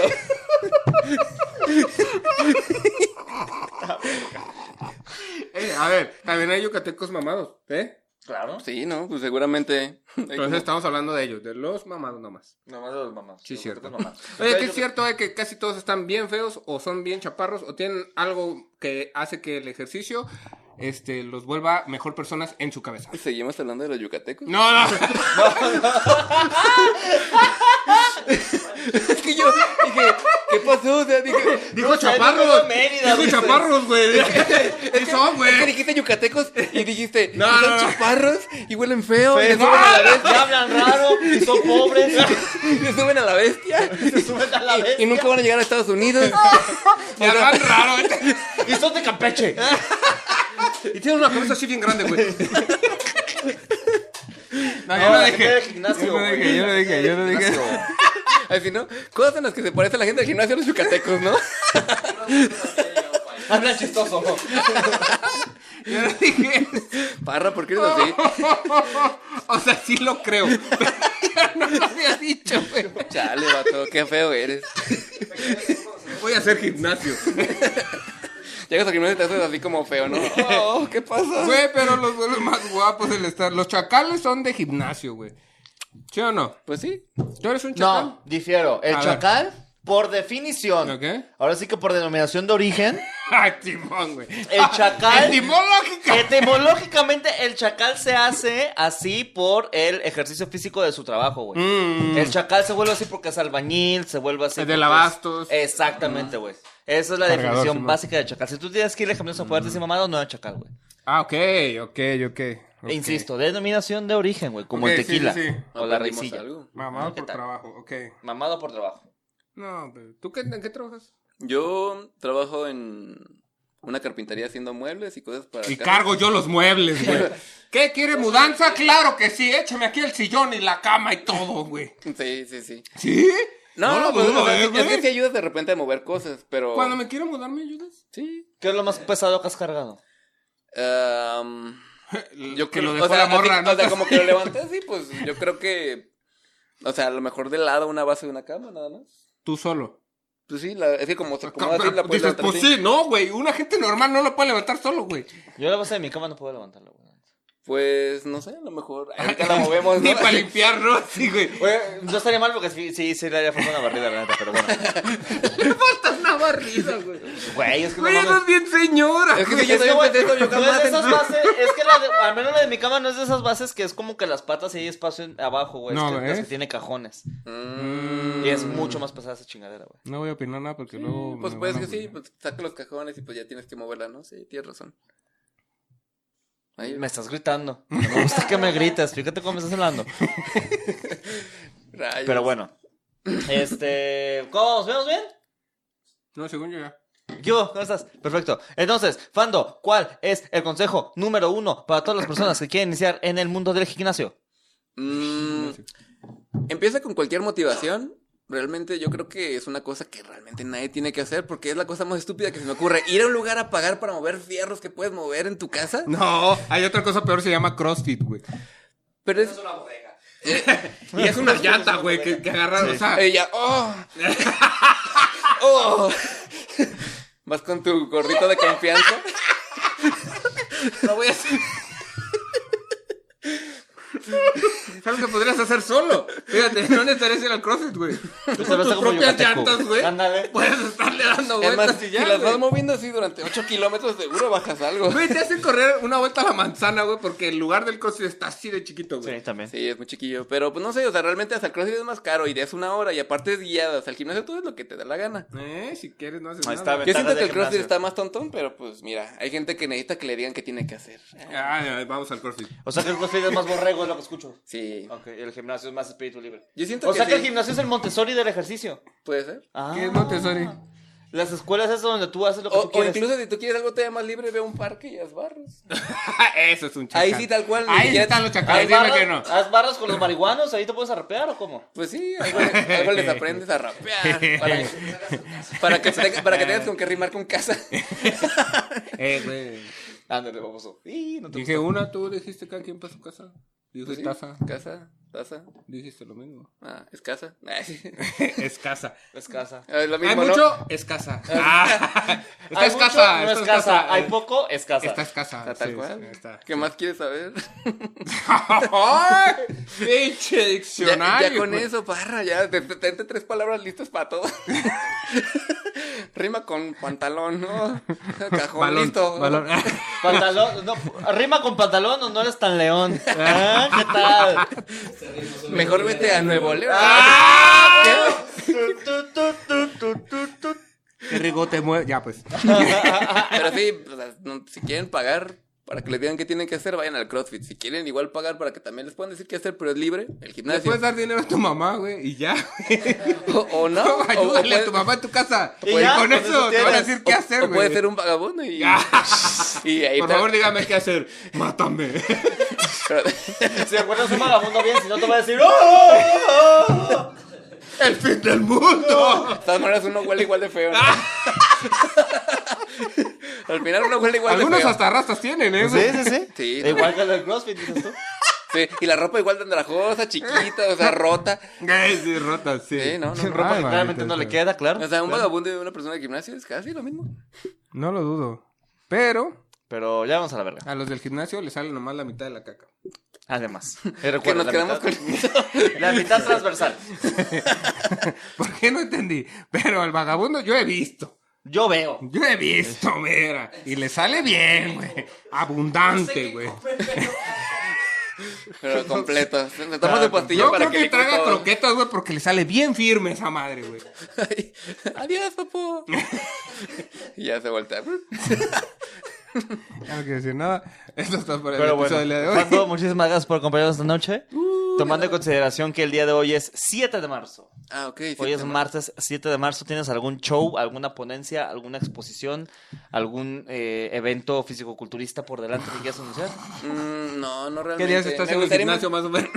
Speaker 2: Eh, a ver, también hay yucatecos mamados, ¿eh?
Speaker 1: Claro.
Speaker 3: Sí, ¿no? Pues seguramente.
Speaker 2: Entonces estamos hablando de ellos, de los mamados nomás.
Speaker 1: Nomás de los mamás.
Speaker 2: Sí,
Speaker 1: Los
Speaker 2: cierto.
Speaker 1: putos mamás.
Speaker 2: Oye, que
Speaker 1: Yo-
Speaker 2: es cierto eh, que casi todos están bien feos o son bien chaparros o tienen algo que hace que el ejercicio este, los vuelva mejor personas en su cabeza.
Speaker 3: ¿Seguimos hablando de los yucatecos?
Speaker 2: No, no.
Speaker 3: Es que yo dije, ¿qué pasó? O sea, dije,
Speaker 2: Dijo
Speaker 1: No sé, yo
Speaker 2: chaparros.
Speaker 1: vivo en Mérida,
Speaker 2: Dijo
Speaker 1: güey.
Speaker 2: chaparros, güey. ¿Qué son,
Speaker 3: es que
Speaker 2: güey?
Speaker 3: dijiste yucatecos y dijiste,
Speaker 2: No,
Speaker 3: "Y son
Speaker 2: no, no.
Speaker 3: chaparros y huelen feo.
Speaker 1: Pues,
Speaker 3: y se suben a la
Speaker 1: no, ya hablan raro y son pobres.
Speaker 3: bestia, y se suben a la bestia.
Speaker 1: Se suben a la
Speaker 3: Y
Speaker 1: bestia.
Speaker 3: nunca van a llegar a Estados Unidos.
Speaker 2: Me hablan raro. eh.
Speaker 1: Y son de Campeche.
Speaker 2: Ah, Y tienen una cabeza así bien grande, güey. No,
Speaker 1: No,
Speaker 2: yo lo
Speaker 1: la gente
Speaker 2: dije.
Speaker 1: del gimnasio,
Speaker 2: Yo lo
Speaker 1: güey.
Speaker 2: dije, yo lo dije, yo lo dije.
Speaker 3: Así, ¿no? Cosas en las que se parece la gente del gimnasio a los yucatecos, ¿no?
Speaker 1: Hablan chistoso.
Speaker 2: Yo lo dije.
Speaker 3: Parra, ¿por qué eres así?
Speaker 2: O sea, sí lo creo. Pero no lo había dicho, güey.
Speaker 3: Chale, vato, qué feo eres.
Speaker 2: Voy a hacer gimnasio.
Speaker 3: Llegas al gimnasio y te haces así como feo, ¿no? Oh, ¿qué pasa?
Speaker 2: Güey, pero los vuelve más guapos del estar. Los chacales son de gimnasio, güey. ¿Sí o no?
Speaker 3: Pues sí.
Speaker 2: ¿Tú eres un chacal?
Speaker 1: No, difiero. El
Speaker 2: A ver.
Speaker 1: chacal, por definición.
Speaker 2: ¿Ok?
Speaker 1: Ahora sí que por denominación de origen.
Speaker 2: Ay, Timón, güey.
Speaker 1: El chacal.
Speaker 2: Etimológica.
Speaker 1: Etimológicamente, el chacal se hace así por el ejercicio físico de su trabajo, güey.
Speaker 2: Mm.
Speaker 1: El chacal se vuelve así porque es albañil, se vuelve así.
Speaker 2: Es
Speaker 1: porque
Speaker 2: del abastos.
Speaker 1: Exactamente, güey. Esa es la
Speaker 2: Cargador,
Speaker 1: definición
Speaker 2: Simón. Mm.
Speaker 1: básica de chacal. Si tú tienes que ir al gimnasio a poderte decir mamado, no es chacal, güey.
Speaker 2: Ah, ok, ok, ok. ok.
Speaker 1: E Insisto, denominación de origen, güey. Como
Speaker 2: Ok,
Speaker 1: el
Speaker 2: sí,
Speaker 1: tequila
Speaker 2: sí, sí.
Speaker 1: o la
Speaker 3: Aprendimos
Speaker 1: raicilla.
Speaker 3: algo.
Speaker 2: Mamado
Speaker 1: ¿Qué
Speaker 2: por
Speaker 1: tal?
Speaker 2: trabajo, ok.
Speaker 1: Mamado por trabajo.
Speaker 2: No, pero ¿tú qué, en qué trabajas?
Speaker 3: Yo trabajo en una carpintería haciendo muebles y cosas para.
Speaker 2: Y
Speaker 3: casa.
Speaker 2: cargo yo los muebles, güey. ¿Qué quiere mudanza? Claro que sí, échame aquí el sillón y la cama y todo, güey.
Speaker 3: Sí, sí, sí.
Speaker 2: ¿Sí?
Speaker 3: No, no,
Speaker 2: lo
Speaker 3: pues,
Speaker 2: dudo,
Speaker 3: o sea,
Speaker 2: eh,
Speaker 3: sí- es
Speaker 2: güey.
Speaker 3: que sí ayudas de repente a mover cosas, pero.
Speaker 2: Cuando me quiero mudar, ¿me ayudas?
Speaker 3: Sí.
Speaker 1: ¿Qué es lo más pesado que has cargado?
Speaker 3: Am, yo
Speaker 2: que
Speaker 3: creo-
Speaker 2: lo dejó
Speaker 3: o sea,
Speaker 2: la morra,
Speaker 3: así-
Speaker 2: ¿no?
Speaker 3: O sea, como que lo levantas, sí, pues yo creo que. O sea, a lo mejor de lado una base de una cama, nada más.
Speaker 2: Tú solo.
Speaker 3: Pues sí, la- es que como se acomoda así, la
Speaker 2: Dices,
Speaker 3: puedes levantar
Speaker 2: pues
Speaker 3: así.
Speaker 2: sí, no, güey. Una gente normal no lo puede levantar solo, güey.
Speaker 1: Yo la base de mi cama no puedo levantarla, güey.
Speaker 3: Pues no sé, a lo mejor. Ahorita la movemos,
Speaker 2: Ni
Speaker 3: ¿no?
Speaker 2: para limpiar, ¿no? Sí, güey.
Speaker 1: Güey, No estaría mal porque sí, sí, sí le haría falta una barrida, la neta, pero bueno.
Speaker 2: Faltas una barrida, güey.
Speaker 1: Güey, es que no
Speaker 2: Güey,
Speaker 1: mames.
Speaker 2: eso es bien señora.
Speaker 3: Es que
Speaker 2: güey.
Speaker 3: sí, yo
Speaker 1: Es que,
Speaker 3: también
Speaker 1: güey,
Speaker 3: pensé eso,
Speaker 1: no
Speaker 3: yo
Speaker 1: es
Speaker 3: jamás
Speaker 1: de esas
Speaker 3: pensé-
Speaker 1: bases, es que la de, al menos la de mi cama no es de esas bases que es como que las patas y hay espacio en- abajo, güey.
Speaker 2: No,
Speaker 1: es que,
Speaker 2: ¿ves?
Speaker 1: las que tiene cajones.
Speaker 3: Mm,
Speaker 1: Y es mucho más pesada esa chingadera, güey.
Speaker 2: No voy a opinar nada porque luego.
Speaker 3: Pues
Speaker 2: me
Speaker 3: pues
Speaker 2: van a
Speaker 3: que sí,
Speaker 2: opinar.
Speaker 3: pues saca los cajones y pues ya tienes que moverla, ¿no? Sí, tienes razón. Ahí-
Speaker 1: Me estás gritando. No Me gusta que me grites. Fíjate cómo me estás hablando.
Speaker 3: Rayos.
Speaker 1: Pero bueno. Este. ¿Cómo vamos? ¿Vemos bien?
Speaker 2: No, según yo ya.
Speaker 1: Yo, ¿cómo estás? Perfecto. Entonces, Fando, ¿cuál es el consejo número uno para todas las personas que quieren iniciar en el mundo del gimnasio?
Speaker 3: Mm, empieza con cualquier motivación. Realmente yo creo que es una cosa que realmente nadie tiene que hacer porque es la cosa más estúpida que se me ocurre. Ir a un lugar a pagar para mover fierros que puedes mover en tu casa.
Speaker 2: No, hay otra cosa peor, se llama CrossFit, güey.
Speaker 3: Pero es...
Speaker 4: una bodega.
Speaker 2: Y es una llanta, güey, que, que agarran, o sea,
Speaker 3: Ella... ¡Oh! ¡Oh! Vas con tu gorrito de confianza.
Speaker 2: lo voy a hacer. ¿Sabes que podrías hacer solo? Fíjate, no necesitarías ir al CrossFit, güey. Tú
Speaker 1: Te
Speaker 2: con
Speaker 1: ves
Speaker 2: tus
Speaker 1: como
Speaker 2: propias
Speaker 1: yucateco.
Speaker 2: llantas, güey.
Speaker 1: Ándale.
Speaker 2: Puedes estarle dando
Speaker 3: Es
Speaker 2: vueltas
Speaker 3: más,
Speaker 2: y
Speaker 3: si
Speaker 2: ya,
Speaker 3: las vas
Speaker 2: güey.
Speaker 3: moviendo así durante 8 kilómetros seguro bajas algo.
Speaker 2: Güey, te hacen correr una vuelta a la manzana, güey, porque el lugar del CrossFit está así de chiquito, güey.
Speaker 1: Sí, también.
Speaker 3: Sí, es muy chiquillo. Pero pues no sé, o sea, realmente hasta el crossfit es más caro y de es una hora y aparte es guiada. O sea, el gimnasio todo es lo que te da la gana.
Speaker 2: Eh, si quieres no haces
Speaker 1: Ahí está,
Speaker 2: nada.
Speaker 3: Yo
Speaker 1: Ventaja
Speaker 3: siento
Speaker 1: de
Speaker 3: que el
Speaker 1: gimnasio.
Speaker 3: crossfit está más tontón, pero pues mira, hay gente que necesita que le digan qué tiene que hacer.
Speaker 2: Ay, ay, Ah, vamos al CrossFit.
Speaker 1: O sea que el CrossFit es más borrego, es lo que escucho.
Speaker 3: Sí.
Speaker 1: Ok, y el gimnasio es más espíritu libre.
Speaker 3: Yo siento
Speaker 1: O
Speaker 3: que,
Speaker 1: sea que el
Speaker 3: sí,
Speaker 1: gimnasio es el Montessori del ejercicio.
Speaker 3: puede ser.
Speaker 1: Ah.
Speaker 2: ¿Qué es Montessori?
Speaker 1: Las escuelas es donde tú haces lo que
Speaker 3: O,
Speaker 1: tú
Speaker 3: o
Speaker 1: quieres.
Speaker 3: incluso si tú quieres algo todavía más libre, ve a un parque y haz barras.
Speaker 2: Eso es un chacal.
Speaker 3: Ahí sí, tal cual, ni
Speaker 2: Ahí sí
Speaker 3: siquiera-
Speaker 2: están los
Speaker 1: ¿Haz
Speaker 2: chacales, Ah, dime
Speaker 1: barras,
Speaker 2: que no.
Speaker 1: haz barras con los marihuanos, ahí te puedes arrepear o cómo.
Speaker 3: Pues sí, algo, le- algo les aprendes a rapear. Para que, para que, tenga- para que tengas con qué rimar con casa.
Speaker 2: Eh, güey.
Speaker 3: Ándale, baboso.
Speaker 1: Y no te
Speaker 2: Dije una, tú dijiste cada quien para su casa. Dije
Speaker 3: Pues sí,
Speaker 2: taza,
Speaker 3: Casa, taza.
Speaker 2: dijiste lo mismo.
Speaker 3: Ah, es casa. Ah, sí.
Speaker 2: es casa.
Speaker 1: es casa.
Speaker 3: Ah, es lo
Speaker 2: Hay
Speaker 3: mismo, ¿no?
Speaker 2: mucho, es casa. Ah, está
Speaker 1: Hay
Speaker 2: es
Speaker 1: mucho,
Speaker 2: casa.
Speaker 1: no
Speaker 2: está
Speaker 1: es casa. Hay
Speaker 2: eh,
Speaker 1: poco, es casa.
Speaker 2: Está escasa.
Speaker 3: Ah, tal
Speaker 2: sí,
Speaker 3: cual.
Speaker 2: sí, está.
Speaker 3: ¿Qué más quieres saber?
Speaker 2: ¡Ay! ¡Pinche
Speaker 3: Ya,
Speaker 2: diccionario!
Speaker 3: ya con
Speaker 2: güey.
Speaker 3: eso, barra, ya. Te, te- te- tres palabras listas para todo. Rima con pantalón, ¿no? Cajón
Speaker 2: Balón,
Speaker 3: listo.
Speaker 2: balón.
Speaker 1: Pantalón, no, rima con pantalón o no eres tan león. Ah, ¿Qué tal?
Speaker 4: Se ríe, no solo-
Speaker 3: Mejor vete a Nuevo León.
Speaker 2: ¡Ah!
Speaker 1: Tu, tu, tu, tu, tu, tu.
Speaker 2: Qué rico te mueve. Ya, pues.
Speaker 3: Pero sí, o sea, no- si quieren pagar para que les digan qué tienen que hacer, vayan al CrossFit. Si quieren igual pagar para que también les puedan decir qué hacer, pero es libre, el
Speaker 2: Le
Speaker 3: gimnasio.
Speaker 2: puedes dar dinero a tu mamá, güey, y ya.
Speaker 3: O, o no. o- o
Speaker 2: Ayúdale a
Speaker 3: puedes-
Speaker 2: tu mamá en tu casa.
Speaker 1: Y
Speaker 2: Y,
Speaker 1: ya,
Speaker 2: con
Speaker 1: con
Speaker 2: eso
Speaker 1: eso
Speaker 2: te van a
Speaker 1: tienes.
Speaker 2: decir qué
Speaker 3: o-
Speaker 2: hacer,
Speaker 3: o puedes
Speaker 2: güey.
Speaker 3: ser un vagabundo y,
Speaker 2: Ya.
Speaker 3: y ahí
Speaker 2: Por
Speaker 3: te-
Speaker 2: favor, dígame qué hacer. Mátame.
Speaker 3: pero-
Speaker 1: Si acuerdas un vagabundo bien, si no te va a decir ¡Oh!
Speaker 2: El fin del mundo.
Speaker 3: De todas maneras, uno huele igual de feo. ¿no? Al final, uno huele igual de
Speaker 2: Algunos
Speaker 3: feo.
Speaker 2: hasta rastas tienen, ¿eh?
Speaker 1: Sí,
Speaker 2: güey?
Speaker 1: sí, sí.
Speaker 3: Sí.
Speaker 1: Igual que el del CrossFit, dices tú.
Speaker 3: Sí, y la ropa igual de andrajosa, chiquita, o sea, rota.
Speaker 2: Eh, sí, rotas, sí.
Speaker 3: Sí, no, no,
Speaker 2: Sin
Speaker 3: ropa
Speaker 1: Ropa
Speaker 2: Ay,
Speaker 1: que claramente
Speaker 2: manito,
Speaker 1: no le
Speaker 2: sí.
Speaker 1: queda, claro.
Speaker 3: O sea, un vagabundo y una persona de gimnasio es casi lo mismo.
Speaker 2: No lo dudo. Pero
Speaker 1: Pero ya vamos a la verga.
Speaker 2: a los del gimnasio les sale nomás la mitad de la caca.
Speaker 1: Además.
Speaker 3: Que nos quedamos
Speaker 1: mitad,
Speaker 3: con
Speaker 1: La mitad transversal.
Speaker 2: ¿Por qué no entendí? Pero al vagabundo yo he visto.
Speaker 1: Yo veo.
Speaker 2: Yo he
Speaker 3: Eh.
Speaker 2: visto, mira. Y le sale bien, güey. Abundante, güey.
Speaker 3: Pero completo. Nos tomamos de pastilla
Speaker 2: Yo
Speaker 3: para
Speaker 2: creo
Speaker 3: que,
Speaker 2: que,
Speaker 3: licue
Speaker 2: traga
Speaker 3: todo.
Speaker 2: croquetas, güey, porque le sale bien firme esa madre, güey.
Speaker 3: Ay, Adiós, papu. y ya se voltea.
Speaker 2: Ya no quiero decir nada. Esto está por el
Speaker 1: Pero
Speaker 2: episodio
Speaker 1: bueno,
Speaker 2: del día de hoy.
Speaker 1: Fando, muchísimas gracias por acompañarnos esta noche. Tomando en consideración que el día de hoy es 7 de marzo.
Speaker 3: Ah, ok. Uh, sí,
Speaker 1: Hoy es
Speaker 3: tema.
Speaker 1: martes 7 de marzo. ¿Tienes algún show, alguna ponencia, alguna exposición, algún eh, evento fisicoculturista por delante que quieras anunciar?
Speaker 3: Mm, no, no realmente.
Speaker 2: ¿Qué días estás
Speaker 3: Me
Speaker 2: en el
Speaker 3: gustaría-
Speaker 2: gimnasio más o menos?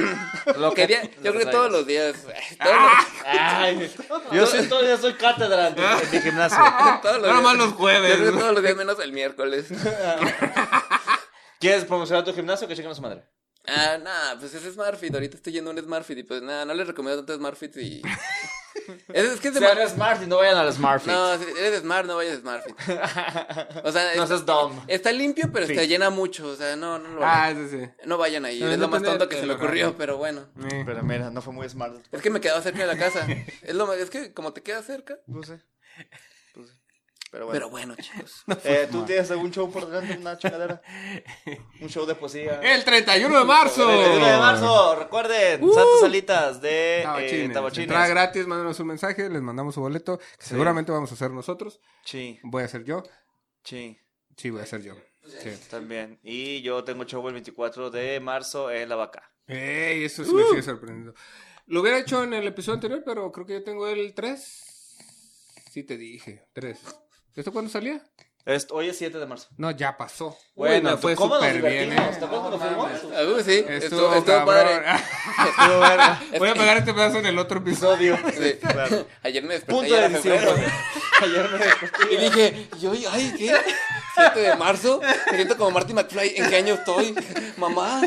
Speaker 1: Lo
Speaker 3: ¿Qué día? Yo creo que todos los días. eh, Todos
Speaker 2: Ah,
Speaker 3: los-
Speaker 1: Ay, yo sí todavía soy cátedra en, en mi gimnasio.
Speaker 3: todos los
Speaker 2: Nada más
Speaker 3: días.
Speaker 2: los jueves.
Speaker 3: Yo creo que todos los días menos el miércoles.
Speaker 1: ¿Quieres promocionar tu gimnasio? Que chequen a su madre.
Speaker 3: Ah, nada, pues es Smartfit. Ahorita estoy yendo a un Smartfit y pues nada, no les recomiendo tanto Smartfit y. es, es que es de mar-
Speaker 1: Sean smart y no vayan al smart. Fit.
Speaker 3: No, si eres Smart, no vayas a Smartfit. O sea,
Speaker 1: No
Speaker 3: es-
Speaker 1: seas dumb.
Speaker 3: está limpio, pero se llena mucho. O sea, no, no lo
Speaker 2: Ah, eso sí.
Speaker 3: No vayan ahí,
Speaker 2: No,
Speaker 3: es lo más
Speaker 2: depende
Speaker 3: tonto que
Speaker 2: de
Speaker 3: se me
Speaker 2: la
Speaker 3: ocurrió,
Speaker 2: raza.
Speaker 3: pero bueno.
Speaker 2: Eh.
Speaker 1: Pero mira, no fue muy smart.
Speaker 3: Es que me quedaba cerca de la casa. Es lo más, es que como te queda cerca.
Speaker 1: No sé. Pero
Speaker 3: Pero bueno, chicos.
Speaker 1: Eh, ¿Tú tienes algún show por delante, una chingadera? Un show de poesía.
Speaker 2: El 31 de marzo. Eh,
Speaker 1: 31 de marzo, recuerden, Santas Alitas de eh,
Speaker 2: ¡Uh! Tabachines.
Speaker 1: Tabachines.
Speaker 2: Entrada gratis, mándanos un mensaje, les mandamos su boleto, que seguramente vamos a hacer nosotros.
Speaker 1: Sí,
Speaker 2: Voy a hacer yo.
Speaker 1: sí,
Speaker 2: Sí, voy a hacer yo. Sí.
Speaker 1: también. Y yo tengo show el 24 de marzo en La Vaca.
Speaker 2: Ey, eso sí me
Speaker 3: Uh.
Speaker 2: sigue sorprendiendo. Lo hubiera hecho en el episodio anterior, pero creo que yo tengo el 3. Sí te dije, 3. ¿Esto cuándo salía?
Speaker 1: Esto- hoy es 7 de marzo.
Speaker 2: No, ya pasó.
Speaker 1: Bueno, pues,
Speaker 2: Uy, me fue
Speaker 1: ¿cómo nos
Speaker 2: súper bien,
Speaker 1: divertimos?
Speaker 2: ¿eh?
Speaker 1: ¿Te acuerdas cuando
Speaker 2: No,
Speaker 1: fuimos?
Speaker 3: Ah, uh, sí,
Speaker 2: mames.
Speaker 3: estuvo,
Speaker 2: Estuvo,
Speaker 3: estuvo padre.
Speaker 2: cabrón. Voy a pagar este pedazo en el otro episodio.
Speaker 1: Odio.
Speaker 3: Sí.
Speaker 1: Claro.
Speaker 3: Ayer me desperté
Speaker 1: Punto
Speaker 3: y
Speaker 1: de
Speaker 3: era
Speaker 1: edición.
Speaker 3: febrero.
Speaker 1: Ayer me desperté.
Speaker 3: Y dije, yo, ay, ¿qué? 7 de marzo. Me siento como Marty McFly. ¿En qué año estoy? Mamá,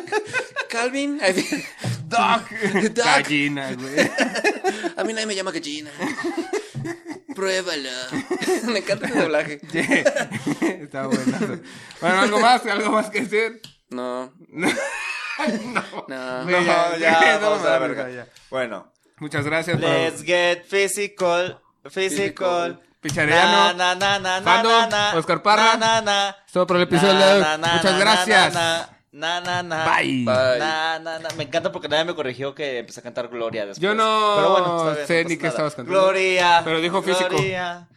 Speaker 3: Calvin. Ay, sí.
Speaker 2: Doc.
Speaker 3: Doc.
Speaker 2: Gallina, güey.
Speaker 3: A mí nadie me llama gallina. Pruébala. Me encanta ese doblaje.
Speaker 2: Está bueno. Bueno, algo más, algo más que decir.
Speaker 3: No,
Speaker 2: No.
Speaker 3: no.
Speaker 2: Güey,
Speaker 1: No, ya,
Speaker 2: no
Speaker 1: vamos a la
Speaker 2: mames,
Speaker 1: verga.
Speaker 2: ya.
Speaker 1: Bueno,
Speaker 2: Muchas gracias. por-
Speaker 1: let's get physical. Physical.
Speaker 2: Pichareano.
Speaker 1: Na, na, na, na,
Speaker 2: Fandom,
Speaker 1: na, na.
Speaker 2: Oscar Parra.
Speaker 1: Na, na, na.
Speaker 2: Todo por el episodio de hoy.
Speaker 1: Na, na, na,
Speaker 2: Muchas
Speaker 1: na,
Speaker 2: gracias.
Speaker 1: Na, na, na, na.
Speaker 2: Bye.
Speaker 3: Bye.
Speaker 1: Na, na, na. Me encanta porque nadie me corrigió que empecé a cantar Gloria después.
Speaker 2: Yo no
Speaker 1: Pero bueno, está bien,
Speaker 2: sé
Speaker 1: no
Speaker 2: ni
Speaker 1: pasa
Speaker 2: qué
Speaker 1: nada.
Speaker 2: estabas cantando.
Speaker 1: Gloria.
Speaker 2: Pero dijo físico.
Speaker 1: Gloria.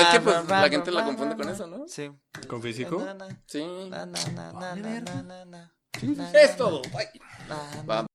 Speaker 3: Es que pues la gente la confunde con eso, ¿no?
Speaker 1: Sí.
Speaker 2: ¿Con físico?
Speaker 1: Na, na,
Speaker 3: Sí.
Speaker 1: na, na, na, na, na, na, na.
Speaker 3: Esto.
Speaker 1: Na, na,
Speaker 3: Bam,